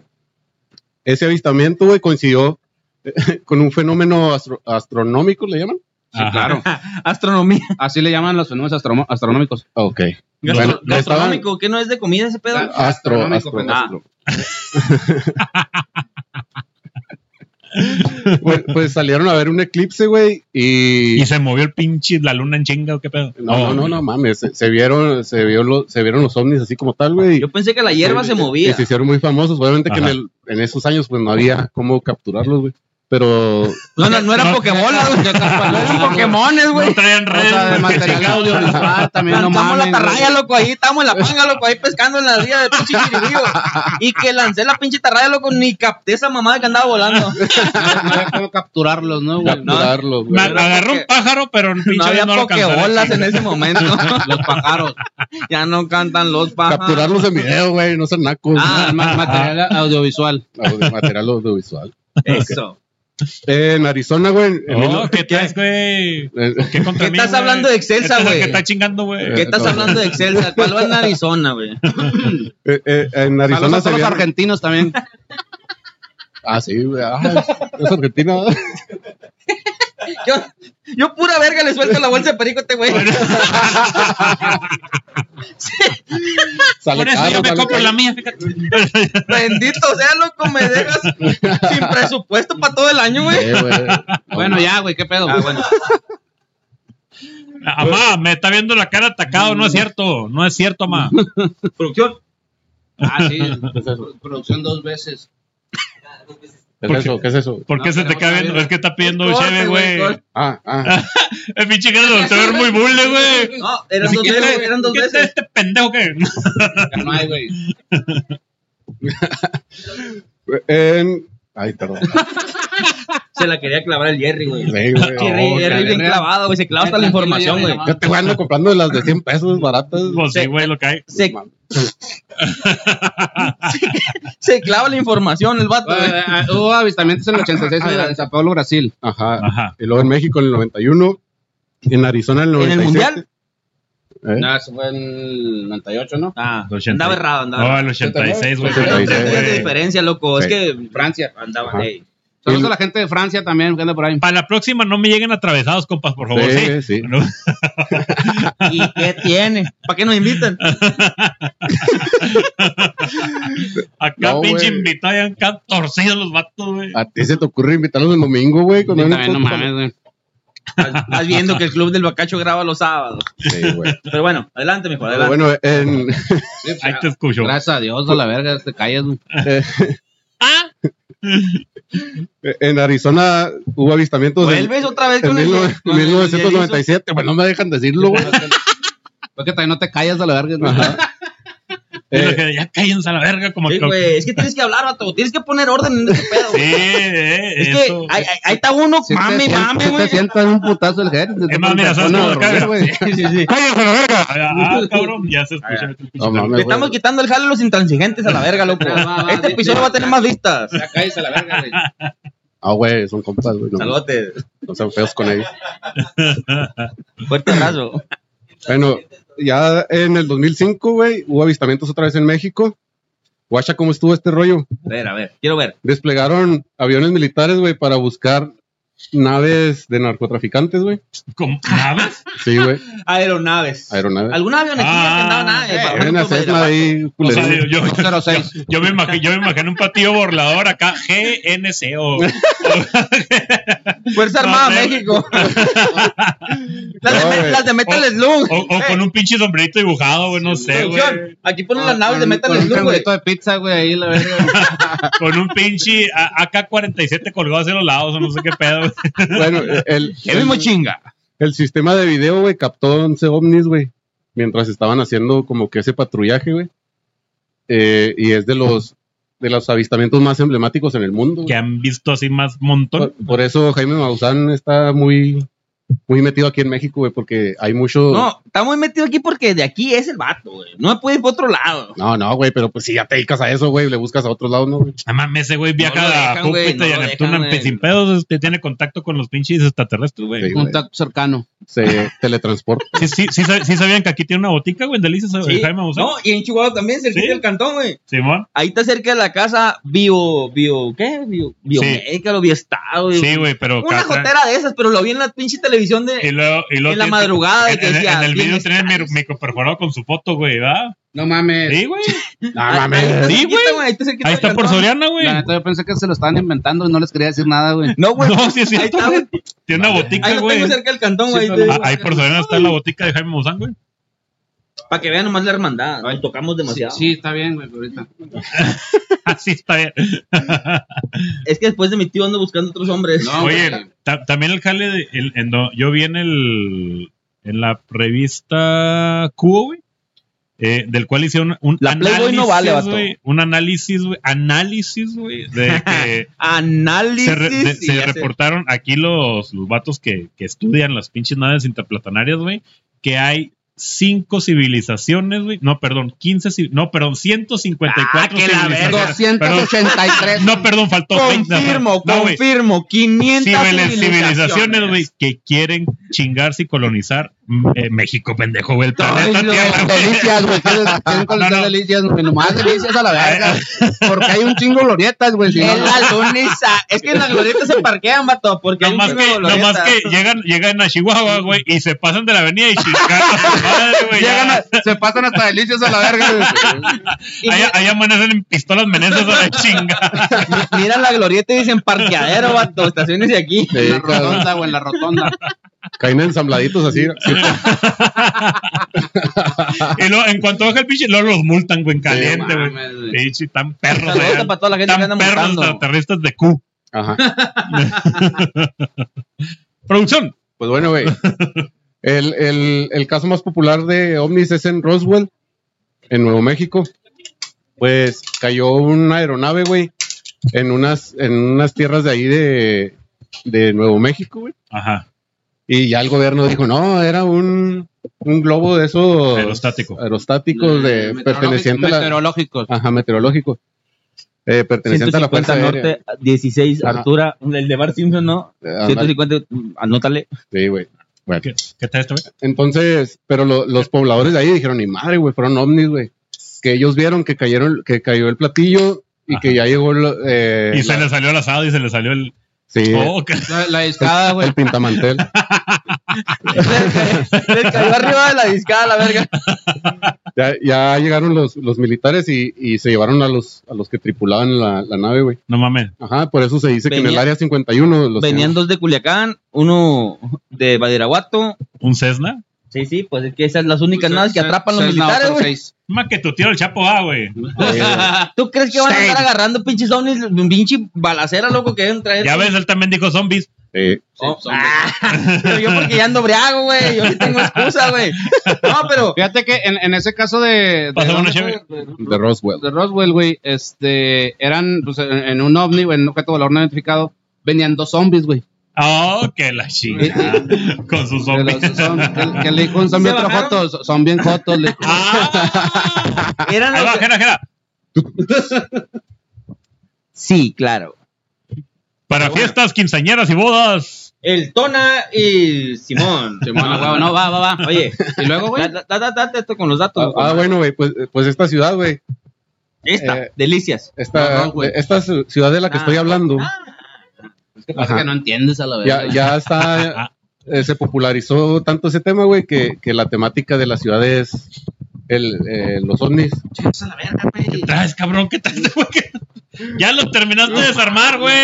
Speaker 5: ese avistamiento, güey, coincidió eh, [laughs] con un fenómeno astro- astronómico, ¿le llaman?
Speaker 4: Sí,
Speaker 2: Ajá.
Speaker 4: claro.
Speaker 3: [laughs] Astronomía.
Speaker 4: Así le llaman los fenómenos astromo- astronómicos.
Speaker 5: Ah, Ok.
Speaker 3: Gastro-
Speaker 5: Bueno, le estaban-
Speaker 3: Gastronómico, ¿qué no es de comida ese pedo?
Speaker 4: Ah,
Speaker 5: Astro,
Speaker 4: Astronómico,
Speaker 5: astro,
Speaker 4: pendejo.
Speaker 5: astro.
Speaker 3: pues, ah.
Speaker 5: [laughs] Bueno, pues salieron a ver un eclipse, güey, y... Oh.
Speaker 2: Y se movió el pinche la luna en chinga o qué pedo.
Speaker 5: No, no, no, no mames, se, se vieron, se, vio lo- se vieron los ovnis así como tal, güey.
Speaker 3: Yo pensé que la hierba se
Speaker 5: Y
Speaker 3: movía.
Speaker 5: se hicieron muy famosos, obviamente que en,
Speaker 2: Ajá.
Speaker 5: el- en esos años pues no había cómo
Speaker 3: [laughs]
Speaker 5: capturarlos, güey. Pero
Speaker 3: No, no, no eran
Speaker 2: No.
Speaker 4: [laughs]
Speaker 3: Pokébolas, güey. No eran Pokémones,
Speaker 2: No
Speaker 3: güey.
Speaker 2: traían
Speaker 4: O
Speaker 2: redes.
Speaker 4: sea, de
Speaker 2: güey, qué
Speaker 4: material
Speaker 2: chingados. [laughs]
Speaker 4: audiovisual también, no
Speaker 3: Estamos en la
Speaker 4: mames, güey.
Speaker 3: tarraya, loco, ahí estamos en la panga, loco, ahí pescando en la ría de pinche Chiribío. Y que lancé la pinche tarraya, loco, ni capté esa mamada que
Speaker 4: [laughs]
Speaker 3: andaba
Speaker 4: No,
Speaker 3: volando.
Speaker 4: no había cómo capturarlos, ¿no, güey?
Speaker 5: capturarlos,
Speaker 2: Me
Speaker 5: güey.
Speaker 3: Era
Speaker 2: agarró
Speaker 3: porque-
Speaker 2: un pájaro, pero el
Speaker 3: No
Speaker 2: pinche
Speaker 3: había
Speaker 2: avión no lo alcanzó.
Speaker 3: Pokébolas en ese [laughs] momento.
Speaker 4: Los pájaros.
Speaker 3: Ya no cantan los pájaros.
Speaker 5: Capturarlos en video, güey, no son nacos.
Speaker 4: Ah, ma-
Speaker 5: [laughs]
Speaker 4: material audiovisual.
Speaker 5: güey. Ah, Material audiovisual.
Speaker 3: Eso.
Speaker 5: Eh, en Arizona, güey. en
Speaker 2: Oh, ¿qué traes, güey?
Speaker 5: mil-
Speaker 2: ¿Qué, contra
Speaker 3: ¿Qué
Speaker 2: mí,
Speaker 3: estás
Speaker 2: güey?
Speaker 3: hablando de Excelsa,
Speaker 2: Este es el
Speaker 3: güey?
Speaker 2: que está chingando,
Speaker 5: Eh,
Speaker 2: güey?
Speaker 3: ¿Qué estás
Speaker 5: no.
Speaker 3: hablando de Excelsa? ¿Cuál va en Arizona, güey?
Speaker 5: eh, eh, en Arizona
Speaker 4: Saludos a
Speaker 5: se
Speaker 4: todos los
Speaker 5: vieron-
Speaker 4: argentinos también.
Speaker 5: Ah, sí, güey. Ah, es Argentina.
Speaker 3: [laughs] Yo, yo pura verga le suelto la bolsa de perico a este güey.
Speaker 5: [laughs] Sale
Speaker 2: Por eso
Speaker 5: caro,
Speaker 2: yo me
Speaker 5: sale
Speaker 2: compro
Speaker 5: caro.
Speaker 2: la mía, fíjate.
Speaker 3: [laughs] [laughs] Bendito sea, loco, me dejas sin presupuesto para todo el año, güey.
Speaker 5: Sí, güey.
Speaker 4: Bueno, ya, güey, qué pedo.
Speaker 3: Ah, bueno.
Speaker 2: Amá, me está viendo la cara atacado, no es cierto, no es cierto,
Speaker 3: [laughs]
Speaker 2: amá.
Speaker 3: Producción.
Speaker 4: Ah, sí. Producción dos veces.
Speaker 5: ¿Qué es eso? ¿Qué es eso?
Speaker 2: ¿Por qué
Speaker 4: No,
Speaker 2: se te
Speaker 4: tenemos
Speaker 2: queda
Speaker 4: una
Speaker 2: viendo?
Speaker 4: vida.
Speaker 2: Es que está pidiendo
Speaker 3: Corte,
Speaker 2: cheve,
Speaker 3: güey,
Speaker 2: güey.
Speaker 3: corte.
Speaker 5: Ah, ah.
Speaker 2: [laughs] El pinche cara lo volteó a ver muy bulle, güey.
Speaker 3: No, eran dos
Speaker 2: ¿Qué
Speaker 3: veces,
Speaker 2: trae-
Speaker 3: eran dos
Speaker 2: qué trae
Speaker 3: veces.
Speaker 2: este pendejo que? [laughs]
Speaker 4: Ya no hay, güey.
Speaker 5: En... Ay, perdón.
Speaker 3: [laughs] Se la quería clavar el Jerry, güey. [laughs]
Speaker 5: Sí, güey.
Speaker 3: Jerry,
Speaker 5: No,
Speaker 3: Jerry bien
Speaker 4: Jerry.
Speaker 3: clavado, güey. Se clava hasta la
Speaker 4: Tranquilo,
Speaker 3: información,
Speaker 4: Jerry,
Speaker 3: güey.
Speaker 4: nomás.
Speaker 5: Yo te voy a andar comprando las de 100 pesos baratas.
Speaker 2: Pues sí, güey, lo que hay.
Speaker 3: Se, [laughs] se clava la información el vato, güey.
Speaker 4: Bueno, eh, Hubo avistamientos en el 86
Speaker 3: Ah,
Speaker 4: en Sao Paulo, Brasil.
Speaker 5: Ajá.
Speaker 2: Ajá.
Speaker 5: Y luego en México en el 91. En Arizona en el
Speaker 3: ¿En
Speaker 5: 97.
Speaker 3: el mundial?
Speaker 5: ¿Eh?
Speaker 4: No, eso fue en el 98, ¿no?
Speaker 3: Ah,
Speaker 2: El 80.
Speaker 3: andaba errado, andaba
Speaker 2: No,
Speaker 3: errado.
Speaker 2: Oh, el 86, güey.
Speaker 5: 86,
Speaker 3: Tres días de
Speaker 5: güey.
Speaker 3: diferencia, loco. Es
Speaker 5: Sí.
Speaker 3: que
Speaker 4: Francia.
Speaker 3: andaban
Speaker 5: Ajá.
Speaker 3: ahí.
Speaker 4: Saludos a la gente de Francia también, que anda por ahí.
Speaker 2: Para la próxima no me lleguen atravesados, compas, por favor. Sí,
Speaker 5: Sí, sí.
Speaker 2: No, [laughs]
Speaker 3: ¿Y qué tiene? ¿Para qué nos invitan?
Speaker 2: Acá
Speaker 5: No,
Speaker 2: pinche
Speaker 5: güey. Ah,
Speaker 2: invitado, ya acá torcidos los vatos, güey.
Speaker 5: A ti se te ocurre invitarlos el domingo, güey.
Speaker 3: Pues,
Speaker 5: con
Speaker 4: Sí,
Speaker 5: una
Speaker 4: también, no
Speaker 5: copa?
Speaker 4: mames, güey.
Speaker 3: Estás viendo que el club del Bacacho graba los sábados.
Speaker 5: Sí, güey.
Speaker 3: Pero bueno, adelante, mijo,
Speaker 5: Pero
Speaker 3: adelante.
Speaker 5: bueno, en, [laughs]
Speaker 2: Ahí te escucho.
Speaker 4: pues, Gracias a Dios, a la verga, te calles, güey.
Speaker 2: Ah,
Speaker 5: en Arizona hubo avistamientos pues, en,
Speaker 3: Vuelves otra vez
Speaker 5: en
Speaker 3: con el.
Speaker 5: 19-
Speaker 3: con el-
Speaker 5: 1997. Bueno, no me dejan decirlo, güey.
Speaker 4: Porque también no te callas a la verga, [laughs] güey.
Speaker 2: y lo
Speaker 5: Eh,
Speaker 2: que ya cállense a la verga, como
Speaker 3: Sí,
Speaker 2: que.
Speaker 3: güey, es que tienes que hablar, vato. Tienes que poner orden en este pedo.
Speaker 2: Sí,
Speaker 3: güey.
Speaker 2: eh,
Speaker 3: Es que
Speaker 2: eso.
Speaker 3: ahí, ahí- ahey está uno,
Speaker 4: Si
Speaker 3: mame,
Speaker 4: te, sien-
Speaker 3: mame,
Speaker 4: si te
Speaker 3: güey.
Speaker 4: sientas un putazo el jefe.
Speaker 2: Es más, mira, ¿sabes cómo caga?
Speaker 3: Sí, sí, sí.
Speaker 2: ¡Cállense a la verga! Ah, cabrón, ya se escucha. el pinche
Speaker 5: Ah, no mames,
Speaker 3: Le
Speaker 5: güey.
Speaker 3: estamos quitando el jale a los intransigentes a la verga, [laughs] loco.
Speaker 4: Va, va, va,
Speaker 3: Este
Speaker 4: sí,
Speaker 3: episodio
Speaker 4: sí.
Speaker 3: va a tener más vistas.
Speaker 4: Ya calles a la verga, güey.
Speaker 5: Ah, güey, son compas, güey. No,
Speaker 3: Saludotes.
Speaker 5: no sean feos con ellos.
Speaker 3: Fuerte abrazo.
Speaker 5: Bueno, ya en el 2005, güey, hubo avistamientos otra vez en México. Guacha, ¿cómo estuvo este rollo?
Speaker 3: A ver, a ver, quiero ver.
Speaker 5: Desplegaron aviones militares, güey, para buscar naves de narcotraficantes, güey.
Speaker 2: ¿Cómo? ¿Naves?
Speaker 5: Sí, güey.
Speaker 3: Aeronaves.
Speaker 5: Aeronaves.
Speaker 3: ¿Alguna avionetilla
Speaker 2: Ah,
Speaker 3: que andaba nada?
Speaker 5: Eh,
Speaker 3: eh, para
Speaker 5: una
Speaker 3: un grupo de
Speaker 5: Cessna ahí,
Speaker 2: O sea,
Speaker 5: culerón.
Speaker 2: yo, yo- yo-
Speaker 4: 06.
Speaker 2: yo me imagino, yo me imagino un patillo borlador acá, GNC o
Speaker 3: Fuerza
Speaker 2: No,
Speaker 3: Armada
Speaker 2: güey.
Speaker 3: México. las,
Speaker 5: No,
Speaker 3: de,
Speaker 5: güey.
Speaker 3: Met- las de Metal Slug.
Speaker 2: O, o
Speaker 3: Eh,
Speaker 2: con un pinche sombrerito dibujado, güey, no sé, güey.
Speaker 3: producción, Aquí ponen las
Speaker 4: Ah,
Speaker 3: naves de
Speaker 4: con-
Speaker 3: Metal
Speaker 4: con un
Speaker 3: Slug, güey.
Speaker 4: triangulito de pizza, güey, ahí la verga.
Speaker 2: Con un pinche A- AK-47 colgado hacia los lados, o no sé qué pedo. güey.
Speaker 5: Bueno, el,
Speaker 4: El mismo chinga.
Speaker 5: el sistema de video, güey, captó 11 ovnis, güey, mientras estaban haciendo como que ese patrullaje, güey. Eh, y es de los de los avistamientos más emblemáticos en el mundo. güey.
Speaker 2: Que han visto así más montón.
Speaker 5: Por, por eso Jaime Maussan está muy, muy metido aquí en México, güey, porque hay mucho...
Speaker 3: No, está muy metido aquí porque de aquí es el vato, güey. No puede ir por otro lado.
Speaker 5: No, no, güey, pero pues si ya te dedicas a eso, güey, le buscas a otros lados, ¿no, güey?
Speaker 2: Ah, mames, ese güey viaja
Speaker 3: lo dejan,
Speaker 2: a
Speaker 3: güey,
Speaker 2: Júpiter
Speaker 3: no
Speaker 2: y a
Speaker 3: lo
Speaker 2: Neptuno
Speaker 3: dejan,
Speaker 2: en-
Speaker 3: güey.
Speaker 2: sin pedos, este, tiene contacto con los pinches extraterrestres, güey.
Speaker 5: Sí.
Speaker 4: Contacto cercano.
Speaker 2: [laughs]
Speaker 5: Se teletransporta.
Speaker 2: Sí, sí, sí, sab- sí sabían que aquí tiene una botica, güey, en Delicias,
Speaker 3: Sí.
Speaker 2: Jaime Maussan.
Speaker 3: No, y en Chihuahua también, cerquita
Speaker 2: Sí.
Speaker 3: del cantón, güey.
Speaker 2: Simón.
Speaker 3: Ahí está cerca de la casa bio, bio, ¿qué? Bio, biomédica, lo bioestado.
Speaker 2: Sí, güey, pero.
Speaker 3: Pues, Una
Speaker 2: cada-
Speaker 3: jotera de esas, pero lo vi en la pinche televisión
Speaker 2: Y
Speaker 3: de...
Speaker 2: luego, y luego
Speaker 3: en la
Speaker 2: tiene-
Speaker 3: madrugada
Speaker 2: en,
Speaker 3: que
Speaker 2: en-
Speaker 3: decía,
Speaker 2: en el
Speaker 3: bien
Speaker 2: video tiene mi, microperforado con su foto, güey, ¿verdad?
Speaker 4: No mames.
Speaker 2: Sí, güey.
Speaker 5: Ah,
Speaker 3: Ahí-
Speaker 5: mames.
Speaker 2: Sí,
Speaker 3: ahí
Speaker 2: güey.
Speaker 3: está, Ahí está, cerquita
Speaker 2: Ahí
Speaker 3: del
Speaker 2: está por
Speaker 3: cantón.
Speaker 2: Soriana, güey.
Speaker 4: La neta, yo pensé que se lo estaban inventando y no les quería decir nada, güey.
Speaker 3: No, güey.
Speaker 2: No, sí es
Speaker 3: [laughs] ahí
Speaker 2: cierto,
Speaker 3: está,
Speaker 2: güey.
Speaker 3: güey.
Speaker 2: Tiene una
Speaker 3: Ahí
Speaker 2: botica,
Speaker 3: lo
Speaker 2: güey.
Speaker 3: tengo cerca del cantón, güey.
Speaker 4: Sí,
Speaker 3: ahí te-
Speaker 2: Ah, Ahí por Soriana está la botica de Jaime Maussan, güey. [laughs]
Speaker 3: Para que vean nomás la hermandad. Ay, tocamos demasiado.
Speaker 4: Sí, está bien, güey, pero ahorita.
Speaker 2: Así está bien.
Speaker 3: Es que después de mi tío ando buscando otros hombres.
Speaker 4: No,
Speaker 2: Oye,
Speaker 4: güey.
Speaker 2: ta- también el jale de, el- en do- yo vi en el en la revista Cubo, güey, eh, del cual hicieron un
Speaker 3: La Playboy no vale, vato.
Speaker 2: güey, un análisis, güey, análisis, güey, de
Speaker 3: [laughs]
Speaker 2: que
Speaker 3: Análisis.
Speaker 2: se, re- de-
Speaker 3: y
Speaker 2: se
Speaker 3: ya sé.
Speaker 2: reportaron aquí los, los vatos que, que estudian las pinches naves interplatanarias, güey, que hay cinco civilizaciones, güey, no, perdón, 15, civi- no, perdón, 154
Speaker 3: Ah, que la verga.
Speaker 2: civilizaciones. Perdón,
Speaker 4: 283.
Speaker 2: no, perdón, faltó 20.
Speaker 3: Confirmo,
Speaker 2: No, güey,
Speaker 3: confirmo. 500
Speaker 2: Civili-
Speaker 3: civilizaciones,
Speaker 2: civilizaciones, güey, que quieren chingarse y colonizar mm, eh, México, pendejo, güey, el planeta Tierra, güey.
Speaker 4: Delicias, güey. Tienen tienen con
Speaker 2: No,
Speaker 4: las
Speaker 2: no.
Speaker 4: delicias, güey. Nomás delicias a la
Speaker 2: [laughs]
Speaker 4: verga. Porque hay un chingo glorietas, güey. Si no,
Speaker 3: En la lunesa. Es que en la glorieta se parquean, vato. Porque hay un
Speaker 2: Nomás
Speaker 3: chingo de
Speaker 2: que,
Speaker 3: glorietas.
Speaker 2: nomás que llegan, llegan a Chihuahua, güey, y se pasan de la avenida y chingar a
Speaker 3: [laughs]
Speaker 2: su madre, güey. ya.
Speaker 4: llegan a- se pasan hasta delicias a la
Speaker 2: [laughs]
Speaker 4: verga. güey.
Speaker 3: Y
Speaker 2: Ahí, ahí amanecen en pistolas meneses a
Speaker 3: [laughs]
Speaker 2: la chingada.
Speaker 3: mi- Miran la glorieta y dicen parqueadero, vato. Estaciones de aquí.
Speaker 5: Sí,
Speaker 4: En la
Speaker 5: claro.
Speaker 4: rotonda, güey, en la [laughs] rotonda.
Speaker 5: Caen ensambladitos así. así.
Speaker 2: Y luego, en cuanto baja el pinche, luego los multan, güey, en caliente, güey.
Speaker 4: mames, güey.
Speaker 2: Pinche, tan perros,
Speaker 3: Saludos
Speaker 2: güey.
Speaker 3: para toda la gente que anda
Speaker 2: Tan perros
Speaker 3: montando.
Speaker 2: extraterrestres de Q.
Speaker 5: Ajá.
Speaker 2: Producción.
Speaker 5: Pues
Speaker 2: [laughs]
Speaker 5: bueno, güey. El, el- el caso más popular de ovnis es en Roswell, en Nuevo México. Pues cayó una aeronave, güey, en unas, en unas tierras de ahí de, de Nuevo México, güey.
Speaker 2: Ajá,
Speaker 5: Y ya el gobierno dijo, no, era un, un globo de esos
Speaker 2: aerostático.
Speaker 5: aerostáticos de,
Speaker 4: Mm, Meteorológico-
Speaker 5: perteneciente a la...
Speaker 4: Meteorológicos.
Speaker 5: Ajá, meteorológico. Eh, perteneciente a la
Speaker 3: 150
Speaker 5: Fuerza Aérea.
Speaker 3: Norte, 16,
Speaker 5: Ajá.
Speaker 3: altura, el de Bar Simpson, ¿no?
Speaker 5: Eh, ándale.
Speaker 3: 150,
Speaker 5: [laughs]
Speaker 3: anótale.
Speaker 5: Sí, güey. Bueno.
Speaker 2: ¿Qué, ¿Qué tal esto, güey?
Speaker 5: Entonces, pero lo- los pobladores de ahí dijeron, ni madre, güey, fueron ovnis, güey. Que ellos vieron que cayeron, que cayó el platillo y
Speaker 2: Ajá.
Speaker 5: que ya llegó lo- eh,
Speaker 2: Y se
Speaker 5: la-
Speaker 2: le salió el asado y se le salió el.
Speaker 5: sí,
Speaker 2: Oh, qué-
Speaker 4: La, la discada, güey.
Speaker 2: [laughs]
Speaker 5: el pintamantel.
Speaker 3: Le cayó arriba de la discada, la verga.
Speaker 5: Pues ya, ya llegaron los, los militares y, y se llevaron a los, a los que tripulaban la, la nave, güey.
Speaker 2: No mames.
Speaker 5: Ajá, por eso se dice que en el
Speaker 3: Venía-
Speaker 5: área 51 los
Speaker 3: Venían
Speaker 5: tenían.
Speaker 3: dos de Culiacán, uno de Badiraguato.
Speaker 2: ¿Un Cessna?
Speaker 3: Sí, sí, pues es que esas son las únicas naves que atrapan los
Speaker 4: Seis, no,
Speaker 3: militares,
Speaker 4: otros
Speaker 3: güey.
Speaker 2: [laughs]
Speaker 4: seis.
Speaker 2: Más que tu tío el Chapo va, güey.
Speaker 3: ¿Tú crees que van a estar agarrando pinches ovnis, un pinche balacera, loco, que deben traer?
Speaker 2: Ya ves, él también dijo zombies.
Speaker 5: Sí.
Speaker 3: Oh, ah, [laughs] pero yo porque ya ando briago, güey. Yo sí tengo excusa, güey. No, pero...
Speaker 4: Fíjate que en, en ese caso de. de
Speaker 2: Pásame una
Speaker 4: ¿dónde
Speaker 2: chévere.
Speaker 4: fue? De-
Speaker 5: de Roswell.
Speaker 4: de Roswell, güey, este, eran, pues, en, en un ovni, güey, en un objeto volador no identificado, venían dos zombies, güey.
Speaker 2: Oh, que la
Speaker 4: [laughs]
Speaker 2: chingada. Con sus
Speaker 4: De
Speaker 2: zombies.
Speaker 4: los- son- Que, que le dijo un zombie a
Speaker 3: ¿Se
Speaker 4: otro
Speaker 3: bajaron?
Speaker 4: joto, son bien jotos, le dijo.
Speaker 2: Ah,
Speaker 3: Eran
Speaker 2: ahí
Speaker 3: los
Speaker 2: va,
Speaker 3: que-
Speaker 2: jera, jera.
Speaker 3: Sí, claro.
Speaker 2: Para fiestas, quinceañeras y bodas.
Speaker 3: El Tona y [laughs] Simón.
Speaker 4: Simón, a huevo, no, va, va, va.
Speaker 3: Oye,
Speaker 4: Y luego, güey,
Speaker 3: da- da- da- date esto con los datos.
Speaker 5: Ah, ah, bueno, güey, pues, pues esta ciudad, güey,
Speaker 3: Esta,
Speaker 5: eh,
Speaker 3: delicias.
Speaker 5: esta,
Speaker 4: No, no, güey.
Speaker 5: esta ciudad de la que
Speaker 3: Ah.
Speaker 5: estoy hablando,
Speaker 4: Cosa que no entiendes a la vez.
Speaker 5: Ya, ya está, eh, se popularizó tanto ese tema, güey, que, que la temática de la ciudad es el, eh, los ovnis.
Speaker 4: Chingas a la verga, güey.
Speaker 2: traes, cabrón? ¿Qué tal? [laughs] ya lo terminaste de desarmar,
Speaker 3: [laughs]
Speaker 2: güey.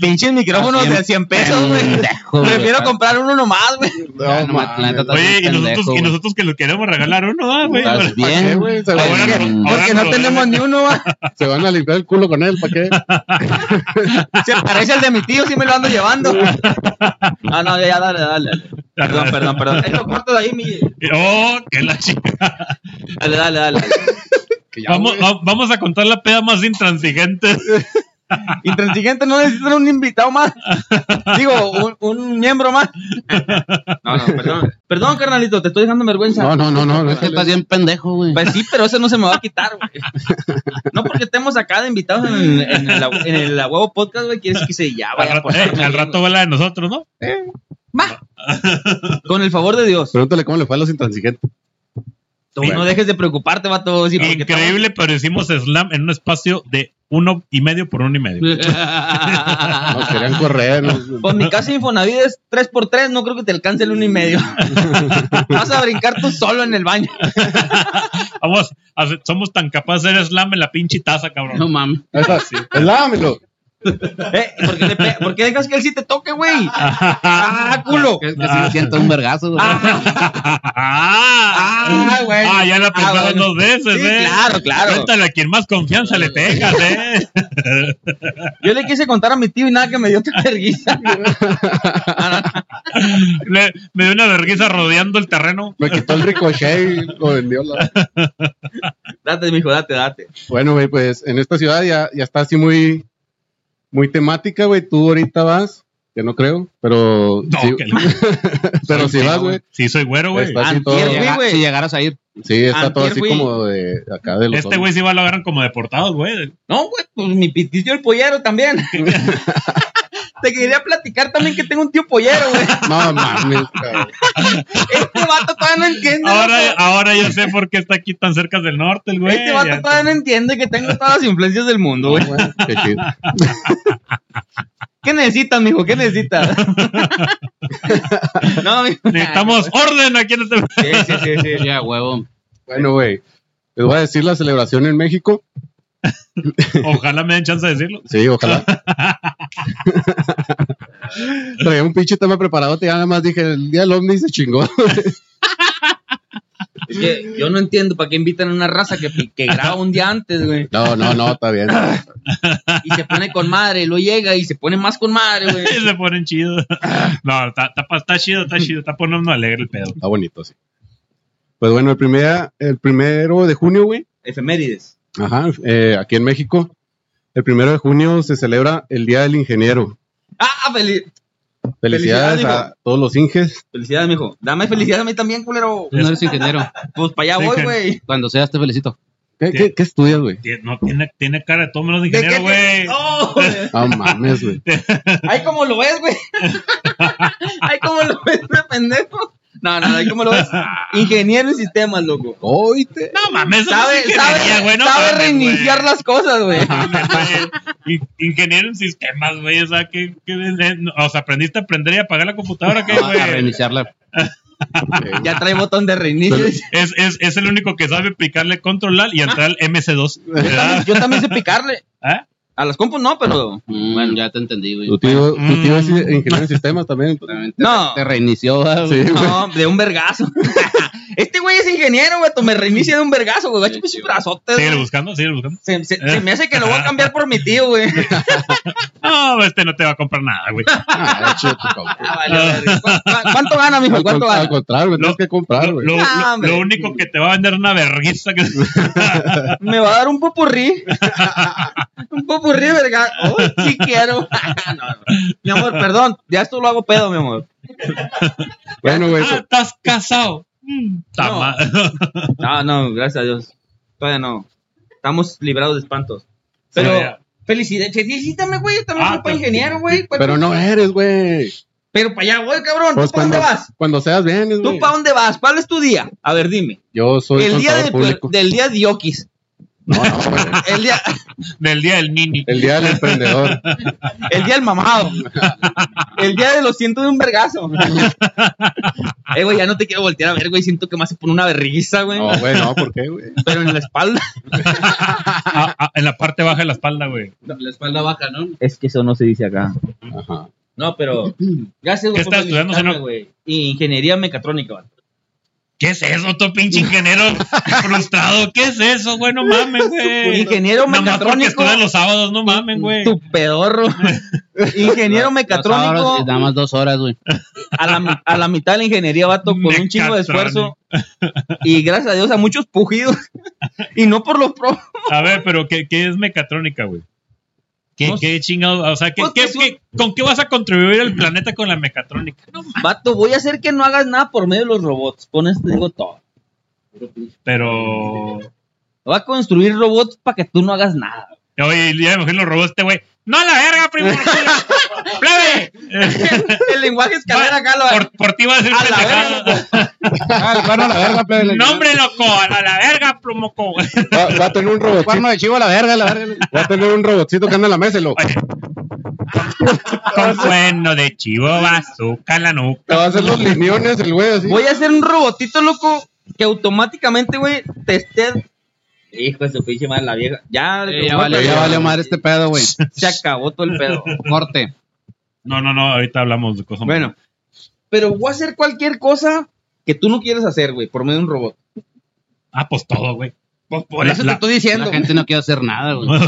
Speaker 3: Pinches micrófonos
Speaker 4: Así
Speaker 3: de 100 pesos, Ah, güey. Ah.
Speaker 4: Pendejo, güey.
Speaker 3: Prefiero comprar uno nomás, güey.
Speaker 4: Ya, no,
Speaker 5: mames.
Speaker 4: la neta, estás
Speaker 2: Oye, y
Speaker 4: bien pendejo,
Speaker 2: nosotros, y
Speaker 4: güey.
Speaker 2: nosotros que lo queremos regalar uno, ah, güey.
Speaker 4: Estás
Speaker 5: ¿Para qué,
Speaker 4: bien.
Speaker 5: güey? Se,
Speaker 4: Ahora
Speaker 5: van-
Speaker 4: que-
Speaker 2: ahora nos
Speaker 3: Porque no
Speaker 2: lo
Speaker 3: tenemos
Speaker 2: regalan.
Speaker 3: ni uno, va.
Speaker 5: se van a limpiar el culo con él, ¿para qué?
Speaker 3: Se parece al de mi tío, sí me lo ando [laughs] llevando. Ah, no, ya, dale, dale. Perdón, perdón, perdón. Esto corto de ahí, mi.
Speaker 2: Oh, que la chica.
Speaker 3: Dale, dale, dale.
Speaker 5: Que ya,
Speaker 2: Vamos,
Speaker 5: güey.
Speaker 2: va- vamos a contar la peda más
Speaker 3: [laughs]
Speaker 2: intransigente.
Speaker 3: Intransigente, no necesitan un invitado más. Digo, un, un miembro más. No, no, perdón. Perdón, carnalito, te estoy dejando vergüenza.
Speaker 5: No, no, no, no. no,
Speaker 4: Es que estás bien pendejo, güey.
Speaker 3: Pues sí, pero eso no se me va a quitar, güey. No porque estemos acá de invitados en, en el, en el La Huevo Podcast, güey, quieres que se
Speaker 2: Al
Speaker 3: ya Ah, vaya pues. a
Speaker 2: rato, eh,
Speaker 3: ponerme
Speaker 2: al
Speaker 3: bien,
Speaker 2: rato va la de nosotros, ¿no?
Speaker 3: güey. Con el favor de Dios.
Speaker 5: Pregúntale cómo le fue a los intransigentes.
Speaker 3: Tú no dejes de preocuparte, vato. Sí, porque
Speaker 2: Increíble, pero hicimos slam en un espacio de uno y medio por uno y medio.
Speaker 5: Nos querían correr. no-
Speaker 3: estamos- [laughs] Pues mi casa Infonavit es 3x3, no creo que te alcance el uno y [laughs] medio. Vas a brincar tú solo en el baño.
Speaker 2: Vamos, hace- somos tan capaces de hacer slam en la pinche taza, cabrón.
Speaker 4: No mames.
Speaker 5: Eso así. Pues, Lámelo.
Speaker 3: Eh, ¿por, qué le pe- por qué dejas que él sí te toque, güey? ¡Ah,
Speaker 4: [laughs]
Speaker 3: culo!
Speaker 4: Que, que sí me siento un vergazo,
Speaker 2: [laughs]
Speaker 4: güey.
Speaker 2: Ah,
Speaker 3: Ah, güey.
Speaker 2: Ah, ya la
Speaker 3: Ah,
Speaker 2: pensaron
Speaker 3: bueno.
Speaker 2: dos veces,
Speaker 3: Sí,
Speaker 2: ¿eh?
Speaker 3: claro, claro.
Speaker 2: Cuéntale a quien más confianza le tengas, ¿eh? [laughs]
Speaker 3: Yo le quise contar a mi tío y nada que me dio otra vergüenza.
Speaker 2: Le- me dio una vergüenza rodeando el terreno.
Speaker 5: Me quitó el ricochet y lo vendió. la-
Speaker 3: Date, mijo, date, date.
Speaker 5: Bueno, güey, pues en esta ciudad ya, ya está así muy, muy temática, güey. Tú ahorita vas, que no creo, pero
Speaker 2: No,
Speaker 5: sí,
Speaker 2: que la-
Speaker 5: pero
Speaker 4: soy
Speaker 5: si vas,
Speaker 4: feo,
Speaker 5: güey.
Speaker 2: Sí, soy güero,
Speaker 3: [laughs]
Speaker 2: güey.
Speaker 5: Está así
Speaker 4: Antier,
Speaker 5: todo.
Speaker 4: si llega-
Speaker 3: güey.
Speaker 4: si llegaras a ir.
Speaker 5: Sí, está todo
Speaker 3: Antier
Speaker 5: así
Speaker 3: fui-
Speaker 5: como de acá de los.
Speaker 2: Este güey sí va a lo agarran como deportados, güey.
Speaker 3: No, güey, pues mi pi- tío el
Speaker 4: [laughs]
Speaker 3: pollero también. Te quería platicar también que tengo un tío pollero, güey.
Speaker 5: No mames, cabrón.
Speaker 3: Este vato todavía no entiende.
Speaker 2: Ahora,
Speaker 3: loco.
Speaker 2: ahora yo sé por qué está aquí tan cerca del norte, el güey.
Speaker 3: este vato
Speaker 2: Ya-
Speaker 3: todavía no entiende que tengo todas las influencias del mundo, güey.
Speaker 5: Bueno, qué chido.
Speaker 3: ¿Qué necesitas, mijo?
Speaker 4: [laughs]
Speaker 3: ¿Qué necesitas? [laughs] no, mijo.
Speaker 2: Necesitamos orden aquí en este.
Speaker 3: Sí, sí, sí, sí.
Speaker 4: Ya, huevo.
Speaker 5: Bueno, güey. Les voy a decir la celebración en México.
Speaker 2: Ojalá me den chance de decirlo.
Speaker 5: Sí, ojalá. Traía un pinche tema preparado, ya nada más dije, el día del ovni se chingó.
Speaker 3: Es que yo no entiendo para qué invitan a una raza que, que graba un día antes, güey.
Speaker 5: No, no, no, está bien.
Speaker 3: Y se pone con madre, lo llega y se pone más con madre, güey.
Speaker 2: Y se ponen chidos. No, está, está, pa- está chido, está chido. Está poniendo alegre el pedo.
Speaker 5: Está bonito, sí. Pues bueno, el, primer, el primero de junio, güey.
Speaker 3: Efemérides.
Speaker 5: Ajá, eh, aquí en México. El primero de junio se celebra el Día del Ingeniero.
Speaker 3: Ah, feliz.
Speaker 5: Felicidades
Speaker 3: Felicidades,
Speaker 5: a todos los Inges.
Speaker 3: Felicidades, mijo. Dame felicidades a mí también, culero.
Speaker 4: Tú no eres ingeniero.
Speaker 3: Pues para allá
Speaker 2: Sí, que-
Speaker 3: voy, güey.
Speaker 4: Cuando seas, te felicito.
Speaker 5: ¿Qué, qué- qué estudias, güey?
Speaker 2: Tie- No, tiene, tiene cara de todo menos de
Speaker 3: ¿De qué
Speaker 2: ingeniero, güey.
Speaker 3: te- No, güey.
Speaker 5: No
Speaker 4: [laughs]
Speaker 5: mames, güey.
Speaker 3: Ahí como lo
Speaker 2: [laughs]
Speaker 3: ves, güey. Ahí como lo ves, güey, pendejo. No, no, ahí como lo ves. Ingeniero en sistemas, loco.
Speaker 5: Oíte.
Speaker 2: No mames, eso no
Speaker 3: Sabe,
Speaker 2: es ingeniería,
Speaker 3: sabe,
Speaker 2: güey. No
Speaker 3: sabe
Speaker 2: mames,
Speaker 3: reiniciar
Speaker 2: güey.
Speaker 3: las cosas, güey.
Speaker 2: In- Ingeniero en sistemas, güey. O sea, ¿qué, qué- o sea, aprendiste a aprender y apagar la computadora, ¿qué,
Speaker 4: A
Speaker 2: güey?
Speaker 4: reiniciarla.
Speaker 5: Ya.
Speaker 3: Ya trae botón de reinicio.
Speaker 2: Es, es, es el único que sabe picarle control al y entrar al MC2. ¿verdad?
Speaker 3: Yo también sé picarle.
Speaker 2: ¿Eh?
Speaker 3: A las compus no, pero.
Speaker 4: Mm, Bueno, ya te entendí, güey.
Speaker 5: Tu tío, tu tío es
Speaker 2: Mm.
Speaker 5: ingeniero en sistemas también.
Speaker 4: También te-
Speaker 3: No.
Speaker 4: Te reinició,
Speaker 5: Sí,
Speaker 4: güey.
Speaker 5: güey.
Speaker 3: No, de un vergazo. Este güey es ingeniero, güey. Me reinicia de un vergazo, güey. Gacho, pinche brazote,
Speaker 2: Sigue
Speaker 3: güey.
Speaker 2: buscando, sigue buscando.
Speaker 3: Se, se- se me hace que lo voy a cambiar por mi tío, güey.
Speaker 2: No, este no te va a comprar nada, güey.
Speaker 5: Ah, chido, tu
Speaker 3: [laughs]
Speaker 5: cabrón.
Speaker 3: Ah, vale, vale. ¿Cu- cu- ¿Cuánto gana, mijo?
Speaker 5: Al,
Speaker 3: ¿Cuánto
Speaker 5: con- al
Speaker 3: gana?
Speaker 5: contrario, me tienes que comprar,
Speaker 2: Lo,
Speaker 5: güey.
Speaker 2: lo-
Speaker 3: No,
Speaker 2: lo-
Speaker 3: Ah, hombre.
Speaker 2: lo único que te va a vender una vergüenza
Speaker 3: [laughs]
Speaker 2: que
Speaker 3: Me va a dar un popurrí. un popurrí, verga. Oh, sí quiero. [laughs] No, no. Mi amor, perdón. Ya esto lo hago pedo, mi amor.
Speaker 5: Bueno, güey.
Speaker 2: Ah,
Speaker 5: pues,
Speaker 2: [laughs] estás casado. Mm, ta
Speaker 3: No.
Speaker 2: ma- [laughs]
Speaker 3: No, no, gracias a Dios. Todavía no. Estamos librados de espantos. Pero
Speaker 2: Sí, ya.
Speaker 3: felicidades. Felicítame, güey. Yo también
Speaker 2: Ah,
Speaker 3: soy para
Speaker 2: pero-
Speaker 3: ingeniero, güey. ¿Cuál-
Speaker 5: Pero no eh, eres, güey.
Speaker 3: Pero para allá, güey, cabrón.
Speaker 5: Pues
Speaker 3: pues ¿Tú para dónde
Speaker 5: cuando,
Speaker 3: vas?
Speaker 5: cuando seas bien,
Speaker 3: ¿Tú
Speaker 5: güey.
Speaker 3: para dónde vas? ¿Cuál es tu día? A ver, dime.
Speaker 5: Yo soy
Speaker 3: El día
Speaker 5: contador
Speaker 3: de-
Speaker 5: público.
Speaker 3: del día de Diokis.
Speaker 5: No, no, güey.
Speaker 3: [laughs] El día,
Speaker 2: Del día del mini.
Speaker 5: El día del emprendedor.
Speaker 3: el día del mamado. El día de los cientos de un vergazo. Eh, güey, ya no te quiero voltear a ver, güey. Siento que más se pone una berriza, güey.
Speaker 5: No, güey, no, ¿por qué, güey?
Speaker 3: Pero en la espalda.
Speaker 2: Ah, ah, en la parte baja de la espalda, güey.
Speaker 6: La espalda baja, ¿no?
Speaker 3: Es que eso no se dice acá.
Speaker 5: Ajá.
Speaker 3: No, pero. Gracias,
Speaker 2: ¿Qué
Speaker 3: güey. por
Speaker 2: estás estudiando,
Speaker 3: felicitarme,
Speaker 2: señor?
Speaker 3: güey. Ingeniería mecatrónica, vato.
Speaker 2: ¿Qué es eso, otro pinche
Speaker 3: [laughs]
Speaker 2: ingeniero frustrado? ¿Qué es eso, güey? No mames, güey.
Speaker 3: Ingeniero
Speaker 2: Nomás porque
Speaker 3: mecatrónico.
Speaker 2: estudian los sábados, no mames, güey.
Speaker 3: Tu pedorro. Ingeniero
Speaker 6: Los
Speaker 3: mecatrónico.
Speaker 6: sábados, Nada más dos horas, güey.
Speaker 3: a la, a la mitad de la ingeniería, vato, con un chingo de esfuerzo. Y gracias a Dios a muchos pujidos. Y no por los pro.
Speaker 2: A ver, pero ¿qué, qué es mecatrónica, güey? ¿Qué,
Speaker 3: No
Speaker 2: qué chingados? O sea, ¿qué,
Speaker 3: Pues,
Speaker 2: qué-
Speaker 3: pues,
Speaker 2: qué- ¿con qué vas a contribuir al planeta con la mecatrónica?
Speaker 3: Vato, voy a hacer que no hagas nada por medio de los robots. Con esto digo todo.
Speaker 2: Pero.
Speaker 3: Voy a construir robots para que tú no hagas nada. [laughs]
Speaker 2: Oye, ya me imagino lo robó este güey. ¡No a la verga, primo! ¡Plebe!
Speaker 3: [laughs] El lenguaje es
Speaker 2: Va,
Speaker 3: acá lo
Speaker 2: Por, por ti va a ser
Speaker 3: A la
Speaker 2: pendejada.
Speaker 4: Ah, el cuerno a la verga, plebe. le-
Speaker 2: ¡No, hombre, loco! ¡A la verga, [laughs] promoco!
Speaker 5: Va, va a tener un
Speaker 4: El
Speaker 5: robotcito,
Speaker 4: cuerno de chivo a la verga, la verga.
Speaker 5: va a tener un robotcito que anda en la mesa y lo
Speaker 2: Oye. Con cuerno de chivo, azúcar, la nuca.
Speaker 5: te va a hacer los liniones, el güey, así.
Speaker 3: Voy a hacer un robotito, loco, que automáticamente, güey, te esté. Hijo de su pinche madre, la vieja. Ya,
Speaker 6: Sí, ya
Speaker 3: no,
Speaker 6: vale,
Speaker 3: pero
Speaker 4: Ya valió madre este pedo, güey.
Speaker 3: [laughs] Se acabó
Speaker 2: [laughs]
Speaker 3: todo el pedo.
Speaker 6: [laughs]
Speaker 4: Corte.
Speaker 2: No, no, no, ahorita hablamos de cosas.
Speaker 3: Bueno, pero voy a hacer cualquier cosa que tú no quieres hacer, güey, por medio de un robot.
Speaker 2: Ah, pues todo, güey. Pues por
Speaker 3: Por eso
Speaker 2: [laughs]
Speaker 3: te
Speaker 2: la-
Speaker 3: estoy diciendo.
Speaker 6: La gente no quiere hacer nada, güey.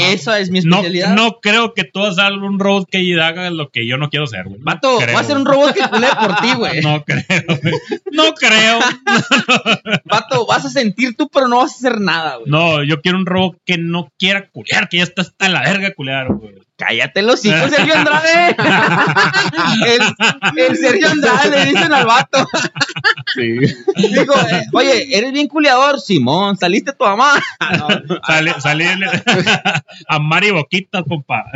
Speaker 6: [laughs]
Speaker 3: Esa es mi
Speaker 2: No,
Speaker 3: especialidad.
Speaker 2: no creo que tú vas a hacer un robot que haga lo que yo no quiero ser, güey. No
Speaker 3: Vato,
Speaker 2: creo.
Speaker 3: voy a hacer un robot que culé por ti, güey.
Speaker 2: No creo, güey. No creo.
Speaker 3: Vato, vas a sentir tú, pero no vas a hacer nada, güey.
Speaker 2: No, yo quiero un robot que no quiera culear, que ya está hasta la verga culear, güey.
Speaker 3: Cállate
Speaker 2: [laughs]
Speaker 3: los hijos, Sergio Andrade. el, el Sergio Andrade le dicen al vato.
Speaker 5: Sí.
Speaker 3: Digo, eh, oye, eres bien culiador, Simón, saliste tu mamá. Ah,
Speaker 2: Sale, sale el- [laughs] a Mari Boquitas, compa.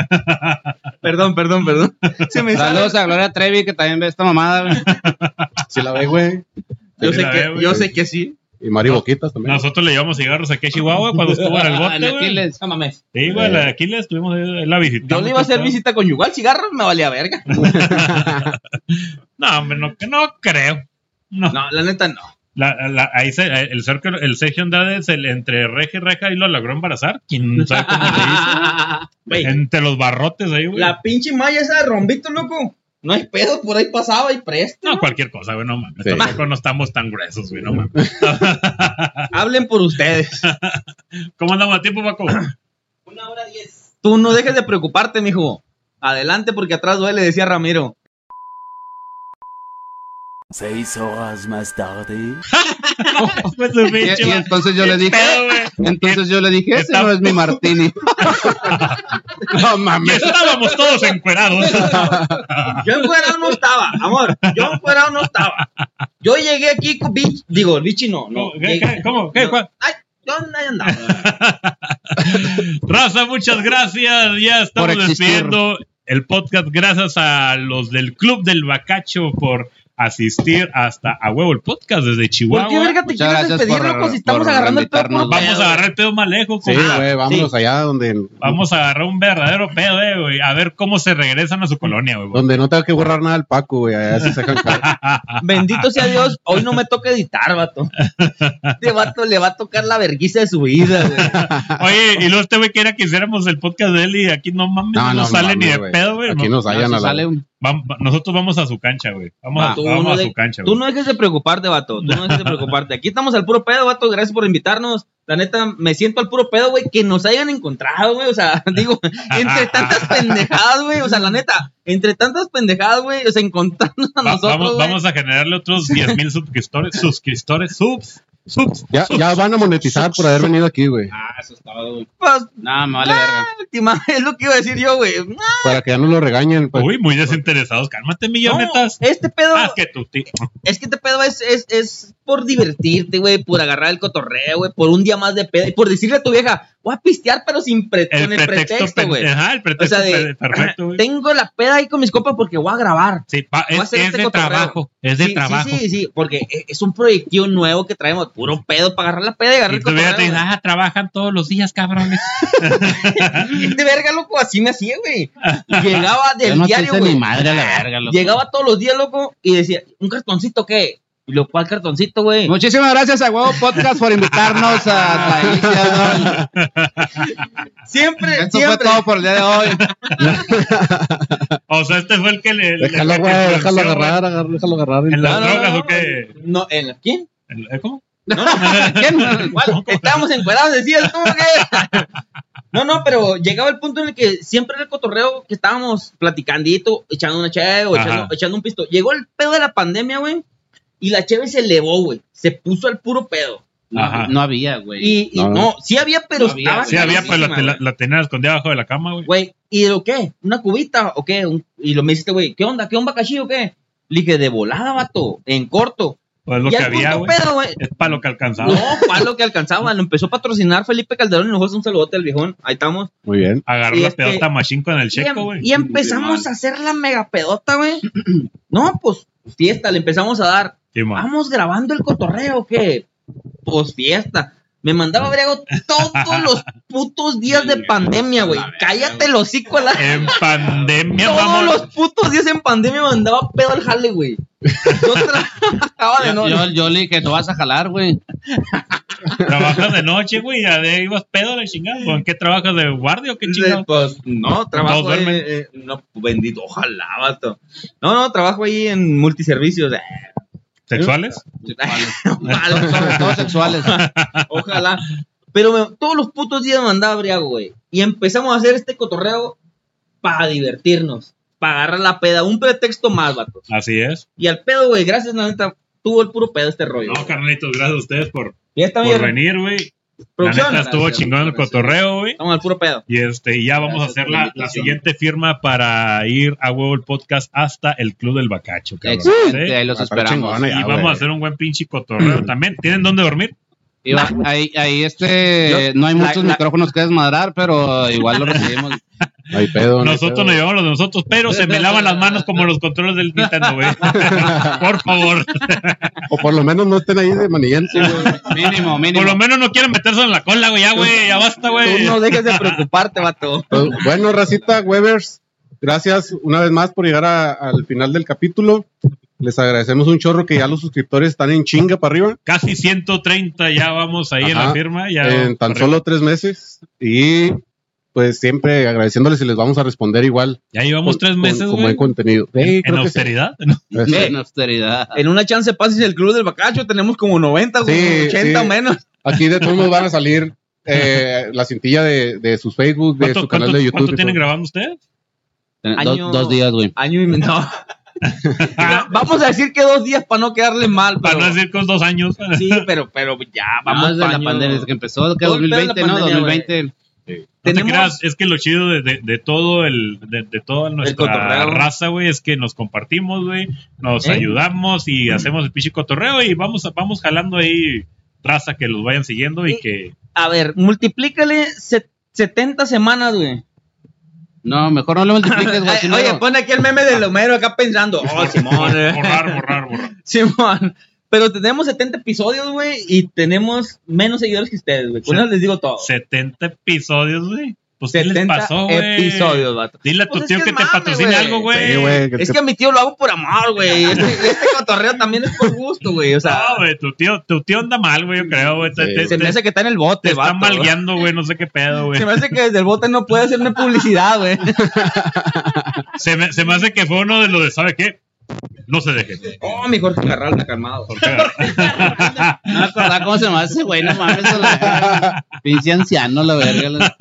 Speaker 3: Perdón, perdón, perdón. Se me sale.
Speaker 4: Saludos a Gloria Trevi, que también ve esta
Speaker 6: [laughs]
Speaker 4: mamada, güey.
Speaker 5: Sí la ve, güey.
Speaker 3: Yo
Speaker 2: Sí,
Speaker 3: sé
Speaker 2: la ve,
Speaker 3: que,
Speaker 2: güey.
Speaker 3: yo sé que sí.
Speaker 5: Y Mari Boquitas también.
Speaker 2: Nosotros le llevamos cigarros aquí a Chihuahua cuando estuvo en el
Speaker 4: Ah,
Speaker 2: bote,
Speaker 4: la
Speaker 2: güey.
Speaker 4: Aquiles.
Speaker 6: No mames.
Speaker 2: Sí, güey, la de Aquiles estuvimos ahí, la visitamos.
Speaker 3: Yo le iba a hacer visita conyugal, cigarros me valía verga.
Speaker 2: No, hombre, no, que no creo. No.
Speaker 3: No, la
Speaker 2: [laughs]
Speaker 3: neta no.
Speaker 2: La- la- ahí se, eh, el, Sergio, el Sergio Andrade se le- entre reja y reja y lo logró embarazar.
Speaker 3: [laughs]
Speaker 2: ¿Quién sabe cómo le hizo?
Speaker 3: Güey,
Speaker 2: Entre los barrotes ahí, güey.
Speaker 3: la pinche malla esa de rombito, loco. No hay pedo, por ahí pasaba y presto.
Speaker 2: No, cualquier cosa, güey, no mames.
Speaker 5: Sí.
Speaker 2: Tampoco no estamos tan gruesos, güey, no mames.
Speaker 3: Hablen por ustedes.
Speaker 2: ¿Cómo andamos a tiempo, Paco?
Speaker 3: Una hora diez. Tú no dejes de preocuparte, mijo. Adelante porque atrás duele, decía Ramiro.
Speaker 1: Seis horas más tarde.
Speaker 2: Pues su
Speaker 4: Y,
Speaker 2: pinche
Speaker 4: y
Speaker 2: madre.
Speaker 4: entonces yo le dije,
Speaker 2: Pedo, güey.
Speaker 4: entonces yo le dije, ese no es
Speaker 6: [laughs]
Speaker 4: mi martini.
Speaker 5: No
Speaker 2: Y
Speaker 5: mames.
Speaker 2: estábamos todos encuerados.
Speaker 3: [laughs] Yo encuerado no estaba, amor. Yo encuerado no estaba. Yo llegué aquí con Bichi. Digo, Bichi no, no.
Speaker 2: ¿Qué, qué, ¿Cómo? ¿Qué,
Speaker 3: No.
Speaker 2: cuál?
Speaker 3: Ay, yo ahí andaba.
Speaker 2: Raza, muchas gracias. Ya estamos
Speaker 4: Por existir.
Speaker 2: despidiendo el podcast. Gracias a los del Club del Bacacho por asistir hasta a huevo el podcast desde
Speaker 3: ¿Por
Speaker 2: Chihuahua.
Speaker 3: qué verga te
Speaker 4: Muchas
Speaker 3: quieres
Speaker 4: gracias
Speaker 3: despedir,
Speaker 4: por-
Speaker 3: loco, si estamos
Speaker 4: por
Speaker 3: agarrando el pedo?
Speaker 4: invitarnos.
Speaker 3: por pedo?
Speaker 2: Vamos a agarrar el pedo más lejos.
Speaker 5: Ah, Sí,
Speaker 2: compa.
Speaker 5: güey, vámonos allá donde,
Speaker 2: Vamos a agarrar un verdadero pedo, eh, güey. A ver cómo se regresan a su colonia, güey.
Speaker 5: donde no tenga que borrar nada el Paco, güey. Allá sí se [laughs] dejan caer.
Speaker 3: Bendito sea Dios, hoy no me toca editar, [laughs] vato. Este vato le va a tocar la verguisa de su vida, güey.
Speaker 2: Oye, y luego este güey quiera que hiciéramos el podcast de él y aquí no mames, no, nos sale ni
Speaker 5: mames,
Speaker 2: de pedo, güey.
Speaker 5: Aquí
Speaker 2: No-
Speaker 5: nos hallan
Speaker 4: Ah,
Speaker 5: a
Speaker 4: sí
Speaker 5: la.
Speaker 4: sale un-
Speaker 2: vam- va- nosotros vamos a su cancha, güey. Vamos, a,
Speaker 3: Tú
Speaker 2: vamos
Speaker 3: no
Speaker 2: a
Speaker 3: de-
Speaker 2: su cancha,
Speaker 3: Tú
Speaker 2: güey.
Speaker 3: no dejes de preocuparte, vato. Tú no
Speaker 2: [laughs]
Speaker 3: dejes de preocuparte. Aquí estamos al puro pedo, vato. Gracias por invitarnos. La neta, me siento al puro pedo, güey, que nos hayan encontrado, güey. O sea, [laughs] digo, entre tantas pendejadas, güey. O sea, la neta, entre tantas pendejadas, güey, o sea, encontrarnos a
Speaker 2: Va-
Speaker 3: nosotros.
Speaker 2: vamos,
Speaker 3: güey.
Speaker 2: vamos a generarle otros 10 mil suscriptores, suscriptores, subs, subs.
Speaker 5: Ya, ya van a monetizar por haber venido aquí, güey.
Speaker 4: Ah, eso es todo, güey.
Speaker 3: Pues,
Speaker 4: No,
Speaker 2: ah,
Speaker 4: me vale verga.
Speaker 3: última, es lo que iba a decir yo, güey. No,
Speaker 5: Para que ya no lo regañen. pues.
Speaker 2: Uy, muy desinteresados. Cálmate, millonetas.
Speaker 3: este pedo.
Speaker 2: Ah, que tu tío.
Speaker 3: Es que este pedo es, es, es por divertirte, güey, por agarrar el cotorreo, güey, por un día más de pedo y por decirle a tu vieja, voy a pistear, pero sin pre-
Speaker 2: El
Speaker 3: con el
Speaker 2: pretexto,
Speaker 3: pretexto,
Speaker 2: pen-
Speaker 3: güey.
Speaker 2: Ajá, el
Speaker 3: O
Speaker 2: pretexto
Speaker 3: sea, de,
Speaker 2: pe- perfecto, güey.
Speaker 3: tengo la peda ahí con mis copas porque voy a grabar.
Speaker 2: Sí, pa-
Speaker 3: voy a
Speaker 2: es,
Speaker 3: hacer
Speaker 2: es
Speaker 3: este
Speaker 2: de
Speaker 3: cotorreo.
Speaker 2: trabajo, es de
Speaker 3: sí,
Speaker 2: trabajo.
Speaker 3: Sí, sí, sí, porque e- es un proyectivo nuevo que traemos, puro pedo para agarrar la peda y agarrar
Speaker 2: Y
Speaker 3: el
Speaker 2: tú
Speaker 3: cotorreo,
Speaker 2: veas, te dices, [laughs]
Speaker 3: güey. [laughs]
Speaker 2: ah, trabajan todos los días, cabrones.
Speaker 3: Este verga, loco, así me hacía,
Speaker 2: [laughs]
Speaker 3: güey. Llegaba
Speaker 6: Yo
Speaker 3: del
Speaker 6: no
Speaker 3: diario,
Speaker 6: puse
Speaker 3: güey.
Speaker 6: ni madre a la verga, loco.
Speaker 3: Llegaba todos los días, loco, y decía, ¿un cartoncito qué? Y lo cual cartoncito, güey.
Speaker 4: Muchísimas gracias a Huevo Podcast por invitarnos
Speaker 3: [laughs]
Speaker 4: a Tahití.
Speaker 3: Siempre,
Speaker 4: Esto fue
Speaker 3: siempre.
Speaker 4: todo por el día de hoy.
Speaker 2: O sea, este fue el que le. le-
Speaker 5: Déjalo,
Speaker 2: que
Speaker 5: güey,
Speaker 2: influenció,
Speaker 5: déjalo
Speaker 2: güey,
Speaker 5: agarrar, agarrar, déjalo agarrar.
Speaker 2: ¿En las
Speaker 3: No, no,
Speaker 2: drogas
Speaker 3: no,
Speaker 2: o qué?
Speaker 3: No, ¿en la- quién? [laughs]
Speaker 2: ¿En- eh, ¿Cómo?
Speaker 3: No, no, ¿quién?
Speaker 2: [laughs]
Speaker 3: ¿Cuál? Estábamos encuadrados, decías tú, ¿qué? No, no, pero llegaba el punto en el que siempre era el cotorreo que estábamos platicandito, echando una cheve o
Speaker 2: Ajá.
Speaker 3: echando, echando un pisto. Llegó el pedo de la pandemia, güey, y la cheve se elevó, güey. Se puso al puro pedo.
Speaker 2: Ajá.
Speaker 6: No, no había, güey.
Speaker 3: Y, y no.
Speaker 5: No.
Speaker 3: sí había, pero
Speaker 6: No había,
Speaker 3: estaba
Speaker 2: Sí, había, pues la,
Speaker 3: carísima,
Speaker 2: la,
Speaker 3: güey.
Speaker 2: la tenían escondida abajo de la cama, güey.
Speaker 3: Güey, ¿y lo qué? ¿Una cubita o qué? Un- y lo me dijiste, güey, ¿qué onda? ¿Qué onda, cachillo o qué? Le dije, de volada, vato, en corto.
Speaker 2: Pues lo
Speaker 3: Ya
Speaker 2: que
Speaker 3: el
Speaker 2: había,
Speaker 3: puto
Speaker 2: güey.
Speaker 3: pedo, güey,
Speaker 2: Es para lo que
Speaker 3: No,
Speaker 2: alcanzaba.
Speaker 3: para lo que alcanzaba. Lo empezó a patrocinar Felipe Calderón y nos hace un saludote al viejón. Ahí estamos.
Speaker 5: Muy bien.
Speaker 2: Agarró
Speaker 3: Y
Speaker 2: la
Speaker 3: este-
Speaker 2: pelota machín con el
Speaker 3: y, em-
Speaker 2: checo, güey.
Speaker 3: y empezamos a hacer la mega pedota, güey. [clears throat] No, pues fiesta, le empezamos a dar.
Speaker 2: Sí, man.
Speaker 3: Vamos grabando el cotorreo, ¿qué? Pues fiesta. Me mandaba Briago todos
Speaker 2: [laughs]
Speaker 3: los putos días de pandemia, güey. Cállate el hocico, la...
Speaker 2: En pandemia,
Speaker 3: Todos
Speaker 2: Eh, vamos.
Speaker 3: los putos días en pandemia me mandaba pedo al jale, güey. Yo [laughs] trabajaba de
Speaker 6: Yo,
Speaker 3: noche.
Speaker 6: yo, yo le dije, no vas a jalar, güey.
Speaker 2: Trabajas de noche, güey. Ya de ahí ibas pedo a la chingada. ¿Con qué trabajas de guardia o qué chingado?
Speaker 3: Pues, no, trabajo
Speaker 2: Todos
Speaker 3: ahí,
Speaker 2: duermen.
Speaker 3: eh, no, bendito, ojalá, vato. No, no, trabajo ahí en multiservicios. eh,
Speaker 2: ¿Sexuales?
Speaker 3: [laughs] mal,
Speaker 6: Sobre todo
Speaker 4: [laughs]
Speaker 6: sexuales.
Speaker 3: ojalá. Pero me- todos los putos días me andaba briago, güey. Y empezamos a hacer este cotorreo para divertirnos, para agarrar la peda, un pretexto más, vato.
Speaker 2: Así es.
Speaker 3: Y al pedo, güey, gracias, la neta, tuvo el puro pedo este rollo.
Speaker 2: No, carnalitos, gracias a ustedes por,
Speaker 3: ya está
Speaker 2: por
Speaker 3: bien,
Speaker 2: venir, güey. La
Speaker 3: producción.
Speaker 2: neta estuvo
Speaker 6: Gracias,
Speaker 2: chingón el
Speaker 6: gracias.
Speaker 2: cotorreo, güey.
Speaker 3: Estamos al puro pedo.
Speaker 2: Y este, y ya vamos a
Speaker 6: Gracias
Speaker 2: hacer
Speaker 6: por la
Speaker 2: la, la
Speaker 6: invitación.
Speaker 2: siguiente firma para ir a huevo el podcast hasta el Club del Bacacho, cabrón.
Speaker 6: Excelente,
Speaker 2: ¿Sí?
Speaker 6: ahí los
Speaker 5: Ah, está
Speaker 6: esperamos.
Speaker 5: chingona ya,
Speaker 2: Y
Speaker 5: güey.
Speaker 2: vamos a hacer un buen pinche cotorreo también. ¿Tienen dónde dormir?
Speaker 6: Y va- ahí, ahí este,
Speaker 3: Yo-
Speaker 6: no hay
Speaker 3: la-
Speaker 6: muchos
Speaker 3: la-
Speaker 6: micrófonos que desmadrar, pero igual lo [laughs] recibimos.
Speaker 5: No hay pedo. no hay
Speaker 2: Nosotros
Speaker 5: pedo.
Speaker 2: nos llevamos los de nosotros, pero se me lavan las manos como los controles del Nintendo, güey. Por favor.
Speaker 5: O por lo menos no estén ahí de manillense, güey.
Speaker 6: mínimo,
Speaker 2: Por lo
Speaker 6: mínimo.
Speaker 2: menos no quieren meterse en la cola, güey. Ya, güey. Ya basta,
Speaker 3: Tú
Speaker 2: güey.
Speaker 3: no dejes de preocuparte, vato.
Speaker 5: Pues, [laughs] bueno, Racita Webers, gracias una vez más por llegar a- al final del capítulo. Les agradecemos un chorro que ya los suscriptores están en chinga para arriba.
Speaker 2: Casi 130 ya vamos ahí en
Speaker 5: Ajá.
Speaker 2: la firma. Ya
Speaker 5: en tan
Speaker 2: arriba.
Speaker 5: solo tres meses. Y pues siempre agradeciéndoles y les vamos a responder igual.
Speaker 2: Ya llevamos
Speaker 5: con-
Speaker 2: tres
Speaker 5: con-
Speaker 2: meses,
Speaker 5: Con,
Speaker 2: güey.
Speaker 5: buen contenido. Sí,
Speaker 2: En
Speaker 5: creo que sí.
Speaker 2: austeridad. [laughs] ¿no?
Speaker 5: Este,
Speaker 6: En austeridad.
Speaker 3: En una chance pases el club del bacacho, tenemos como 90, güey,
Speaker 5: Sí,
Speaker 3: 80 o
Speaker 5: sí.
Speaker 3: menos.
Speaker 5: Aquí de todos modos van a salir eh, la cintilla de, de sus Facebook, de
Speaker 2: ¿Cuánto,
Speaker 5: su canal
Speaker 2: cuánto-
Speaker 5: de YouTube.
Speaker 2: cuánto
Speaker 5: y
Speaker 2: tienen
Speaker 5: todo.
Speaker 2: grabando ustedes?
Speaker 6: Eh, Dos,
Speaker 3: Año-
Speaker 6: dos días, güey.
Speaker 3: Año y medio. No. No, Vamos a decir que dos días para no quedarle mal,
Speaker 2: Para
Speaker 3: pero.
Speaker 2: no decir con dos años. [laughs]
Speaker 3: Sí, pero, pero ya,
Speaker 6: Vamos
Speaker 3: vamos
Speaker 6: de
Speaker 3: pa'
Speaker 6: la
Speaker 3: año.
Speaker 6: pandemia, desde que empezó, que
Speaker 3: Todo el pedo de
Speaker 6: 2020,
Speaker 3: la
Speaker 6: ¿no?
Speaker 3: pandemia,
Speaker 6: 2020.
Speaker 2: No te
Speaker 3: Tenemos-
Speaker 2: creas, es que lo chido de, de- de todo el, de, de toda nuestra
Speaker 3: cotorreo.
Speaker 2: raza, güey, es que nos compartimos, güey, nos
Speaker 3: ¿Eh?
Speaker 2: ayudamos y hacemos el pinche cotorreo y vamos, vamos jalando ahí raza que los vayan siguiendo y
Speaker 3: Sí.
Speaker 2: que
Speaker 3: A ver, multiplícale se- 70 semanas, güey.
Speaker 6: No, mejor no lo multipliques, güey. si
Speaker 3: Ay,
Speaker 6: no-
Speaker 3: Oye, pon aquí el meme del Homero acá pensando.
Speaker 2: [laughs]
Speaker 3: Oh, Simón, eh.
Speaker 2: borrar, borrar, borrar.
Speaker 3: [laughs] Simón. Pero tenemos 70 episodios, güey, y tenemos menos seguidores que ustedes, güey. Con
Speaker 2: Se-
Speaker 3: eso les digo todo.
Speaker 2: 70 episodios, güey. Pues, ¿qué les
Speaker 3: 70
Speaker 2: pasó, güey?
Speaker 3: episodios, vato.
Speaker 2: Dile a tu
Speaker 3: Pues es
Speaker 2: tío
Speaker 3: que
Speaker 2: que,
Speaker 3: es
Speaker 2: te
Speaker 3: mame,
Speaker 2: patrocine
Speaker 3: güey.
Speaker 2: algo, güey.
Speaker 5: Sí, güey, que-
Speaker 3: Es que a mi tío lo hago por amor, güey. Este, este cotorreo también es por gusto, güey. O sea,
Speaker 2: No, güey, tu tío, tu tío anda mal, güey, yo creo, güey. Te,
Speaker 5: Sí.
Speaker 2: te-
Speaker 3: se me
Speaker 2: te-
Speaker 3: hace que está en el
Speaker 2: te
Speaker 3: bote,
Speaker 2: está
Speaker 3: vato.
Speaker 2: mal guiando, güey, no sé qué pedo, güey.
Speaker 3: Se me hace que desde el bote no puede hacer una publicidad, güey.
Speaker 2: [laughs] Se me, se me hace que fue uno de los de, ¿sabe qué? No se dejen.
Speaker 3: [laughs] Oh, mi Jorge Carral está calmado.
Speaker 6: No me acordaba cómo se llama ese güey, no [laughs] mames. a la verga. Pinche anciano, la verga. la-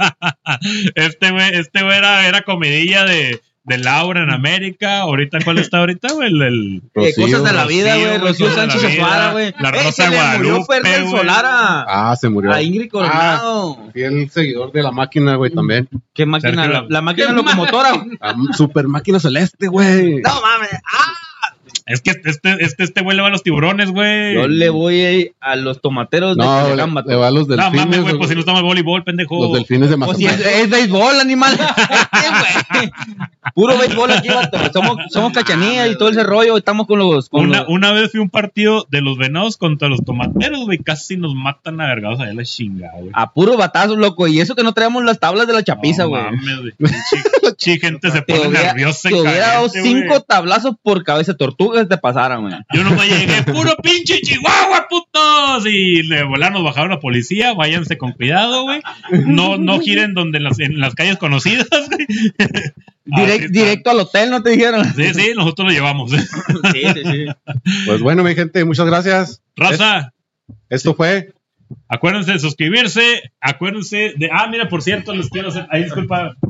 Speaker 2: Este güey, este güey era, era comidilla de, de Laura en América. Ahorita, ¿cuál está ahorita, güey? El, el-
Speaker 3: Eh,
Speaker 5: Rocío.
Speaker 3: cosas de la vida,
Speaker 2: Rocío,
Speaker 3: güey.
Speaker 2: güey,
Speaker 3: Rocío
Speaker 2: cosas de la
Speaker 3: Sánchez
Speaker 2: vida.
Speaker 3: Azuara, güey.
Speaker 2: La
Speaker 3: Eh,
Speaker 2: Rosa
Speaker 3: se le murió
Speaker 2: Guadalupe,
Speaker 3: Fernan
Speaker 2: güey.
Speaker 3: Solara.
Speaker 5: Ah, se murió.
Speaker 3: A Ingrid Coronado.
Speaker 5: Fiel seguidor de la máquina, güey, también.
Speaker 3: Qué máquina,
Speaker 2: Sergio
Speaker 3: la,
Speaker 2: Lama.
Speaker 3: la máquina
Speaker 6: Qué
Speaker 3: locomotora. güey.
Speaker 5: La super máquina celeste, güey.
Speaker 3: No mames. Ah,
Speaker 2: Es que este, este, este güey le va a los tiburones, güey.
Speaker 3: Yo le voy a, ir a los tomateros de
Speaker 5: No, le,
Speaker 3: Culiacán,
Speaker 5: le va a los
Speaker 2: No
Speaker 5: delfines.
Speaker 2: mames, güey,
Speaker 5: güey.
Speaker 2: pues si Oh. no estamos voleibol, pendejo.
Speaker 5: los delfines de
Speaker 3: Pues si es,
Speaker 5: Mazatlán.
Speaker 3: es béisbol, animal. [laughs] Sí, güey. Puro béisbol aquí, vato. Somos, somos cachanía y todo ese rollo. Estamos con los. Con
Speaker 2: Una,
Speaker 3: los-
Speaker 2: una vez fui a un partido de los venados contra los tomateros, güey. Casi nos matan a vergados allá la chingada, güey.
Speaker 3: A puro batazo, loco. Y eso que no traemos las tablas de la chapiza,
Speaker 2: No
Speaker 3: güey.
Speaker 2: mames, güey.
Speaker 3: [laughs]
Speaker 2: Pinche- pinche gente se
Speaker 3: te
Speaker 2: pone
Speaker 3: hubiera,
Speaker 2: nerviosa. y
Speaker 3: te hubiera dado
Speaker 2: caliente, güey. Ah,
Speaker 3: cinco tablazos por cabeza de tortuga que te pasaran, güey.
Speaker 2: Yo nomás llegué, puro pinche Chihuahua, putos. Y de volar nos bajaron la policía, váyanse con cuidado, güey. No, no giren donde en las, en las calles conocidas, güey.
Speaker 3: Direct-
Speaker 2: Así está.
Speaker 3: directo al hotel, ¿no te dijeron?
Speaker 2: Sí, sí, nosotros lo llevamos. [laughs]
Speaker 3: sí, sí, sí.
Speaker 5: Pues bueno, mi gente, muchas gracias.
Speaker 2: Raza,
Speaker 5: Esto fue.
Speaker 2: acuérdense de suscribirse, acuérdense de... Ah, mira, por cierto, les quiero hacer... Ay, disculpa.
Speaker 3: [laughs]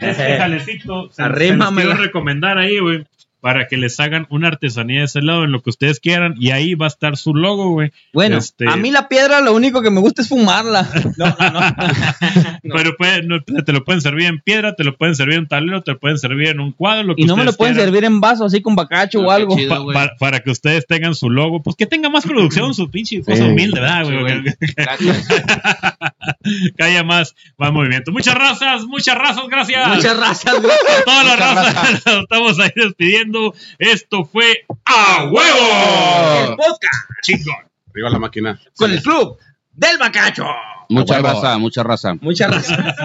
Speaker 2: Este jalecito, se, se los
Speaker 3: Arrímamela.
Speaker 2: quiero recomendar ahí, güey. Para que les hagan una artesanía de ese lado, en lo que ustedes quieran. Y ahí va a estar su logo, güey.
Speaker 3: [laughs] Bueno, ah,
Speaker 2: Este-
Speaker 3: a mí la piedra lo único que me gusta es
Speaker 2: [laughs]
Speaker 3: fumarla. No, no, no.
Speaker 2: Pero puede- no, te lo pueden servir en piedra, te lo pueden servir en tablero, te lo pueden servir en un cuadro. Lo que
Speaker 3: Y no me lo
Speaker 2: ustedes
Speaker 3: pueden
Speaker 2: quieran,
Speaker 3: servir en vaso, así con bacacho o
Speaker 6: Ah, qué
Speaker 3: algo.
Speaker 6: chido.
Speaker 2: pa-
Speaker 6: güey.
Speaker 2: para, para que ustedes tengan su logo, pues que tenga más producción, su pinche cosa
Speaker 5: Sí.
Speaker 2: humilde, ¿verdad, güey?
Speaker 4: güey.
Speaker 2: Que-
Speaker 4: Gracias.
Speaker 2: [laughs] que haya más, más movimiento. Muchas razas, muchas razas, gracias.
Speaker 3: [laughs] Muchas razas, güey.
Speaker 2: a toda la raza, [laughs] nos estamos ahí despidiendo. Esto fue A Huevo,
Speaker 3: El podcast
Speaker 2: chicos.
Speaker 5: Arriba la máquina.
Speaker 3: con el club del bacacho.
Speaker 4: Mucha
Speaker 5: Huevo.
Speaker 4: raza, mucha raza.
Speaker 3: Muchas razas.